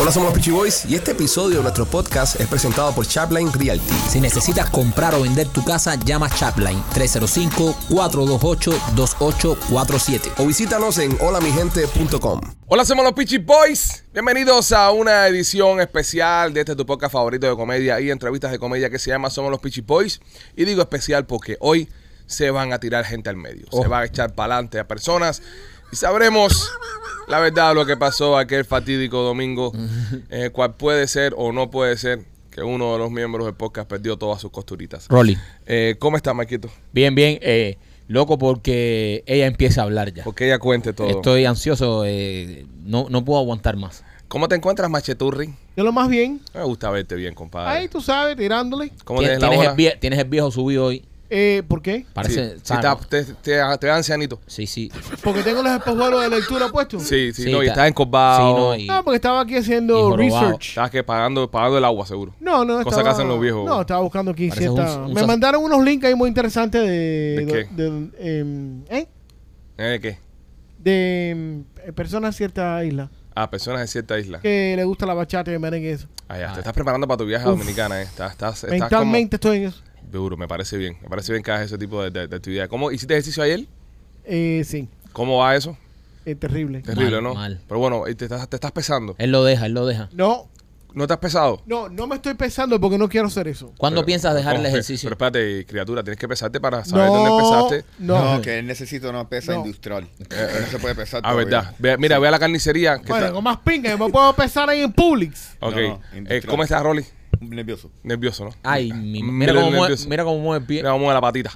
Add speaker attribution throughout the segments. Speaker 1: Hola, somos los Peachy Boys y este episodio de nuestro podcast es presentado por Chapline Realty.
Speaker 2: Si necesitas comprar o vender tu casa, llama Chapline 305-428-2847.
Speaker 1: O visítanos en holamigente.com.
Speaker 3: Hola, somos los Peachy Boys. Bienvenidos a una edición especial de este tu podcast favorito de comedia y entrevistas de comedia que se llama Somos los Peachy Boys. Y digo especial porque hoy se van a tirar gente al medio.
Speaker 4: Oh.
Speaker 3: Se van a echar para adelante a personas y sabremos la verdad de lo que pasó aquel fatídico domingo, en el cual puede ser o no puede ser que uno de los miembros del podcast perdió todas sus costuritas.
Speaker 4: Rolly.
Speaker 3: Eh, ¿Cómo está, Maquito?
Speaker 4: Bien, bien. eh, loco porque ella empieza a hablar ya.
Speaker 3: Porque ella cuente todo.
Speaker 4: Estoy ansioso. eh, no, no puedo aguantar más.
Speaker 3: ¿Cómo te encuentras, Macheturri?
Speaker 5: Yo lo más bien.
Speaker 3: Me gusta verte bien, compadre.
Speaker 5: Ahí tú sabes, tirándole.
Speaker 3: ¿Cómo
Speaker 4: Tien-
Speaker 3: tienes la
Speaker 4: tienes, el
Speaker 3: hora?
Speaker 4: vie- tienes el viejo subido hoy.
Speaker 5: Eh, ¿Por qué?
Speaker 4: Parece.
Speaker 3: sí, sí,
Speaker 4: sano.
Speaker 3: está- te, te- te da ancianito.
Speaker 4: sí, sí.
Speaker 5: Porque tengo los espejuelos de lectura puestos.
Speaker 3: Sí, sí,
Speaker 4: Sí,
Speaker 3: no, y
Speaker 4: está-
Speaker 3: estás encorvado.
Speaker 4: sí, no, y-
Speaker 5: No, porque estaba aquí
Speaker 4: Y
Speaker 5: haciendo
Speaker 4: jorobado.
Speaker 5: research.
Speaker 3: Estás que pagando, pagando el agua, seguro.
Speaker 5: No, no,
Speaker 3: Cosa
Speaker 5: estaba...
Speaker 3: que hacen los viejos.
Speaker 5: No, estaba buscando aquí
Speaker 4: Pareces un-
Speaker 5: cierta...
Speaker 4: un
Speaker 5: Me
Speaker 4: sac-
Speaker 5: mandaron unos links ahí muy interesantes de...
Speaker 3: ¿De qué?
Speaker 5: de- em, ¿eh?
Speaker 3: ¿Eh, ¿Qué?
Speaker 5: De em, personas de cierta isla
Speaker 3: Ah, personas de cierta isla.
Speaker 5: que le gusta la bachata y el merengue y eso.
Speaker 3: Allá, te
Speaker 4: Ah.
Speaker 3: estás preparando para tu viaje a
Speaker 5: Uf.
Speaker 3: Dominicana, ¿eh? Estás, estás, estás
Speaker 5: Mentalmente estoy en eso.
Speaker 3: como... Duro, me parece bien. Me parece bien que hagas ese tipo de, de- de actividad. ¿Cómo hiciste ejercicio ayer?
Speaker 5: Eh, sí,
Speaker 3: ¿Cómo va eso?
Speaker 5: es terrible.
Speaker 3: Terrible,
Speaker 4: Mal,
Speaker 3: ¿no?
Speaker 4: mal. Eh,
Speaker 3: Pero bueno, y te estás, te estás pesando.
Speaker 4: Él lo deja, él lo deja.
Speaker 5: No,
Speaker 3: ¿No te has pesado?
Speaker 5: no, no me estoy pensando porque no quiero hacer eso.
Speaker 4: ¿Cuándo
Speaker 3: Pero-
Speaker 4: piensas dejar el
Speaker 3: ¿cómo?
Speaker 4: ejercicio?
Speaker 3: Pero espérate, criatura, tienes que pesarte para saber dónde
Speaker 5: No,
Speaker 3: empezaste.
Speaker 5: no.
Speaker 6: No, que él necesita una pesa
Speaker 5: No.
Speaker 6: industrial. Él no se puede pesar
Speaker 3: Ah,
Speaker 6: todavía.
Speaker 3: verdad. Ve- mira, ve a la carnicería. Que
Speaker 5: Bueno,
Speaker 3: está-
Speaker 5: con más pinga, yo me puedo pesar ahí en Publix.
Speaker 3: Ok.
Speaker 6: No, no,
Speaker 3: Eh,
Speaker 6: industrial.
Speaker 3: ¿Cómo estás, Rolly?
Speaker 6: Nervioso.
Speaker 3: Nervioso, ¿no?
Speaker 4: Ay, mi-
Speaker 3: Mira
Speaker 4: mira,
Speaker 3: el
Speaker 4: cómo mueve,
Speaker 3: nervioso.
Speaker 4: mira cómo mueve el pie.
Speaker 3: Mira, vamos a la patita.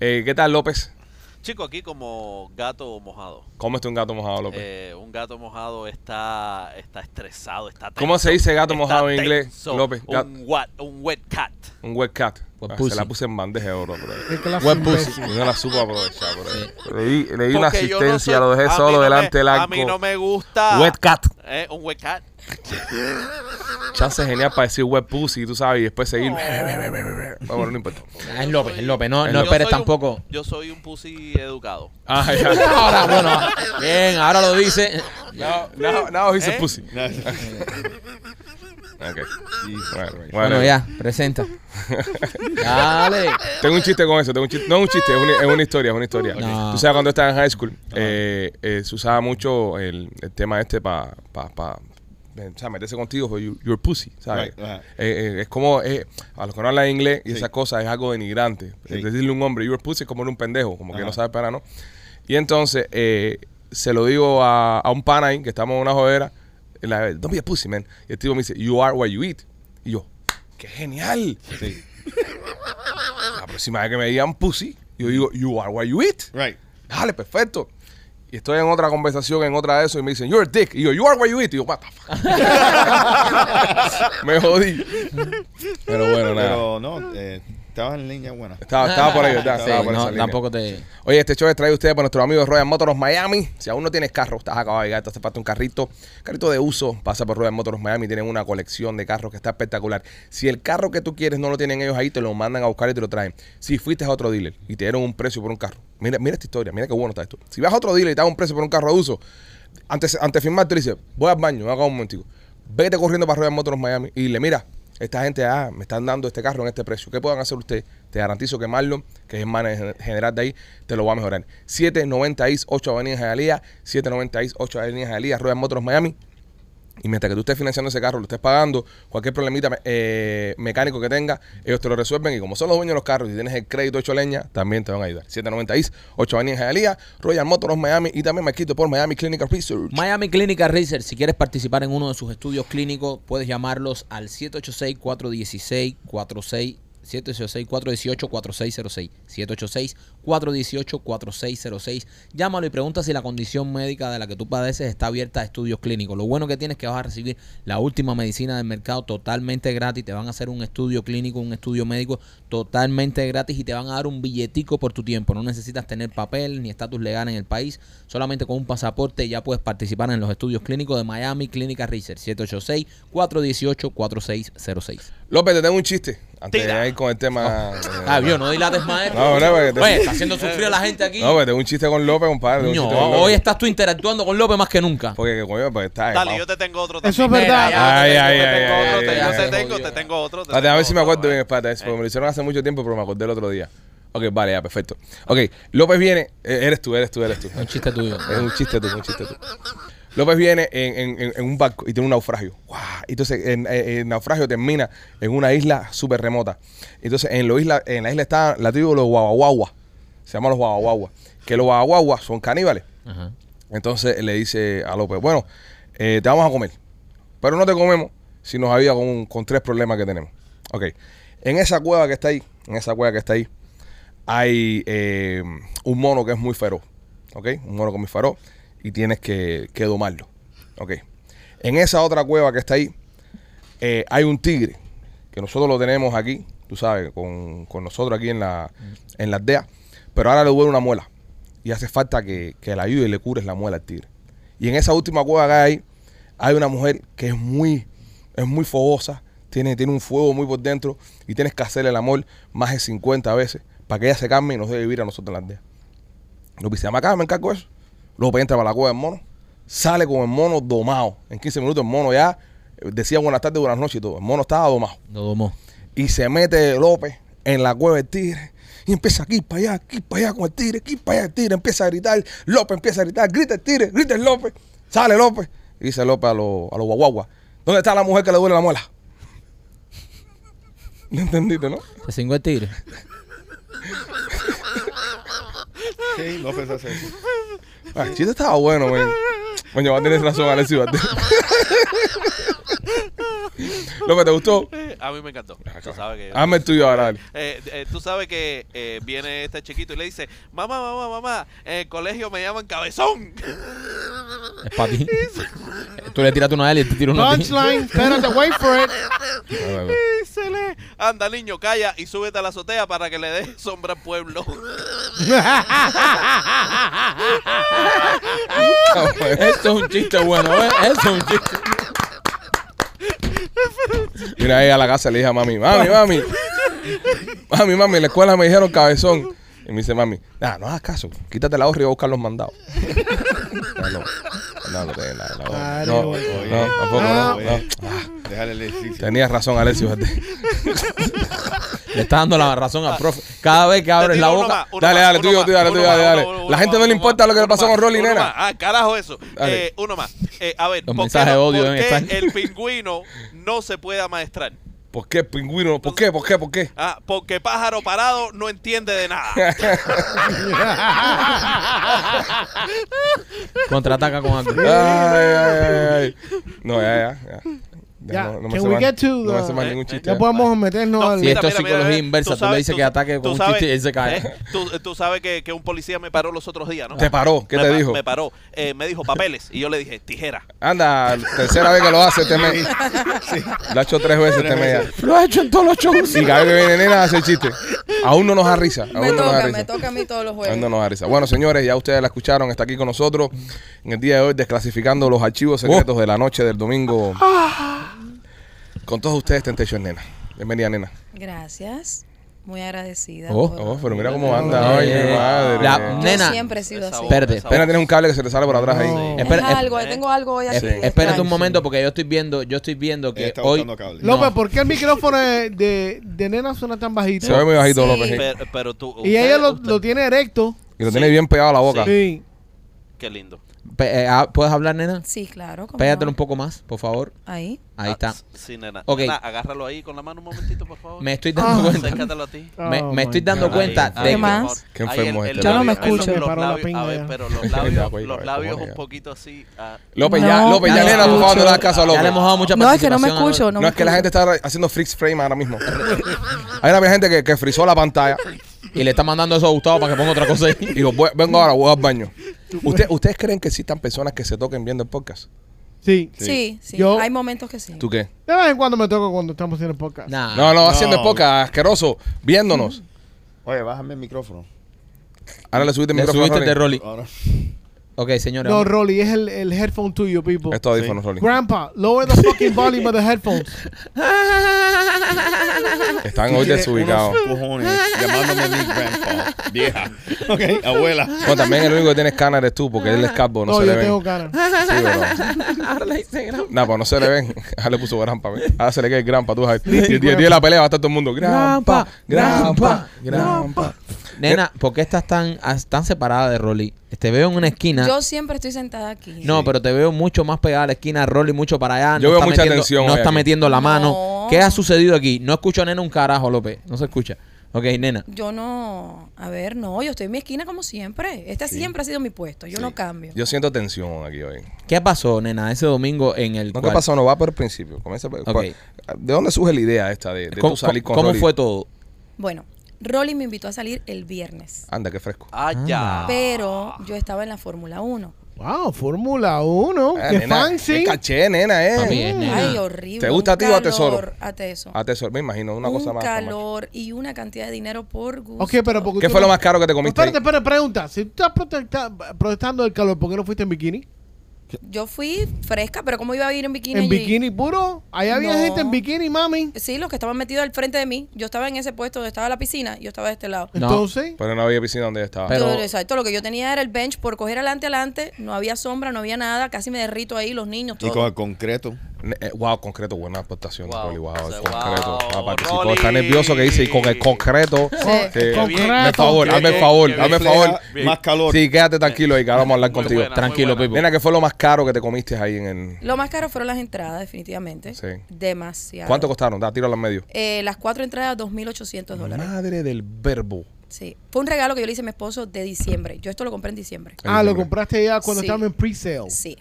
Speaker 3: Eh, ¿Qué tal, López?
Speaker 7: Chico, aquí como gato mojado.
Speaker 3: ¿Cómo está un gato mojado, López?
Speaker 7: Eh, un gato mojado está, está estresado, está tenso.
Speaker 3: ¿Cómo se dice gato
Speaker 7: está
Speaker 3: mojado en inglés,
Speaker 7: tenso.
Speaker 3: López? Gat-
Speaker 7: Un, what, un wet cat.
Speaker 3: Un wet cat.
Speaker 4: Wet
Speaker 3: Ah, se
Speaker 4: pussy.
Speaker 3: la puse en bandeja de oro, bro.
Speaker 5: Qué clase
Speaker 4: Buen
Speaker 5: imbécil.
Speaker 4: pussy.
Speaker 3: Y no la supo aprovechar, bro. Leí, leí una
Speaker 7: Porque yo no
Speaker 3: asistencia,
Speaker 7: soy-
Speaker 3: lo
Speaker 7: a
Speaker 3: dejé
Speaker 7: mí
Speaker 3: solo
Speaker 7: no me-
Speaker 3: delante del arco.
Speaker 7: A mí no me gusta.
Speaker 3: Wet cat.
Speaker 7: Eh, un wet cat.
Speaker 3: Chance genial para decir wet pussy, tú sabes, y después seguir. No, bueno, no importa.
Speaker 4: Ah, es López, es López. No,
Speaker 3: Yo
Speaker 4: no
Speaker 7: Yo
Speaker 4: esperes
Speaker 7: soy un-
Speaker 4: tampoco.
Speaker 7: yo soy un pussy educado.
Speaker 3: Ah, ya.
Speaker 4: Ahora, bueno, ah, bien, ahora lo dice.
Speaker 3: No, no, no, hice
Speaker 7: ¿Eh?
Speaker 3: pussy.
Speaker 6: No, eso-
Speaker 3: Ok. Bueno,
Speaker 4: Bueno, ya, presenta. Dale.
Speaker 3: Tengo un chiste con eso, tengo un chiste. No es un chiste, es una, es una historia, es una historia.
Speaker 4: No.
Speaker 3: Tú sabes, cuando estaba en high school, eh, eh, se usaba mucho el, el tema este para pa, pa, eh, o sea, meterse contigo, pero you, you're pussy, ¿sabes?
Speaker 6: Right, ajá.
Speaker 3: Eh, eh, es como, eh, a los que no hablan inglés y
Speaker 6: Sí.
Speaker 3: esas cosas es algo denigrante.
Speaker 6: Sí.
Speaker 3: Es Decirle a un hombre, you're pussy, es como era un pendejo, como que
Speaker 6: Ajá.
Speaker 3: no sabe para no. Y entonces, eh, se lo digo a, a un pana ahí, que estamos en una jodera, y la, don't be a pussy, man. Y el tipo me dice, you are what you eat. Y yo, ¡qué genial!
Speaker 6: sí.
Speaker 3: La próxima vez que me digan pussy, yo digo, you are what you eat.
Speaker 6: Right.
Speaker 3: Dale, perfecto. Y estoy en otra conversación, en otra de eso, y me dicen, you're a dick. Y yo, you are what you eat. Y yo, what the fuck. me jodí. Pero bueno, nada.
Speaker 6: Pero no, eh, estaba en línea buena.
Speaker 3: Estaba, estaba por ahí, ¿verdad?
Speaker 4: Sí,
Speaker 3: Estaba por
Speaker 4: no,
Speaker 3: esa línea.
Speaker 4: tampoco te.
Speaker 3: Oye, este show es traído a ustedes por nuestros amigos de Royal Motors Miami. Si aún no tienes carro, estás acabado de llegar, te hace falta un carrito, carrito de uso, pasa por Royal Motors Miami. Tienen una colección de carros que está espectacular. Si el carro que tú quieres no lo tienen ellos ahí, te lo mandan a buscar y te lo traen. Si fuiste a otro dealer y te dieron un precio por un carro, mira, mira esta historia, mira qué bueno está esto. Si vas a otro dealer y te dan un precio por un carro de uso, antes, antes de firmar, tú le dices, voy al baño, me hago un momentico. Vete corriendo para Royal Motors Miami y dile, mira, esta gente, ah, me están dando este carro en este precio. ¿Qué puedan hacer ustedes? Te garantizo que Marlon, que es el manager general de ahí, te lo va a mejorar. 790 East 8 Avenida Jalía, 790 East 8 Avenida Jalía, Royal Motors Miami. Y mientras que tú estés financiando ese carro, lo estés pagando, cualquier problemita eh, mecánico que tenga, ellos te lo resuelven. Y como son los dueños de los carros y tienes el crédito hecho leña, también te van a ayudar. 790 East, 8 Avenida Jalía, Royal Motors Miami y también me quito por Miami Clinical Research.
Speaker 4: Miami Clinical Research, si quieres participar en uno de sus estudios clínicos, puedes llamarlos al 786-416-46. 786-418-4606. 786-418-4606. Llámalo y pregunta si la condición médica de la que tú padeces está abierta a estudios clínicos. Lo bueno que tienes es que vas a recibir la última medicina del mercado totalmente gratis. Te van a hacer un estudio clínico, un estudio médico totalmente gratis y te van a dar un billetico por tu tiempo. No necesitas tener papel ni estatus legal en el país. Solamente con un pasaporte ya puedes participar en los estudios clínicos de Miami Clínica Research 786-418-4606.
Speaker 3: López, te tengo un chiste. Antes
Speaker 7: Tira.
Speaker 3: de ir con el tema. eh,
Speaker 4: Ah, yo no dilates más.
Speaker 3: No, no, porque te-
Speaker 4: Oye, está haciendo sufrir a la gente aquí.
Speaker 3: No, pero tengo un chiste con López, compadre. tengo un
Speaker 4: Coño,
Speaker 3: chiste con López.
Speaker 4: hoy estás tú interactuando con López más que nunca.
Speaker 3: Porque, coño, pues está.
Speaker 7: Dale,
Speaker 3: vamos.
Speaker 7: yo te tengo otro
Speaker 5: Eso es
Speaker 7: también.
Speaker 5: verdad.
Speaker 3: Ay, ay,
Speaker 7: Yo te
Speaker 3: ay,
Speaker 7: tengo
Speaker 3: ay,
Speaker 7: otro,
Speaker 3: ay,
Speaker 7: te-
Speaker 3: ay,
Speaker 7: yo te
Speaker 3: ay.
Speaker 7: tengo, te tengo otro. te
Speaker 3: Espérate, a
Speaker 7: tengo
Speaker 3: ver si me
Speaker 7: otro,
Speaker 3: acuerdo bien,
Speaker 7: eh.
Speaker 3: espérate, porque me lo hicieron hace mucho tiempo, pero me acordé el otro día. Ok, vale, ya, perfecto. Ok, López viene, eh, eres tú, eres tú, eres tú.
Speaker 4: Un chiste tuyo.
Speaker 3: Es un chiste tú, es un chiste tú. López viene en, en- en- en un barco y tiene un naufragio. ¡Guau! Entonces, en- en- el naufragio termina en una isla súper remota. Entonces, en, lo isla, en la isla están la tribu de los guaguaguas. Se llaman los guaguaguas. Que los guaguaguas son caníbales.
Speaker 4: Ajá.
Speaker 3: Entonces le dice a López, bueno, eh, te vamos a comer, pero no te comemos si nos ayuda con, con tres problemas que tenemos. Ok, en esa cueva que está ahí, en esa cueva que está ahí, hay eh, un mono que es muy feroz, ok, un mono que es muy feroz y tienes que, que domarlo, ok. En esa otra cueva que está ahí, eh, hay un tigre que nosotros lo tenemos aquí, tú sabes, con, con nosotros aquí en la, en la aldea, pero ahora le duele una muela y hace falta que, que la ayude y le cures la muela al tigre. Y en esa última cueva que hay, hay una mujer que es muy, es muy fogosa, tiene, tiene un fuego muy por dentro y tienes que hacerle el amor más de 50 veces para que ella se calme y nos debe vivir a nosotros en la aldea. Lo que se llama acá, me encargo de eso. Luego pues, entra para la cueva del mono, sale con el mono domado. En 15 minutos el mono ya eh, decía buenas tardes, buenas noches y todo. El mono estaba domado.
Speaker 4: Lo domó.
Speaker 3: Y se mete López en la cueva del tigre. Y empieza aquí para allá, aquí para allá con el tigre, aquí para allá el tigre. Empieza a gritar. López empieza a gritar. Grita el tigre, grita el López. Sale López. Y dice López a los a los guaguaguas. ¿Dónde está la mujer que le duele la muela? ¿No entendiste, no?
Speaker 4: Se cingó el tigre.
Speaker 6: Sí, López hace eso.
Speaker 3: Ah, el chiste estaba bueno, güey. Coño, va a tener razón, Alexis. va a tener- López, ¿te gustó?
Speaker 7: A mí me encantó. Tú sabes que
Speaker 3: Hazme el tuyo ahora, dale.
Speaker 7: Eh, eh, tú sabes que eh, viene este chiquito y le dice, mamá, mamá, mamá, en el colegio me llaman cabezón.
Speaker 4: Es para ti. Tú le tiraste una a él y él te tiró una a ti.
Speaker 5: Punchline, espérate, wait for it.
Speaker 7: Y se le- Anda, niño, calla y súbete a la azotea para que le dé sombra al pueblo.
Speaker 4: Eso es un chiste bueno, ¿eh? Eso es un chiste.
Speaker 3: Mira ahí a la casa le dije a mami, mami, mami. Mami, mami, en la escuela me dijeron cabezón. Y me dice mami, nah, no hagas caso, quítate la gorra y voy a buscar los mandados. No, no, no, no, tenés nada,
Speaker 5: Claro,
Speaker 3: no, no,
Speaker 5: oye. Ah.
Speaker 3: no, tampoco, no,
Speaker 6: Oye,
Speaker 3: no.
Speaker 6: pues,
Speaker 3: Ah.
Speaker 6: Déjale el ejercicio.
Speaker 3: Tenías razón, Alessio. fíjate.
Speaker 4: Le está dando la razón al profe. Cada vez que abres
Speaker 7: Te
Speaker 4: la
Speaker 7: tiro uno
Speaker 4: boca.
Speaker 7: más, uno
Speaker 3: Dale,
Speaker 7: más,
Speaker 3: dale,
Speaker 7: uno
Speaker 3: tuyo,
Speaker 7: más,
Speaker 3: tuyo, dale,
Speaker 7: uno
Speaker 3: tuyo,
Speaker 7: más,
Speaker 3: dale, dale.
Speaker 7: uno, uno
Speaker 3: La gente no
Speaker 7: más,
Speaker 3: le
Speaker 7: uno
Speaker 3: importa
Speaker 7: más,
Speaker 3: lo que le
Speaker 7: uno
Speaker 3: pasó con
Speaker 7: más,
Speaker 3: Rolly,
Speaker 7: uno
Speaker 3: nena.
Speaker 7: más. Ah, carajo eso.
Speaker 3: Dale.
Speaker 7: Eh, uno más. Eh, a ver,
Speaker 4: Los
Speaker 7: ¿por qué,
Speaker 4: mensajes de
Speaker 7: no-
Speaker 4: odio
Speaker 7: por
Speaker 4: deben
Speaker 7: qué
Speaker 4: estar.
Speaker 7: el pingüino no se puede amaestrar?
Speaker 3: ¿Por qué, pingüino? ¿Por qué, por qué, por qué?
Speaker 7: Ah, porque pájaro parado no entiende de nada.
Speaker 4: Contraataca con algo.
Speaker 3: Ay, ay, ay, ay. No, ya, ya. Ya,
Speaker 5: Ya,
Speaker 3: no, no me
Speaker 5: can
Speaker 3: hace
Speaker 5: we
Speaker 3: mal-
Speaker 5: get to
Speaker 3: no me hace
Speaker 5: the-
Speaker 3: mal ningún chiste. Ah.
Speaker 5: Ya podemos meternos
Speaker 7: No,
Speaker 5: al.
Speaker 4: Sí, esto es psicología
Speaker 7: mira,
Speaker 4: inversa. Tú le dices que ataque con
Speaker 7: tú
Speaker 4: un chiste y él se cae.
Speaker 7: ¿eh? Tú, tú sabes que, que un policía me paró los otros días, ¿no?
Speaker 3: Te paró, ¿qué
Speaker 7: Me
Speaker 3: te
Speaker 7: pa-
Speaker 3: dijo?
Speaker 7: Me paró. Eh, me dijo papeles y yo le dije tijera.
Speaker 3: Anda, tercera vez que lo hace este mes. Lo ha hecho tres veces este
Speaker 6: Tres
Speaker 3: mes.
Speaker 6: veces.
Speaker 4: Lo ha hecho en todos los shows.
Speaker 3: Y cada vez que viene nena hace el chiste. Aún no nos da risa. Aún
Speaker 8: Me
Speaker 3: no nos da
Speaker 8: toca, me
Speaker 3: risa.
Speaker 8: toca pues. a mí todos los
Speaker 3: Aún
Speaker 8: jueves.
Speaker 3: no nos da risa. Bueno, señores, ya ustedes la escucharon. Está aquí con nosotros en el día de hoy desclasificando los archivos secretos de la noche del domingo. Con todos ustedes, Tentation Nena. Bienvenida, nena.
Speaker 8: Gracias. Muy agradecida.
Speaker 4: Oh,
Speaker 8: por-
Speaker 3: Oh, pero mira cómo anda. Ay, mi madre.
Speaker 4: Ah, eh, La
Speaker 8: Yo
Speaker 4: nena.
Speaker 8: siempre he sido
Speaker 7: Esa
Speaker 8: así.
Speaker 7: voz,
Speaker 4: Espérate,
Speaker 7: esa
Speaker 3: Nena,
Speaker 7: voz.
Speaker 3: tienes un cable que se le sale por atrás ahí.
Speaker 8: Es
Speaker 4: Espera,
Speaker 8: algo,
Speaker 4: esp-
Speaker 8: tengo algo hoy aquí.
Speaker 4: espérate
Speaker 8: extraño.
Speaker 4: un momento porque yo estoy viendo, yo estoy viendo
Speaker 6: Ella
Speaker 4: que
Speaker 6: está
Speaker 4: hoy
Speaker 6: buscando cable.
Speaker 5: López,
Speaker 4: No.
Speaker 5: ¿por qué el micrófono de, de, de nena suena tan bajito?
Speaker 3: Se ve muy bajito,
Speaker 8: Sí.
Speaker 3: López. sí.
Speaker 7: Pero, pero tú.
Speaker 5: Y
Speaker 7: usted-
Speaker 5: ella lo,
Speaker 7: usted-
Speaker 5: lo tiene erecto.
Speaker 3: Y lo tiene bien pegado a la boca.
Speaker 5: Sí.
Speaker 7: Qué lindo.
Speaker 4: Pe- eh, ah, ¿Puedes hablar, nena?
Speaker 8: Sí, claro. cómo
Speaker 4: Pégatelo
Speaker 8: no.
Speaker 4: un poco más, por favor.
Speaker 8: Ahí.
Speaker 4: Ahí
Speaker 7: Ah,
Speaker 4: está.
Speaker 7: s- Sí, nena.
Speaker 4: Ok.
Speaker 7: Nena, agárralo ahí con la mano un momentito, por favor.
Speaker 4: Me estoy dando
Speaker 7: Ah.
Speaker 4: cuenta.
Speaker 7: Acércatelo a ti.
Speaker 4: Me,
Speaker 5: Oh,
Speaker 4: me estoy
Speaker 5: my
Speaker 4: dando
Speaker 5: God.
Speaker 4: cuenta
Speaker 7: Ahí,
Speaker 4: de
Speaker 7: ahí,
Speaker 8: ¿Qué
Speaker 7: por
Speaker 8: más?
Speaker 7: favor.
Speaker 3: Qué
Speaker 7: Ahí,
Speaker 3: enfermo
Speaker 7: el-
Speaker 3: este.
Speaker 7: el
Speaker 8: Ya no me
Speaker 7: labio, el-
Speaker 8: escucho.
Speaker 7: Los
Speaker 5: Paró la
Speaker 7: labios, a
Speaker 5: pinga ya.
Speaker 7: ver, pero
Speaker 3: Ya,
Speaker 7: los labios,
Speaker 3: güey,
Speaker 7: los
Speaker 3: güey,
Speaker 7: labios
Speaker 3: cómo
Speaker 7: un poquito así. ah.
Speaker 3: López, ya,
Speaker 8: No,
Speaker 3: López,
Speaker 4: ya
Speaker 3: ya,
Speaker 4: no
Speaker 3: nena, por favor, no le hagas caso a
Speaker 4: Ya
Speaker 3: López.
Speaker 4: le hemos dado mucha
Speaker 8: No, es que no
Speaker 4: participación
Speaker 8: me
Speaker 4: a-
Speaker 8: escucho. No,
Speaker 3: No,
Speaker 8: me
Speaker 3: es que la gente
Speaker 8: escucho.
Speaker 3: está haciendo freeze frame ahora mismo. Hay una gente que, que frizó la pantalla
Speaker 4: Y le está mandando eso a Gustavo para que ponga otra cosa ahí.
Speaker 3: y dijo, "Voy- vengo ahora, voy al baño. ¿Usted- ¿Ustedes creen que existan personas que se toquen viendo el podcast?
Speaker 5: Sí.
Speaker 8: Sí, sí.
Speaker 5: Yo-
Speaker 8: Hay momentos que sí.
Speaker 3: ¿Tú qué?
Speaker 5: De vez en cuando me toco cuando estamos haciendo el podcast.
Speaker 4: Nah.
Speaker 3: No, no,
Speaker 6: No.
Speaker 3: haciendo el podcast, asqueroso, viéndonos.
Speaker 6: Oye, bájame el micrófono.
Speaker 3: Ahora le subiste el
Speaker 4: Le
Speaker 3: micrófono.
Speaker 4: subiste
Speaker 3: Ronnie.
Speaker 4: de Rolly.
Speaker 6: Ahora.
Speaker 4: Ok, señores.
Speaker 5: No,
Speaker 4: vamos-
Speaker 5: Rolly, es el, el headphone tuyo, people.
Speaker 3: Estos audífonos, Rolly.
Speaker 5: Grandpa, lower the fucking volume of the headphones.
Speaker 3: Están hoy
Speaker 6: Tienes
Speaker 3: desubicados.
Speaker 6: unos cojones llamándome mi grandpa. Vieja. Ok, abuela.
Speaker 3: No, también el único que tienes canas eres tú, porque él es calvo, no,
Speaker 5: No,
Speaker 3: se
Speaker 5: yo
Speaker 3: le ven.
Speaker 5: tengo cara.
Speaker 3: Sí, pero- Nah, pues no se le ven. Ahora le puso grampa. ¿ves? Ahora se le queda el grampa, tú sabes. Y el día- el día de la pelea va a estar todo el mundo. Grampa, grampa, grampa.
Speaker 4: Nena, ¿por qué estás tan, as- tan separada de Rolly? Te veo en una esquina.
Speaker 8: Yo siempre estoy sentada aquí.
Speaker 4: no, pero te veo mucho más pegada a la esquina, Rolly mucho para allá. no
Speaker 3: Yo veo
Speaker 4: está
Speaker 3: mucha
Speaker 4: metiendo-
Speaker 3: tensión
Speaker 4: No
Speaker 3: hoy
Speaker 4: está
Speaker 3: aquí.
Speaker 4: metiendo la mano.
Speaker 8: No.
Speaker 4: ¿Qué ha sucedido aquí? No escucho a nena un carajo, López. No se escucha. Ok, nena.
Speaker 8: Yo no, a ver, no, yo estoy en mi esquina como siempre. Este siempre ha sido mi puesto, yo no cambio.
Speaker 3: Yo siento tensión aquí hoy.
Speaker 4: ¿Qué pasó, nena, ese domingo en el
Speaker 3: No, ¿qué
Speaker 4: cual-
Speaker 3: pasó? No va por el principio. Comienza por-
Speaker 4: Ok.
Speaker 3: ¿De dónde surge la idea esta de, de tú
Speaker 4: ¿Cómo,
Speaker 3: salir con
Speaker 4: cómo
Speaker 3: Rolly?
Speaker 4: fue todo?
Speaker 8: Bueno, Rolly me invitó a salir el viernes,
Speaker 3: Anda, qué fresco.
Speaker 7: Ah, ya.
Speaker 8: pero yo estaba en la Fórmula 1.
Speaker 5: Wow, Fórmula 1.
Speaker 3: Ah,
Speaker 5: Qué
Speaker 3: nena,
Speaker 5: fancy.
Speaker 3: Qué caché, nena, eh.
Speaker 4: Papi, es nena.
Speaker 8: Ay, horrible.
Speaker 3: ¿Te gusta
Speaker 8: un
Speaker 3: a ti o a Tesoro?
Speaker 8: calor, A Tesoro.
Speaker 3: Ah, tesoro, me imagino, una
Speaker 8: un
Speaker 3: cosa más.
Speaker 8: calor y una cantidad de dinero por gusto.
Speaker 5: Ok, pero porque
Speaker 3: ¿Qué
Speaker 5: tú
Speaker 3: fue
Speaker 5: no-
Speaker 3: lo más caro que te comiste?
Speaker 5: Espérate,
Speaker 3: ahí?
Speaker 5: espérate, pregunta. Si tú estás protesta- protestando del calor, ¿por qué no fuiste en bikini?
Speaker 8: Yo fui fresca, pero ¿cómo iba a ir en bikini?
Speaker 5: ¿En
Speaker 8: allí?
Speaker 5: bikini puro? Allá había
Speaker 8: No.
Speaker 5: gente en bikini, mami.
Speaker 8: Sí, los que estaban metidos al frente de mí. Yo estaba en ese puesto donde estaba la piscina, yo estaba de este lado.
Speaker 4: No.
Speaker 5: Entonces,
Speaker 3: Pero no había piscina donde yo estaba.
Speaker 4: Pero-
Speaker 8: Yo, exacto, lo que yo tenía era el bench por coger adelante, adelante. No había sombra, no había nada. Casi me derrito ahí, los niños,
Speaker 6: Y
Speaker 8: todo.
Speaker 6: con el concreto.
Speaker 3: Ne- eh, wow, concreto, buena aportación,
Speaker 7: Wow.
Speaker 3: Rolly. Wow,
Speaker 7: O sea,
Speaker 3: el concreto.
Speaker 7: wow,
Speaker 3: Ah, participó.
Speaker 7: Rolly.
Speaker 3: Está nervioso que dice, y con el concreto. Sí.
Speaker 7: Qué bien.
Speaker 5: Concreto.
Speaker 3: Hazme el favor,
Speaker 6: Qué
Speaker 3: hazme el
Speaker 6: bien,
Speaker 3: favor,
Speaker 6: qué
Speaker 3: hazme el
Speaker 6: bien.
Speaker 3: favor.
Speaker 6: Bien. Más calor.
Speaker 3: Sí, quédate tranquilo ahí, que ahora vamos a hablar
Speaker 7: Muy
Speaker 3: contigo.
Speaker 7: buena, muy
Speaker 4: Tranquilo,
Speaker 7: buena.
Speaker 4: Pipo.
Speaker 3: Nena, ¿qué fue lo más caro que te comiste ahí en el...
Speaker 8: Lo más caro fueron las entradas, definitivamente.
Speaker 3: Sí.
Speaker 8: Demasiado.
Speaker 3: ¿Cuánto costaron? Da, tíralo al medio.
Speaker 8: Eh, las cuatro entradas, 2.800 dólares.
Speaker 3: Madre del verbo.
Speaker 8: Sí. Fue un regalo que yo le hice a mi esposo de diciembre. Yo esto lo compré en diciembre.
Speaker 5: ah, lo compraste ya cuando
Speaker 8: Sí.
Speaker 5: estábamos en
Speaker 3: Oh.
Speaker 5: pre-sale.
Speaker 8: Sí.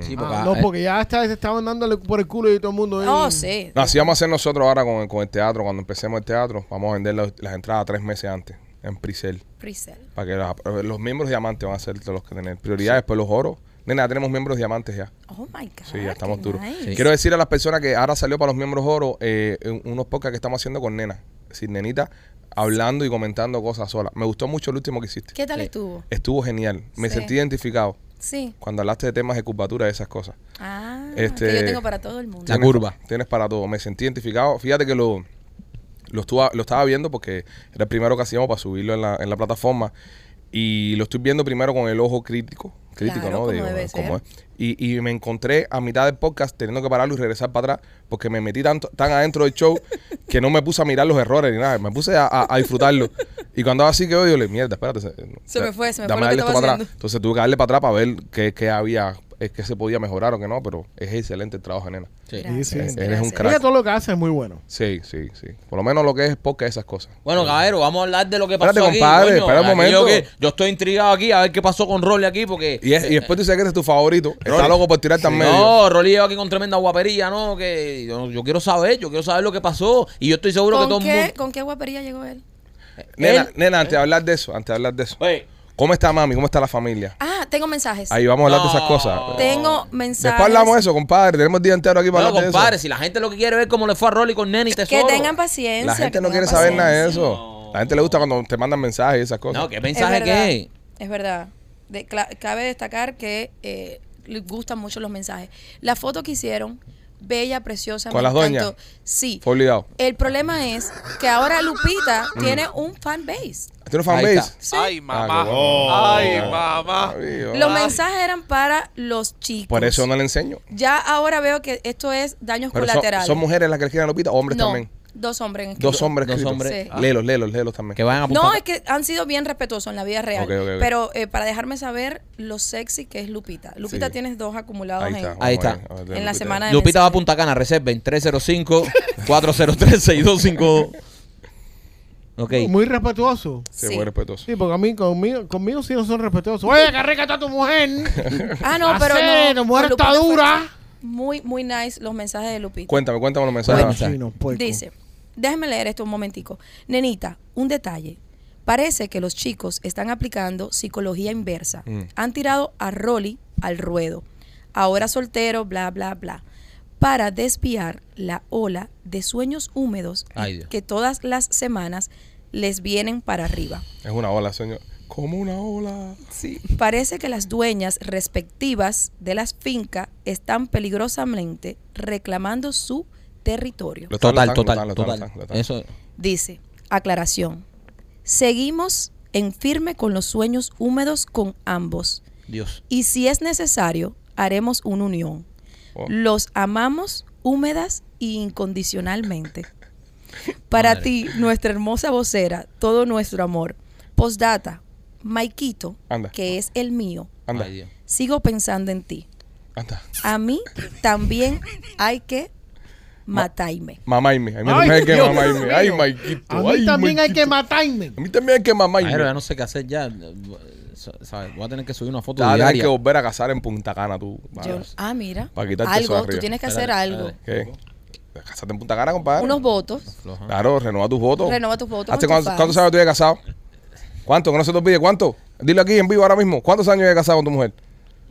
Speaker 4: Sí, porque-
Speaker 5: Ah, no,
Speaker 4: eh,
Speaker 5: porque ya está, estaban dándole por el culo y todo el mundo. eh.
Speaker 8: Oh, sí.
Speaker 3: No, así vamos a hacer nosotros ahora con, con el teatro. Cuando empecemos el teatro, vamos a vender los- las entradas tres meses antes en Prisel.
Speaker 8: Presale.
Speaker 3: Para que los, los miembros diamantes van a ser los que tener prioridad. Después los oros. Nena, ya tenemos miembros diamantes ya.
Speaker 8: Oh my God.
Speaker 3: Sí, ya estamos
Speaker 8: qué
Speaker 3: duros.
Speaker 8: nice.
Speaker 4: Sí.
Speaker 3: Quiero decir a las personas que ahora salió para los miembros oro eh, un- unos podcasts que estamos haciendo con nena. Sin nenita, hablando y comentando cosas solas. Me gustó mucho el último que hiciste.
Speaker 8: ¿Qué tal estuvo?
Speaker 3: Estuvo genial. Me
Speaker 8: Sí.
Speaker 3: sentí identificado
Speaker 8: Sí.
Speaker 3: cuando hablaste de temas de curvatura y esas cosas.
Speaker 8: Ah,
Speaker 3: Este-
Speaker 8: que yo tengo para todo el mundo.
Speaker 4: La curva.
Speaker 3: Tienes para todo. Me sentí identificado. Fíjate que lo, lo, estuve- lo estaba viendo porque era el primero que hacíamos para subirlo en la, en la plataforma. Y lo estoy viendo primero con el ojo crítico. Crítico,
Speaker 8: Claro,
Speaker 3: ¿no?
Speaker 8: como
Speaker 3: De,
Speaker 8: debe
Speaker 3: como
Speaker 8: ser.
Speaker 3: es. Y, y me encontré a mitad del podcast teniendo que pararlo y regresar para atrás porque me metí tanto, tan adentro del show que no me puse a mirar los errores ni nada. Me puse a, a- a disfrutarlo. Y cuando así que odio, le mierda, espérate. Se,
Speaker 8: Se me fue, se
Speaker 3: dame
Speaker 8: me fue lo que
Speaker 3: darle esto
Speaker 8: estaba
Speaker 3: para atrás.
Speaker 8: haciendo.
Speaker 3: Entonces tuve que darle para atrás para ver qué, qué había, eh, qué se podía mejorar o qué no, pero es excelente el trabajo, nena.
Speaker 4: sí.
Speaker 8: Gracias,
Speaker 5: Sí, sí.
Speaker 3: Eres un
Speaker 8: gracias.
Speaker 3: crack.
Speaker 5: Mira, todo lo que hace es muy bueno.
Speaker 3: Sí, sí, sí. Por lo menos lo que es podcast, esas cosas.
Speaker 4: Bueno, caballero, vamos a hablar de lo que pasó
Speaker 3: Espérate,
Speaker 4: aquí.
Speaker 3: compadre,
Speaker 4: coño.
Speaker 3: espera un
Speaker 4: Aquí
Speaker 3: momento.
Speaker 4: Yo, que- yo estoy intrigado aquí a ver qué pasó con Rolly aquí porque...
Speaker 3: Y, es- y después tú dices que eres tu favorito. Está loco por tirar tan medio.
Speaker 4: eh, No, Rolly lleva aquí con tremenda guapería, ¿no? Que yo, yo quiero saber, yo quiero saber lo que pasó. Y yo estoy seguro que todo
Speaker 8: ¿Con
Speaker 4: el
Speaker 8: qué,
Speaker 4: mundo...
Speaker 8: ¿Con qué guapería llegó él?
Speaker 3: Nena,
Speaker 4: Él- eh.
Speaker 3: nena, antes de hablar de eso, antes de hablar de eso.
Speaker 4: Oye,
Speaker 3: ¿Cómo está mami? ¿Cómo está la familia?
Speaker 8: Ah, tengo mensajes.
Speaker 3: Ahí vamos a hablar de esas
Speaker 4: No.
Speaker 3: cosas.
Speaker 8: Tengo mensajes.
Speaker 3: oh. Después hablamos de eso, compadre. Tenemos el día entero aquí para
Speaker 4: no,
Speaker 3: hablar de
Speaker 4: compadre,
Speaker 3: eso.
Speaker 4: si la gente lo que quiere ver cómo le fue a Rolly con Nene y Tesoro.
Speaker 8: Que tengan paciencia.
Speaker 3: La gente
Speaker 8: que
Speaker 3: no quiere
Speaker 8: tengan
Speaker 3: saber nada
Speaker 8: paciencia.
Speaker 3: de eso. La gente le gusta cuando te mandan mensajes y esas cosas.
Speaker 4: No, qué
Speaker 8: Es
Speaker 4: mensaje
Speaker 8: verdad,
Speaker 4: que...
Speaker 8: Es verdad. De- cla- cabe destacar que eh, les gustan mucho los mensajes. La foto que hicieron, bella, preciosa.
Speaker 3: ¿Con
Speaker 8: me
Speaker 3: las doñas?
Speaker 8: encantó. Sí.
Speaker 3: Fue obligado.
Speaker 8: El problema es que ahora Lupita
Speaker 3: Mm.
Speaker 8: tiene un fan base.
Speaker 3: ¿Tiene un fanbase?
Speaker 4: Ahí
Speaker 8: Sí.
Speaker 7: Ay, mamá.
Speaker 3: Ah, qué bueno.
Speaker 7: Ay,
Speaker 3: Oh.
Speaker 7: mamá.
Speaker 3: Ay, Dios.
Speaker 8: Los mensajes eran para los chicos.
Speaker 3: Por eso no le enseño.
Speaker 8: Ya ahora veo que esto es daños
Speaker 3: Pero son,
Speaker 8: colaterales.
Speaker 3: son mujeres las que le quieren a Lupita o hombres
Speaker 8: no,
Speaker 3: también.
Speaker 8: Dos hombres. en
Speaker 3: Dos hombres.
Speaker 4: Dos
Speaker 3: escritos.
Speaker 4: hombres. Ah.
Speaker 8: Sí.
Speaker 3: Léelos, léelos, léelos también.
Speaker 4: Que vayan a
Speaker 8: No,
Speaker 4: apuntar-
Speaker 8: es que han sido bien respetuosos en la vida real.
Speaker 3: Ok, ok, ok.
Speaker 8: Pero eh, para dejarme saber lo sexy que es Lupita. Lupita
Speaker 3: Sí.
Speaker 8: tienes dos acumulados
Speaker 3: Ahí
Speaker 8: en,
Speaker 3: está.
Speaker 8: en
Speaker 3: vamos
Speaker 4: está.
Speaker 3: ahí. A ver,
Speaker 8: la
Speaker 3: Lupita.
Speaker 8: semana de
Speaker 4: Lupita va a
Speaker 8: mensajes.
Speaker 4: Punta Cana, reserven 305-403-6252. ok.
Speaker 5: Muy respetuoso.
Speaker 3: Sí,
Speaker 8: Sí.
Speaker 3: muy respetuoso.
Speaker 5: Sí, porque a mí, conmigo, conmigo sí no son respetuosos. Oye, qué rica está tu mujer.
Speaker 8: Ah, no, pero
Speaker 5: Hacer,
Speaker 8: no.
Speaker 5: mujer
Speaker 8: Con Lupita
Speaker 5: está
Speaker 8: fue
Speaker 5: dura.
Speaker 8: Muy, muy nice los mensajes de Lupita.
Speaker 3: Cuéntame, cuéntame los
Speaker 5: Bueno,
Speaker 3: mensajes.
Speaker 5: chino, puerco.
Speaker 8: Dice, déjame leer esto un momentico. Nenita, un detalle. Parece que los chicos están aplicando psicología inversa. Han tirado a Rolly al ruedo. Ahora soltero, bla, bla, bla. Para desviar la ola de sueños húmedos
Speaker 4: Ay, Dios.
Speaker 8: que todas las semanas les vienen para arriba.
Speaker 3: Es una ola, sueño. Como una ola.
Speaker 8: Sí. Parece que las dueñas respectivas de las fincas están peligrosamente reclamando su territorio.
Speaker 3: Lo están, lo
Speaker 4: Total,
Speaker 3: están,
Speaker 4: total,
Speaker 3: lo están, lo
Speaker 4: total.
Speaker 3: están, lo están.
Speaker 4: Eso,
Speaker 8: Dice, aclaración, seguimos en firme con los sueños húmedos con ambos
Speaker 4: Dios.
Speaker 8: y si es necesario, haremos una unión.
Speaker 3: Oh.
Speaker 8: Los amamos húmedas e incondicionalmente. Para
Speaker 4: Madre.
Speaker 8: ti, nuestra hermosa vocera, todo nuestro amor. Postdata, Maikito,
Speaker 3: Anda.
Speaker 8: que es el mío,
Speaker 3: Anda,
Speaker 4: Ay, Dios.
Speaker 8: sigo pensando en ti.
Speaker 3: anda.
Speaker 8: A mí también hay que matarme.
Speaker 3: Mamaime. A mí
Speaker 5: Ay,
Speaker 3: también hay que
Speaker 5: Dios
Speaker 3: mamaime. Ay,
Speaker 5: mío.
Speaker 3: Maikito.
Speaker 5: A mí
Speaker 3: ay,
Speaker 5: también hay que
Speaker 3: Maikito.
Speaker 5: matarme.
Speaker 3: A mí también hay que mamaime.
Speaker 4: Pero ya no sé qué hacer ya. So- ¿sabes? Voy a tener que subir una foto
Speaker 3: Te vas a tener
Speaker 4: diaria.
Speaker 3: que volver a cazar en Punta Cana, tú.
Speaker 8: Yo-
Speaker 3: Vas.
Speaker 8: ah, mira.
Speaker 3: Para quitarte eso de
Speaker 8: algo, tú
Speaker 3: arriba.
Speaker 8: tienes que hacer
Speaker 4: Espérate,
Speaker 8: algo.
Speaker 4: espérate.
Speaker 3: ¿Qué? Cásate en Punta Cana, compadre.
Speaker 8: Unos votos.
Speaker 4: Floja.
Speaker 3: Claro, renova tus votos.
Speaker 8: Renova tus votos
Speaker 3: ¿Hace
Speaker 8: con tus
Speaker 3: cuánto, cuántos
Speaker 8: fans.
Speaker 3: años tú de casado? ¿Cuánto? Que no se te olvide. ¿Cuánto? Dilo aquí en vivo ahora mismo. ¿Cuántos años de casado con tu mujer?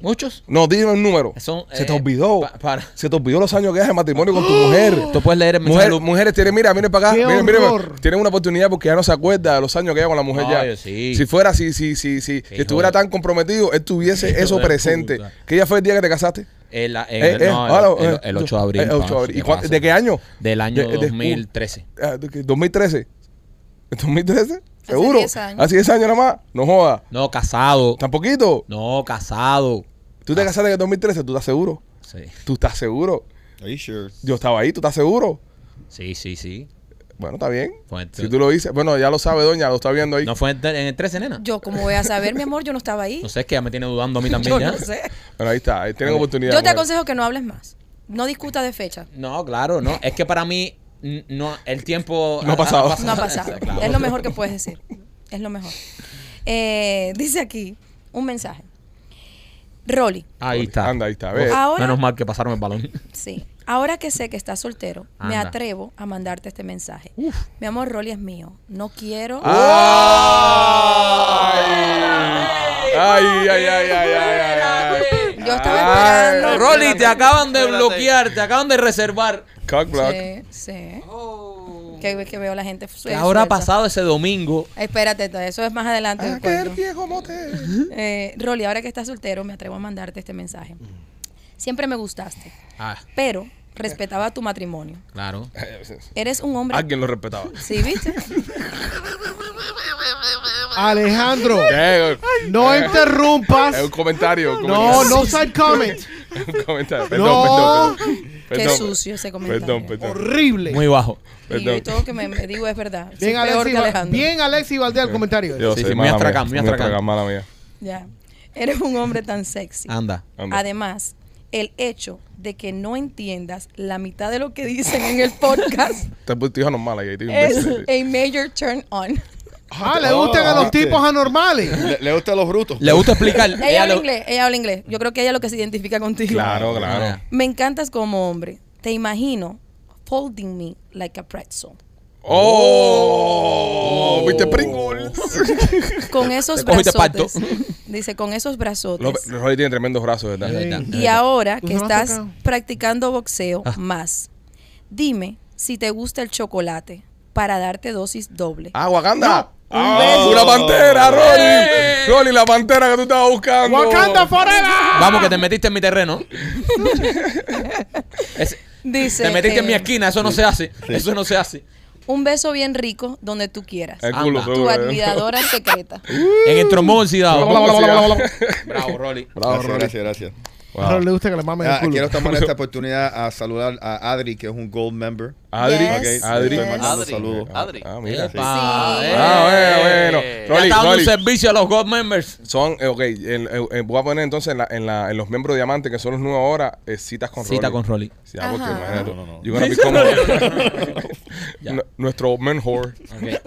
Speaker 4: ¿Muchos?
Speaker 3: No, dime un número.
Speaker 4: Son,
Speaker 3: se
Speaker 4: eh,
Speaker 3: te olvidó.
Speaker 4: pa- para.
Speaker 3: Se te olvidó los años que haces de matrimonio con tu mujer.
Speaker 4: Tú puedes leer el mensaje.
Speaker 3: Mujer, mujeres tienen, mira, miren para acá,
Speaker 5: ¡Qué
Speaker 3: miren, miren,
Speaker 5: horror!
Speaker 3: tienen una oportunidad porque ya no se acuerda de los años que lleva con la mujer
Speaker 4: Ay,
Speaker 3: ya.
Speaker 4: sí.
Speaker 3: Si fuera, si, si, si, si, si
Speaker 4: hijo
Speaker 3: estuviera
Speaker 4: de-
Speaker 3: tan comprometido, él tuviese
Speaker 4: Hijo
Speaker 3: eso
Speaker 4: de
Speaker 3: presente.
Speaker 4: puta.
Speaker 3: ¿Qué día fue el día que te casaste?
Speaker 4: El, el-
Speaker 3: Eh, eh,
Speaker 4: no, el-
Speaker 3: ahora,
Speaker 4: el-
Speaker 3: eh,
Speaker 4: el 8 de abril.
Speaker 3: el 8 de
Speaker 4: pa,
Speaker 3: abril.
Speaker 4: ¿qué
Speaker 3: ¿Y cuán-
Speaker 4: pasa?
Speaker 3: de qué año?
Speaker 4: Del año
Speaker 3: De- uh. de-
Speaker 4: 2013.
Speaker 3: Ah, ¿de qué? ¿2013? ¿2013? ¿Seguro?
Speaker 8: 10 años.
Speaker 3: Hace 10 años nada más. No jodas.
Speaker 4: No, casado.
Speaker 3: Tampoquito.
Speaker 4: No, casado.
Speaker 3: Tú te casaste en el 2013, tú estás seguro.
Speaker 4: Sí,
Speaker 3: Tú estás seguro.
Speaker 6: Are you sure?
Speaker 3: Yo estaba ahí, tú estás seguro.
Speaker 4: sí, sí. sí.
Speaker 3: Bueno, está bien.
Speaker 4: Fue en-
Speaker 3: Si tú lo dices, bueno, ya lo sabe, doña, lo está viendo ahí.
Speaker 4: Pues, ¿No fue en, el- en el 13, nena?
Speaker 8: Yo, como voy a saber, mi amor, yo no estaba ahí.
Speaker 4: No sé, es que ya me tiene dudando a mí también.
Speaker 8: yo
Speaker 4: ya.
Speaker 8: no sé.
Speaker 3: Bueno, ahí está, ahí tienen oportunidad.
Speaker 8: Yo te
Speaker 3: mujer.
Speaker 8: aconsejo que no hables más. No discuta de fecha.
Speaker 4: No, claro, no. Es que para mí, n- no, el tiempo.
Speaker 3: No ha pasado.
Speaker 8: No ha pasado.
Speaker 4: Claro.
Speaker 8: Es lo mejor que puedes decir. Es lo mejor. Eh, dice aquí un mensaje. Rolly,
Speaker 4: Ahí está.
Speaker 3: Anda, ahí está, ve.
Speaker 8: Ahora-
Speaker 4: Menos mal que pasaron el balón.
Speaker 8: sí. Ahora que sé que estás soltero, me
Speaker 4: Anda.
Speaker 8: atrevo a mandarte este mensaje. Mi amor, Rolly es mío. No quiero.
Speaker 4: Ah.
Speaker 3: ¡Ay! ¡Ay, ay, ay, ay, ay! ay, ay.
Speaker 8: Yo estaba
Speaker 3: Ay.
Speaker 8: esperando.
Speaker 4: Rolly, te acaban de
Speaker 7: Espérate.
Speaker 4: bloquear, te acaban de reservar.
Speaker 3: Cock block.
Speaker 8: Sí, sí. Que, que veo la gente. su-
Speaker 4: ¿Qué habrá
Speaker 8: suelta.
Speaker 4: pasado Ah, ese domingo?
Speaker 8: Espérate, eso es más adelante. del cuento.
Speaker 3: Aquel viejo motel.
Speaker 8: Eh, Rolly, ahora que estás soltero, me atrevo a mandarte este mensaje. Siempre me gustaste,
Speaker 4: Ah,
Speaker 8: pero respetaba tu matrimonio.
Speaker 4: claro.
Speaker 8: Eres un hombre.
Speaker 3: Alguien lo respetaba.
Speaker 8: Sí, viste.
Speaker 5: Alejandro,
Speaker 3: Eh,
Speaker 5: no interrumpas.
Speaker 3: Es un comentario. un
Speaker 5: No,
Speaker 3: comentario.
Speaker 5: no side comment.
Speaker 3: Es un comentario. Perdón,
Speaker 5: No.
Speaker 3: perdón, perdón.
Speaker 8: Qué
Speaker 3: Perdón,
Speaker 8: sucio ese comentario.
Speaker 3: Perdón, perdón.
Speaker 5: Horrible.
Speaker 4: Muy bajo.
Speaker 8: Y yo
Speaker 3: perdón.
Speaker 8: todo lo que me, me digo es verdad. Soy
Speaker 5: Bien,
Speaker 8: peor
Speaker 5: Alexi,
Speaker 8: que
Speaker 5: Val-
Speaker 8: Alejandro.
Speaker 5: bien, Alexi Valdés al comentario.
Speaker 3: Yo
Speaker 4: Sí,
Speaker 3: sé,
Speaker 4: sí, muy
Speaker 3: mala mía,
Speaker 4: atracán, muy atracán.
Speaker 3: mala mía.
Speaker 8: Ya. Eres un hombre tan sexy.
Speaker 4: Anda.
Speaker 3: Anda.
Speaker 8: Además, el hecho de que no entiendas la mitad de lo que dicen en el podcast
Speaker 3: Te pusiste hijo normal ahí. tío,
Speaker 8: es
Speaker 3: imbécil.
Speaker 8: a major turn on.
Speaker 5: Ah, le gustan a los
Speaker 3: Este.
Speaker 5: tipos anormales.
Speaker 6: Le, le gustan los brutos.
Speaker 4: Le gusta explicar.
Speaker 8: Ella habla
Speaker 4: le-
Speaker 8: inglés, ella habla inglés. Yo creo que ella es lo que se identifica contigo.
Speaker 3: Claro, claro.
Speaker 4: Ah,
Speaker 8: Me encantas como hombre. Te imagino folding me like a pretzel.
Speaker 3: ¡Oh! ¿Viste Pringles?
Speaker 8: Con esos
Speaker 4: Te cogiste
Speaker 8: brazotes.
Speaker 4: parto.
Speaker 8: Dice, con esos brazotes.
Speaker 3: Los Rolly tiene tremendos brazos, ¿verdad?
Speaker 4: es verdad, es
Speaker 8: Y
Speaker 4: verdad.
Speaker 8: ahora
Speaker 5: Tú
Speaker 8: que
Speaker 5: no has
Speaker 8: estás
Speaker 5: tocado.
Speaker 8: practicando boxeo
Speaker 4: Ah.
Speaker 8: más, dime si te gusta el chocolate para darte dosis doble.
Speaker 3: ¡Ah, Wakanda! ¡Ah,
Speaker 6: beso.
Speaker 3: ¡Una pantera, Rolly! Rolly, la pantera que tú estabas buscando.
Speaker 5: Wakanda forever.
Speaker 4: Vamos, que te metiste en mi terreno. Es-
Speaker 8: Dice,
Speaker 4: te metiste en
Speaker 8: eh,
Speaker 4: mi esquina, eso no se hace. Eso no se hace.
Speaker 8: un beso bien rico donde tú quieras.
Speaker 3: El culo,
Speaker 4: Anda.
Speaker 8: Tu
Speaker 3: seguro.
Speaker 8: admiradora secreta.
Speaker 4: En el trombón oxidado.
Speaker 3: Hola, hola, hola, hola, hola.
Speaker 4: Bravo, Rolly.
Speaker 3: Bravo,
Speaker 6: gracias,
Speaker 3: Rolly.
Speaker 6: gracias, gracias.
Speaker 5: Pero le gusta que le mamen
Speaker 6: Ah,
Speaker 5: Pues el culo.
Speaker 6: quiero tomar esta oportunidad a saludar a Adri, que es un gold member.
Speaker 3: Adri,
Speaker 8: Yes,
Speaker 3: ok, Adri.
Speaker 8: yes.
Speaker 6: mandando
Speaker 7: Adri,
Speaker 6: saludos.
Speaker 7: Adri.
Speaker 3: Ah, mira.
Speaker 4: Epa,
Speaker 8: Sí.
Speaker 4: eh.
Speaker 3: Ah, bueno, bueno.
Speaker 4: Ya
Speaker 3: Rolly,
Speaker 4: está dando un
Speaker 3: Rolly.
Speaker 4: servicio a los God Members.
Speaker 3: Son, eh, ok, el- el- el- voy a poner entonces en, la- en la- en los miembros diamantes, que son los nuevos ahora, eh, citas con Rolly.
Speaker 4: Cita con Rolly.
Speaker 3: Sí, ah, porque
Speaker 8: Ajá.
Speaker 3: imagínate.
Speaker 6: No, no, no.
Speaker 3: You're gonna be como-
Speaker 4: Ya.
Speaker 3: N- Nuestro mentor.
Speaker 8: Dice,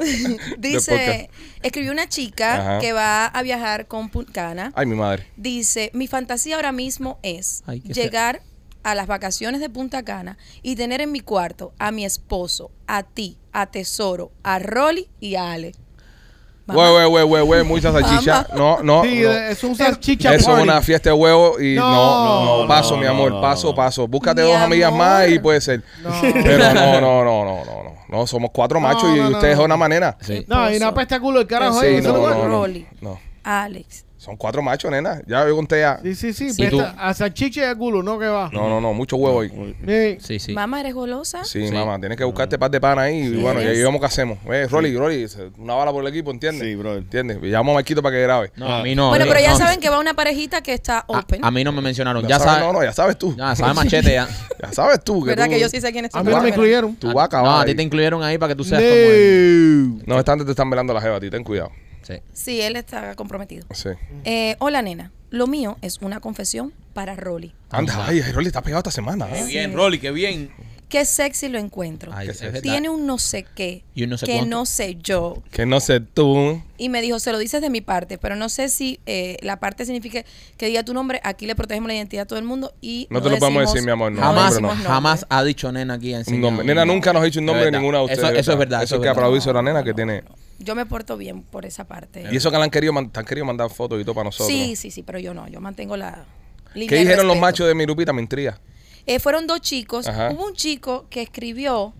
Speaker 3: podcast.
Speaker 8: escribió una chica
Speaker 3: Ajá.
Speaker 8: que va a viajar con Puncana.
Speaker 3: Ay, mi madre.
Speaker 8: Dice, mi fantasía ahora mismo es
Speaker 4: Ay, qué
Speaker 8: llegar a las vacaciones de Punta Cana y tener en mi cuarto a mi esposo, a ti, a Tesoro, a Rolly y a Ale. Mamá.
Speaker 3: Güey, güey, güey, güey, güey, mucha salchicha. No, no.
Speaker 5: Sí,
Speaker 3: no.
Speaker 5: es un salchicha
Speaker 3: Eso es
Speaker 5: party.
Speaker 3: una fiesta de huevo y no,
Speaker 5: No.
Speaker 3: no,
Speaker 6: No,
Speaker 3: paso,
Speaker 6: no,
Speaker 3: mi amor,
Speaker 6: no,
Speaker 3: paso,
Speaker 6: no.
Speaker 3: paso. Búscate
Speaker 8: Mi
Speaker 3: dos amigas más y
Speaker 8: amor.
Speaker 3: puede ser.
Speaker 5: No.
Speaker 3: Pero no, no, no, no, no, no. No, somos cuatro machos y
Speaker 5: no, no,
Speaker 3: ustedes
Speaker 5: no.
Speaker 3: es una manera.
Speaker 4: Sí.
Speaker 5: No, y una pesta culo del carajo.
Speaker 8: Sí,
Speaker 5: ahí,
Speaker 3: Sí,
Speaker 5: en ese
Speaker 3: no,
Speaker 5: lugar.
Speaker 3: no, no,
Speaker 8: Rolly.
Speaker 3: no.
Speaker 8: Alex.
Speaker 3: Son cuatro machos, nena. Ya yo conté a...
Speaker 5: Sí, sí, sí.
Speaker 8: Sí.
Speaker 5: pesta-
Speaker 4: ¿Y tú?
Speaker 5: a salchicha y a culo, no que va.
Speaker 3: No, no, no, mucho huevo ahí.
Speaker 5: Sí.
Speaker 4: Sí, sí.
Speaker 8: Mamá, ¿eres golosa?
Speaker 3: Sí,
Speaker 4: Sí.
Speaker 3: mamá, tienes que buscarte par de pan ahí y bueno, y ahí
Speaker 8: eres.
Speaker 3: vemos qué hacemos. Eh, Rolly, Rolly, se- una bala por el equipo, ¿entiendes?
Speaker 6: Sí, brother.
Speaker 3: ¿Entiendes? Y Llamo a Marquito para que grabe.
Speaker 4: No, a mí no.
Speaker 8: bueno,
Speaker 4: yo-
Speaker 8: pero ya
Speaker 4: no.
Speaker 8: saben que va una parejita que está
Speaker 4: A,
Speaker 8: open.
Speaker 4: a mí no me mencionaron.
Speaker 3: Ya
Speaker 4: Ya
Speaker 3: sabes-
Speaker 4: sabes.
Speaker 3: no, no, ya sabes tú.
Speaker 4: Ya sabes machete ya.
Speaker 3: Ya sabes tú. Que
Speaker 8: ¿Verdad
Speaker 3: tú-
Speaker 8: que yo sí sé quiénes
Speaker 5: A
Speaker 8: son?
Speaker 5: mí no me incluyeron.
Speaker 3: Tú vas a acabar.
Speaker 4: No, a ti te
Speaker 3: ahí.
Speaker 4: incluyeron ahí para que tú seas como el-
Speaker 5: No.
Speaker 3: No, están, te están velando la jeva, a ti ten cuidado.
Speaker 4: Sí.
Speaker 8: Sí, él está comprometido.
Speaker 3: Sí.
Speaker 8: Eh, hola, nena. Lo mío es una confesión para Rolly.
Speaker 3: Anda, ay, ay, Rolly está pegado esta semana. ¿eh?
Speaker 4: Qué bien, Rolly, qué bien.
Speaker 8: Qué sexy lo encuentro.
Speaker 4: Ay,
Speaker 3: Que
Speaker 4: es
Speaker 3: se-
Speaker 4: verdad.
Speaker 8: Tiene un no sé qué
Speaker 4: Y un no sé
Speaker 8: que
Speaker 4: cuánto.
Speaker 8: no sé yo.
Speaker 3: Que no sé tú.
Speaker 8: Y me dijo, se lo dices de mi parte, pero no sé si eh, la parte significa que diga tu nombre. Aquí le protegemos la identidad a todo el mundo y
Speaker 3: No te lo podemos
Speaker 8: decimos-
Speaker 3: decir, mi amor, no,
Speaker 4: jamás,
Speaker 3: hombre, no.
Speaker 8: decimos nombre.
Speaker 4: jamás ha dicho nena aquí ha
Speaker 3: Un
Speaker 4: enseñado
Speaker 3: nombre. Nena nunca nos ha dicho
Speaker 4: Es
Speaker 3: un nombre de
Speaker 4: verdad.
Speaker 3: ninguna de ustedes.
Speaker 4: Eso, eso es verdad.
Speaker 3: Eso
Speaker 4: es
Speaker 3: hay que
Speaker 4: verdad.
Speaker 3: aplaudirse a la nena que tiene.
Speaker 8: Yo me porto bien por esa parte.
Speaker 3: Y eso que le han querido, man- te han querido mandar fotos y todo para nosotros.
Speaker 8: Sí, sí, sí, pero yo no, yo mantengo la línea
Speaker 3: ¿Qué
Speaker 8: de
Speaker 3: dijeron los
Speaker 8: respeto.
Speaker 3: machos de mi Lupita? Me intriga.
Speaker 8: Eh, fueron dos chicos.
Speaker 3: Ajá.
Speaker 8: Hubo un chico que escribió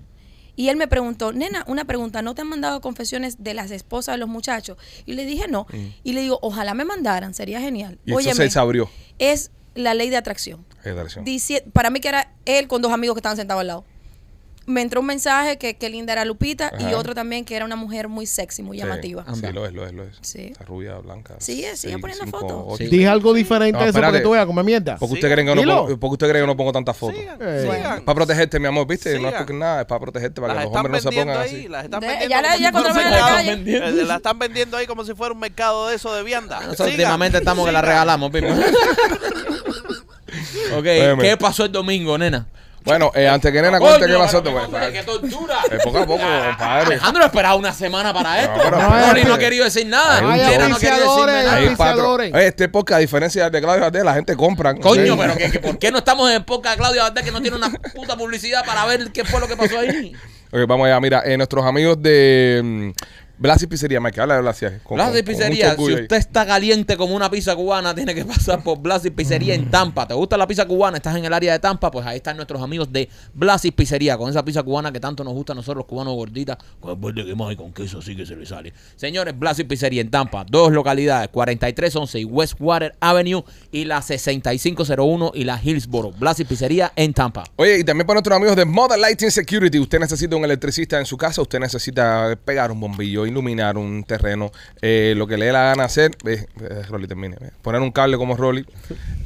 Speaker 8: y él me preguntó, nena, una pregunta, ¿no te han mandado confesiones de las esposas de los muchachos? Y le dije no. Y le digo, ojalá me mandaran, sería genial.
Speaker 3: Mm. Y eso se- se abrió.
Speaker 8: es la ley de atracción.
Speaker 3: Qué atracción.
Speaker 8: Dici- para mí que era él con dos amigos que estaban sentados al lado. Me entró un mensaje que, que linda era Lupita y
Speaker 3: Ajá.
Speaker 8: otro también que era una mujer muy sexy, muy
Speaker 3: Sí.
Speaker 8: llamativa.
Speaker 3: Sí,
Speaker 4: Anda.
Speaker 3: lo es, lo es, lo es.
Speaker 8: Sí.
Speaker 3: Está rubia, blanca.
Speaker 8: Sí, sigue
Speaker 3: Seis,
Speaker 8: poniendo
Speaker 3: cinco,
Speaker 8: fotos.
Speaker 3: ocho.
Speaker 4: Sí.
Speaker 5: Dije algo diferente
Speaker 3: No,
Speaker 5: de eso para
Speaker 3: espérate.
Speaker 5: que tú veas, come mierda.
Speaker 3: ¿Por qué
Speaker 7: Sí.
Speaker 3: usted cree que no
Speaker 5: Dilo.
Speaker 3: pongo, porque usted cree que no pongo tantas fotos?
Speaker 7: Sigan,
Speaker 5: Eh.
Speaker 7: sigan.
Speaker 3: Para protegerte, mi amor, ¿viste? No es
Speaker 7: Sigan.
Speaker 3: porque nada, es para protegerte, para que
Speaker 7: las
Speaker 3: los
Speaker 7: están
Speaker 3: hombres no se
Speaker 7: vendiendo
Speaker 3: pongan
Speaker 7: ahí,
Speaker 3: así.
Speaker 7: las están
Speaker 8: De-
Speaker 7: vendiendo.
Speaker 8: ya la-
Speaker 7: como
Speaker 8: ya
Speaker 7: si
Speaker 8: cuando
Speaker 7: fuera un
Speaker 8: la ven en la
Speaker 7: mercado.
Speaker 8: calle.
Speaker 4: vendiendo.
Speaker 7: Eh, La están vendiendo ahí como si fuera un mercado de eso de vianda.
Speaker 4: Nosotros
Speaker 7: Sigan.
Speaker 4: últimamente estamos que la
Speaker 7: Sigan.
Speaker 4: regalamos, Pipo. ok,
Speaker 3: Óyeme.
Speaker 4: ¿qué pasó el domingo, nena?
Speaker 3: Bueno, eh, antes que nena, cuente qué
Speaker 4: Coño,
Speaker 3: pasó.
Speaker 4: pero
Speaker 3: pues,
Speaker 4: hombre, ¡Qué tortura!
Speaker 3: eh, poco a poco, compadre.
Speaker 4: Ah, Alejandro esperaba una semana para esto.
Speaker 3: pero
Speaker 4: Rolly no
Speaker 5: espérate.
Speaker 4: ha querido decir nada.
Speaker 3: Hay un
Speaker 4: Nena no ha querido decirme
Speaker 5: auspiciadores,
Speaker 4: nada.
Speaker 5: hay
Speaker 3: Ahí cuatro.
Speaker 5: Auspiciadores.
Speaker 3: Oye, este podcast, a diferencia de Claudio Jardel, la gente compra.
Speaker 4: Coño,
Speaker 3: Sí.
Speaker 4: pero que, que ¿por qué no estamos en época de Claudia Valdés que no tiene una puta publicidad para ver qué fue lo que pasó ahí?
Speaker 3: Ok, vamos allá. Mira, eh, nuestros amigos de mm, Blas y Pizzería, Mike, habla de Blas y- con-
Speaker 4: Blas y
Speaker 3: con- con
Speaker 4: Pizzería,
Speaker 3: mucho
Speaker 4: si
Speaker 3: orgullo ahí.
Speaker 4: usted está caliente como una pizza cubana, tiene que pasar por Blas y Pizzería en Tampa. ¿Te gusta la pizza cubana? ¿Estás en el área de Tampa? Pues ahí están nuestros amigos de Blas y Pizzería, con esa pizza cubana que tanto nos gusta a nosotros los cubanos gordita, con el borde quemado y con queso así que se le sale. Señores, Blas y Pizzería en Tampa, dos localidades, 4311 y Westwater Avenue y la 6501 y la Hillsboro. Blas y Pizzería en Tampa.
Speaker 3: Oye, y también para nuestros amigos de Modern Lighting Security, usted necesita un electricista en su casa, usted necesita pegar un bombillo, iluminar un terreno, eh, lo que le dé la gana hacer, eh, eh, Rolly termine, eh, poner un cable como Rolly,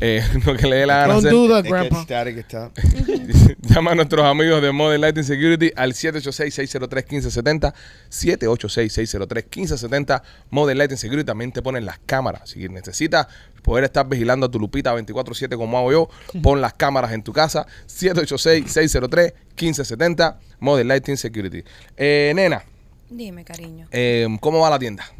Speaker 3: eh, lo que le dé la gana
Speaker 5: Don't
Speaker 3: hacer.
Speaker 5: do that,
Speaker 6: It gets
Speaker 5: grandpa.
Speaker 6: static, está.
Speaker 3: Llama a nuestros amigos de Modern Lighting Security al 786-603-1570. 786-603-1570. Modern Lighting Security también te ponen las cámaras. Si necesitas poder estar vigilando a tu lupita 24-7 como hago yo, pon las cámaras en tu casa. 786-603-1570. Modern Lighting Security. Eh, nena,
Speaker 8: Dime, cariño.
Speaker 3: eh, ¿cómo va la tienda?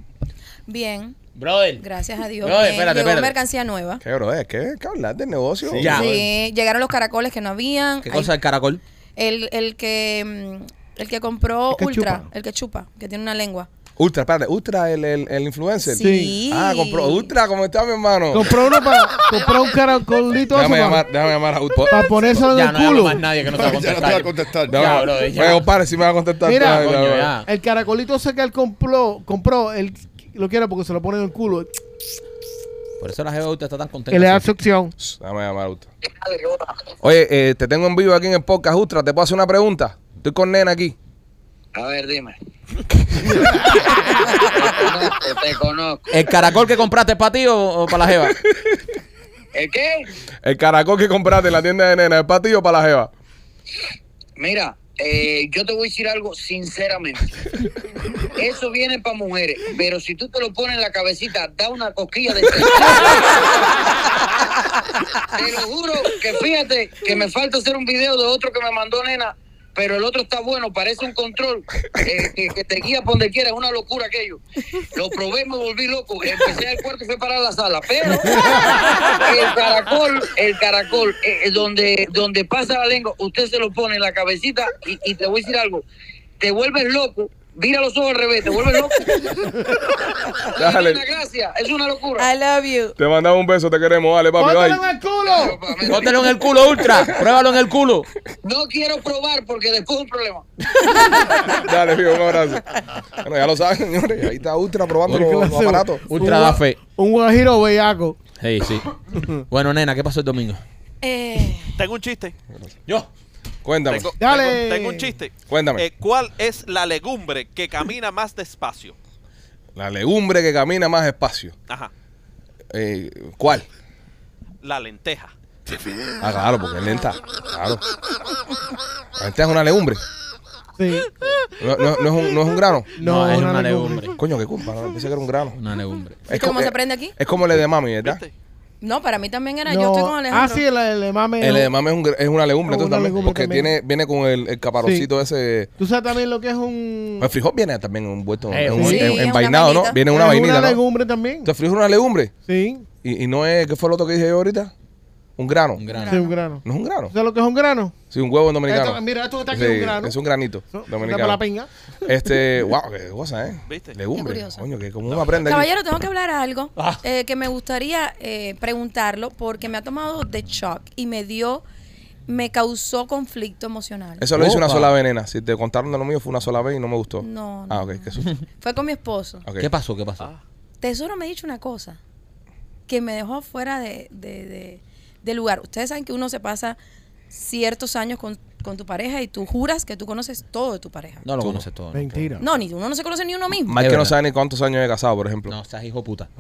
Speaker 8: Bien,
Speaker 4: Brother.
Speaker 8: gracias a Dios.
Speaker 4: Brother,
Speaker 8: bien.
Speaker 4: espérate,
Speaker 8: Llegó
Speaker 4: espérate.
Speaker 8: mercancía nueva.
Speaker 3: ¿Qué, bro? ¿Qué, qué hablar del negocio?
Speaker 6: Sí.
Speaker 4: Ya.
Speaker 8: Sí,
Speaker 6: bueno.
Speaker 8: llegaron los caracoles que no habían.
Speaker 4: ¿Qué
Speaker 8: Ahí-
Speaker 4: cosa el caracol?
Speaker 8: El, el que mm, el que compró
Speaker 5: El que
Speaker 8: Ultra,
Speaker 5: chupa.
Speaker 8: el que chupa, que tiene una lengua.
Speaker 3: Ultra, espérate. Ultra, el, el, el influencer.
Speaker 8: Sí.
Speaker 3: Ah, compró. Ultra, ¿cómo está mi hermano?
Speaker 5: Compró uno para. Compró un caracolito
Speaker 3: Déjame
Speaker 5: eso
Speaker 3: llamar, déjame llamar a Ulpo.
Speaker 5: para ponérselo en
Speaker 4: Ya
Speaker 5: el
Speaker 4: no hay
Speaker 5: culo.
Speaker 4: más nadie que no te va a
Speaker 6: Ya no te va
Speaker 4: contestar.
Speaker 6: a contestar.
Speaker 4: Ya,
Speaker 3: Déjame-
Speaker 4: bro, ya.
Speaker 3: Oye, compadre, si me va a contestar.
Speaker 5: Mira,
Speaker 3: Dale,
Speaker 4: Coño,
Speaker 3: dale,
Speaker 4: ya.
Speaker 5: El caracolito ese que él compró, compró, él lo quiere porque se lo pone en el culo.
Speaker 4: Por eso la jeva de usted está tan contenta.
Speaker 5: Que le da
Speaker 4: Sí.
Speaker 5: succión.
Speaker 3: Shh, Déjame llamar a Ultra. Oye, eh, te tengo en vivo aquí en el podcast Ultra. ¿Te puedo hacer una pregunta? Estoy con nena aquí.
Speaker 9: A ver, dime. te, conozco, te conozco.
Speaker 4: ¿El caracol que compraste es para ti o, o para la jeva?
Speaker 9: ¿El qué?
Speaker 3: El caracol que compraste en la tienda de nena, ¿es para ti o para la jeva?
Speaker 9: Mira, eh, yo te voy a decir algo sinceramente. Eso viene para mujeres, pero si tú te lo pones en la cabecita, da una cosquilla de... te lo juro que fíjate que me falta hacer un video de otro que me mandó nena, pero el otro está bueno, parece un control eh, que, que te guía por donde quiera, es una locura aquello. Lo probé, me volví loco, empecé al cuarto y fui para la sala, pero el caracol, el caracol, eh, eh, donde, donde pasa la lengua, usted se lo pone en la cabecita y, y te voy a decir algo, te vuelves loco vira los ojos al revés, te vuelves loco.
Speaker 3: Dale.
Speaker 9: Nena, gracias, es una locura.
Speaker 8: I love you.
Speaker 3: Te mandamos un beso, te queremos. Dale, papi,
Speaker 5: ¡Bótalo en
Speaker 3: bye.
Speaker 5: el culo!
Speaker 4: Póntelo en el culo, Ultra. Pruébalo en el culo.
Speaker 9: No quiero probar porque después es un problema.
Speaker 3: Dale, fijo, un abrazo. Bueno, ya lo saben, señores. Ahí está Ultra probando los, los aparatos.
Speaker 4: Ultra
Speaker 5: Un gua-
Speaker 4: da fe.
Speaker 5: Un guajiro bellaco.
Speaker 4: Sí, sí. Bueno, nena, ¿qué pasó el domingo?
Speaker 8: Eh,
Speaker 7: Tengo un chiste.
Speaker 4: Yo.
Speaker 3: Cuéntame.
Speaker 7: Tengo,
Speaker 5: Dale.
Speaker 7: tengo- tengo un chiste.
Speaker 3: Cuéntame.
Speaker 7: Eh, ¿Cuál es la legumbre que camina más despacio?
Speaker 3: La legumbre que camina más espacio.
Speaker 7: Ajá.
Speaker 3: Eh, ¿Cuál?
Speaker 7: La lenteja.
Speaker 3: Ah, claro, porque es lenta. Claro. La lenteja es una legumbre.
Speaker 5: Sí.
Speaker 3: No, no- no es, un, no es un grano. Eh,
Speaker 5: No,
Speaker 4: es
Speaker 5: una
Speaker 4: una
Speaker 5: legumbre.
Speaker 4: legumbre.
Speaker 3: Coño, qué culpa. no, Pensé que era un grano.
Speaker 4: Una legumbre.
Speaker 3: Es
Speaker 8: ¿Cómo
Speaker 3: co-
Speaker 8: se prende aquí?
Speaker 3: Es como el de mami, ¿verdad?
Speaker 7: ¿Viste?
Speaker 8: no, para mí también era.
Speaker 5: No.
Speaker 8: Yo estoy con
Speaker 5: Ah,
Speaker 8: Alejandro.
Speaker 5: sí, el, el mame.
Speaker 3: El edamame es, un, gr- es una legumbre,
Speaker 5: Es
Speaker 3: entonces
Speaker 5: una
Speaker 3: también,
Speaker 5: legumbre
Speaker 3: porque
Speaker 5: también.
Speaker 3: Tiene, viene con el, el caparoncito ese.
Speaker 5: ¿Tú sabes también lo que es un.
Speaker 3: El frijol viene también envuelto
Speaker 4: Eh,
Speaker 3: en un
Speaker 5: sí,
Speaker 3: en-
Speaker 8: es una
Speaker 3: envainado, ¿no?
Speaker 8: vainita.
Speaker 3: Viene una
Speaker 5: es
Speaker 3: vainita.
Speaker 5: Una
Speaker 3: ¿no?
Speaker 5: legumbre también.
Speaker 3: Entonces, el frijol es una legumbre.
Speaker 5: Sí.
Speaker 3: Y, y no es. ¿Qué fue lo otro que dije yo ahorita? Un grano.
Speaker 4: Un grano.
Speaker 5: Sí, un grano.
Speaker 3: No es un grano.
Speaker 5: ¿Tú sabes lo que es un grano?
Speaker 3: Sí, un huevo dominicano.
Speaker 5: Esto- mira, esto que está aquí
Speaker 3: Sí,
Speaker 5: es un grano.
Speaker 3: Es un granito
Speaker 5: Eso,
Speaker 3: dominicano.
Speaker 5: dame la pinga.
Speaker 3: Este, wow, qué cosa, ¿eh?
Speaker 7: ¿Viste?
Speaker 3: Legumbre.
Speaker 8: Qué curioso.
Speaker 3: Coño, que como uno aprende. aquí.
Speaker 8: Caballero, tengo que hablar algo eh, que me gustaría eh, preguntarlo porque me ha tomado de shock y me dio, me causó conflicto emocional.
Speaker 3: Eso lo hice una
Speaker 4: Opa.
Speaker 3: sola vez, nena. Si te contaron de lo mío, fue una sola vez y no me gustó.
Speaker 8: No, no,
Speaker 3: Ah, ok, qué susto.
Speaker 8: Fue con mi esposo.
Speaker 3: Ok.
Speaker 4: ¿Qué pasó? ¿Qué pasó?
Speaker 8: Ah. Tesoro me ha dicho una cosa que me dejó fuera de, de- de- de lugar. Ustedes saben que uno se pasa ciertos años con, con tu pareja y tú juras que tú conoces todo de tu pareja.
Speaker 4: No lo conoces todo. ¿no?
Speaker 5: Mentira.
Speaker 8: No, ni uno no se conoce ni uno mismo.
Speaker 3: Más
Speaker 4: Es
Speaker 3: que no
Speaker 4: verdad.
Speaker 3: sabe ni cuántos años he casado, por ejemplo.
Speaker 4: No, seas hijo puta.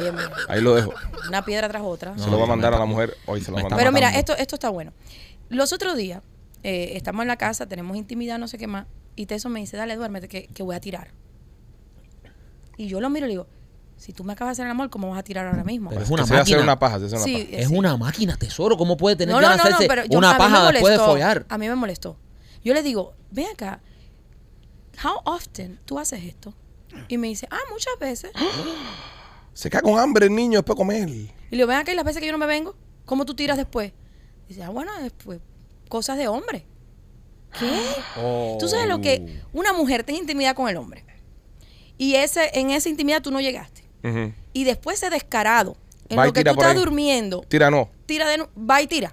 Speaker 8: Bien, bien.
Speaker 3: Ahí lo dejo.
Speaker 8: Una piedra tras otra.
Speaker 3: se lo va a
Speaker 4: me
Speaker 3: mandar a la
Speaker 4: está-
Speaker 3: mujer. Hoy se lo
Speaker 4: me
Speaker 3: manda.
Speaker 4: está
Speaker 8: Pero mira,
Speaker 4: matando.
Speaker 8: esto, esto está bueno. Los otros días, eh, estamos en la casa, tenemos intimidad, no sé qué más, y Teso me dice, dale, duérmete, que, que voy a tirar. Y yo lo miro y le digo, si tú me acabas de hacer el amor, ¿cómo vas a tirar ahora mismo?
Speaker 4: Pero
Speaker 3: Es
Speaker 4: es una
Speaker 3: que se va a hacer
Speaker 4: máquina.
Speaker 3: una paja, se hace una
Speaker 8: Sí,
Speaker 3: paja.
Speaker 4: Es
Speaker 8: sí.
Speaker 4: una máquina, tesoro. ¿Cómo puede tener
Speaker 8: No, no,
Speaker 4: ganas
Speaker 8: no,
Speaker 4: de
Speaker 8: no,
Speaker 4: hacerse
Speaker 8: pero yo- a
Speaker 4: una
Speaker 8: mí me Ah,
Speaker 4: paja después de
Speaker 8: molestó,
Speaker 4: follar?
Speaker 8: A mí me molestó. Yo le digo, ven acá, how often tú haces esto? Y me dice, ah, muchas veces.
Speaker 3: Se cae con hambre el niño después de comer.
Speaker 8: Y le digo, ven acá y las veces que yo no me vengo, ¿cómo tú tiras después? Dice, ah, bueno, después, cosas de hombre. ¿Qué? Tú sabes lo que una mujer tiene intimidad con el hombre. Y ese, en esa intimidad tú no llegaste.
Speaker 3: Oh. Ujú.
Speaker 8: Y después ese descarado, en
Speaker 3: Va y
Speaker 8: lo que tú
Speaker 3: tira por
Speaker 8: estás
Speaker 3: ahí.
Speaker 8: durmiendo,
Speaker 3: Tira no.
Speaker 8: tira de nu- va y tira.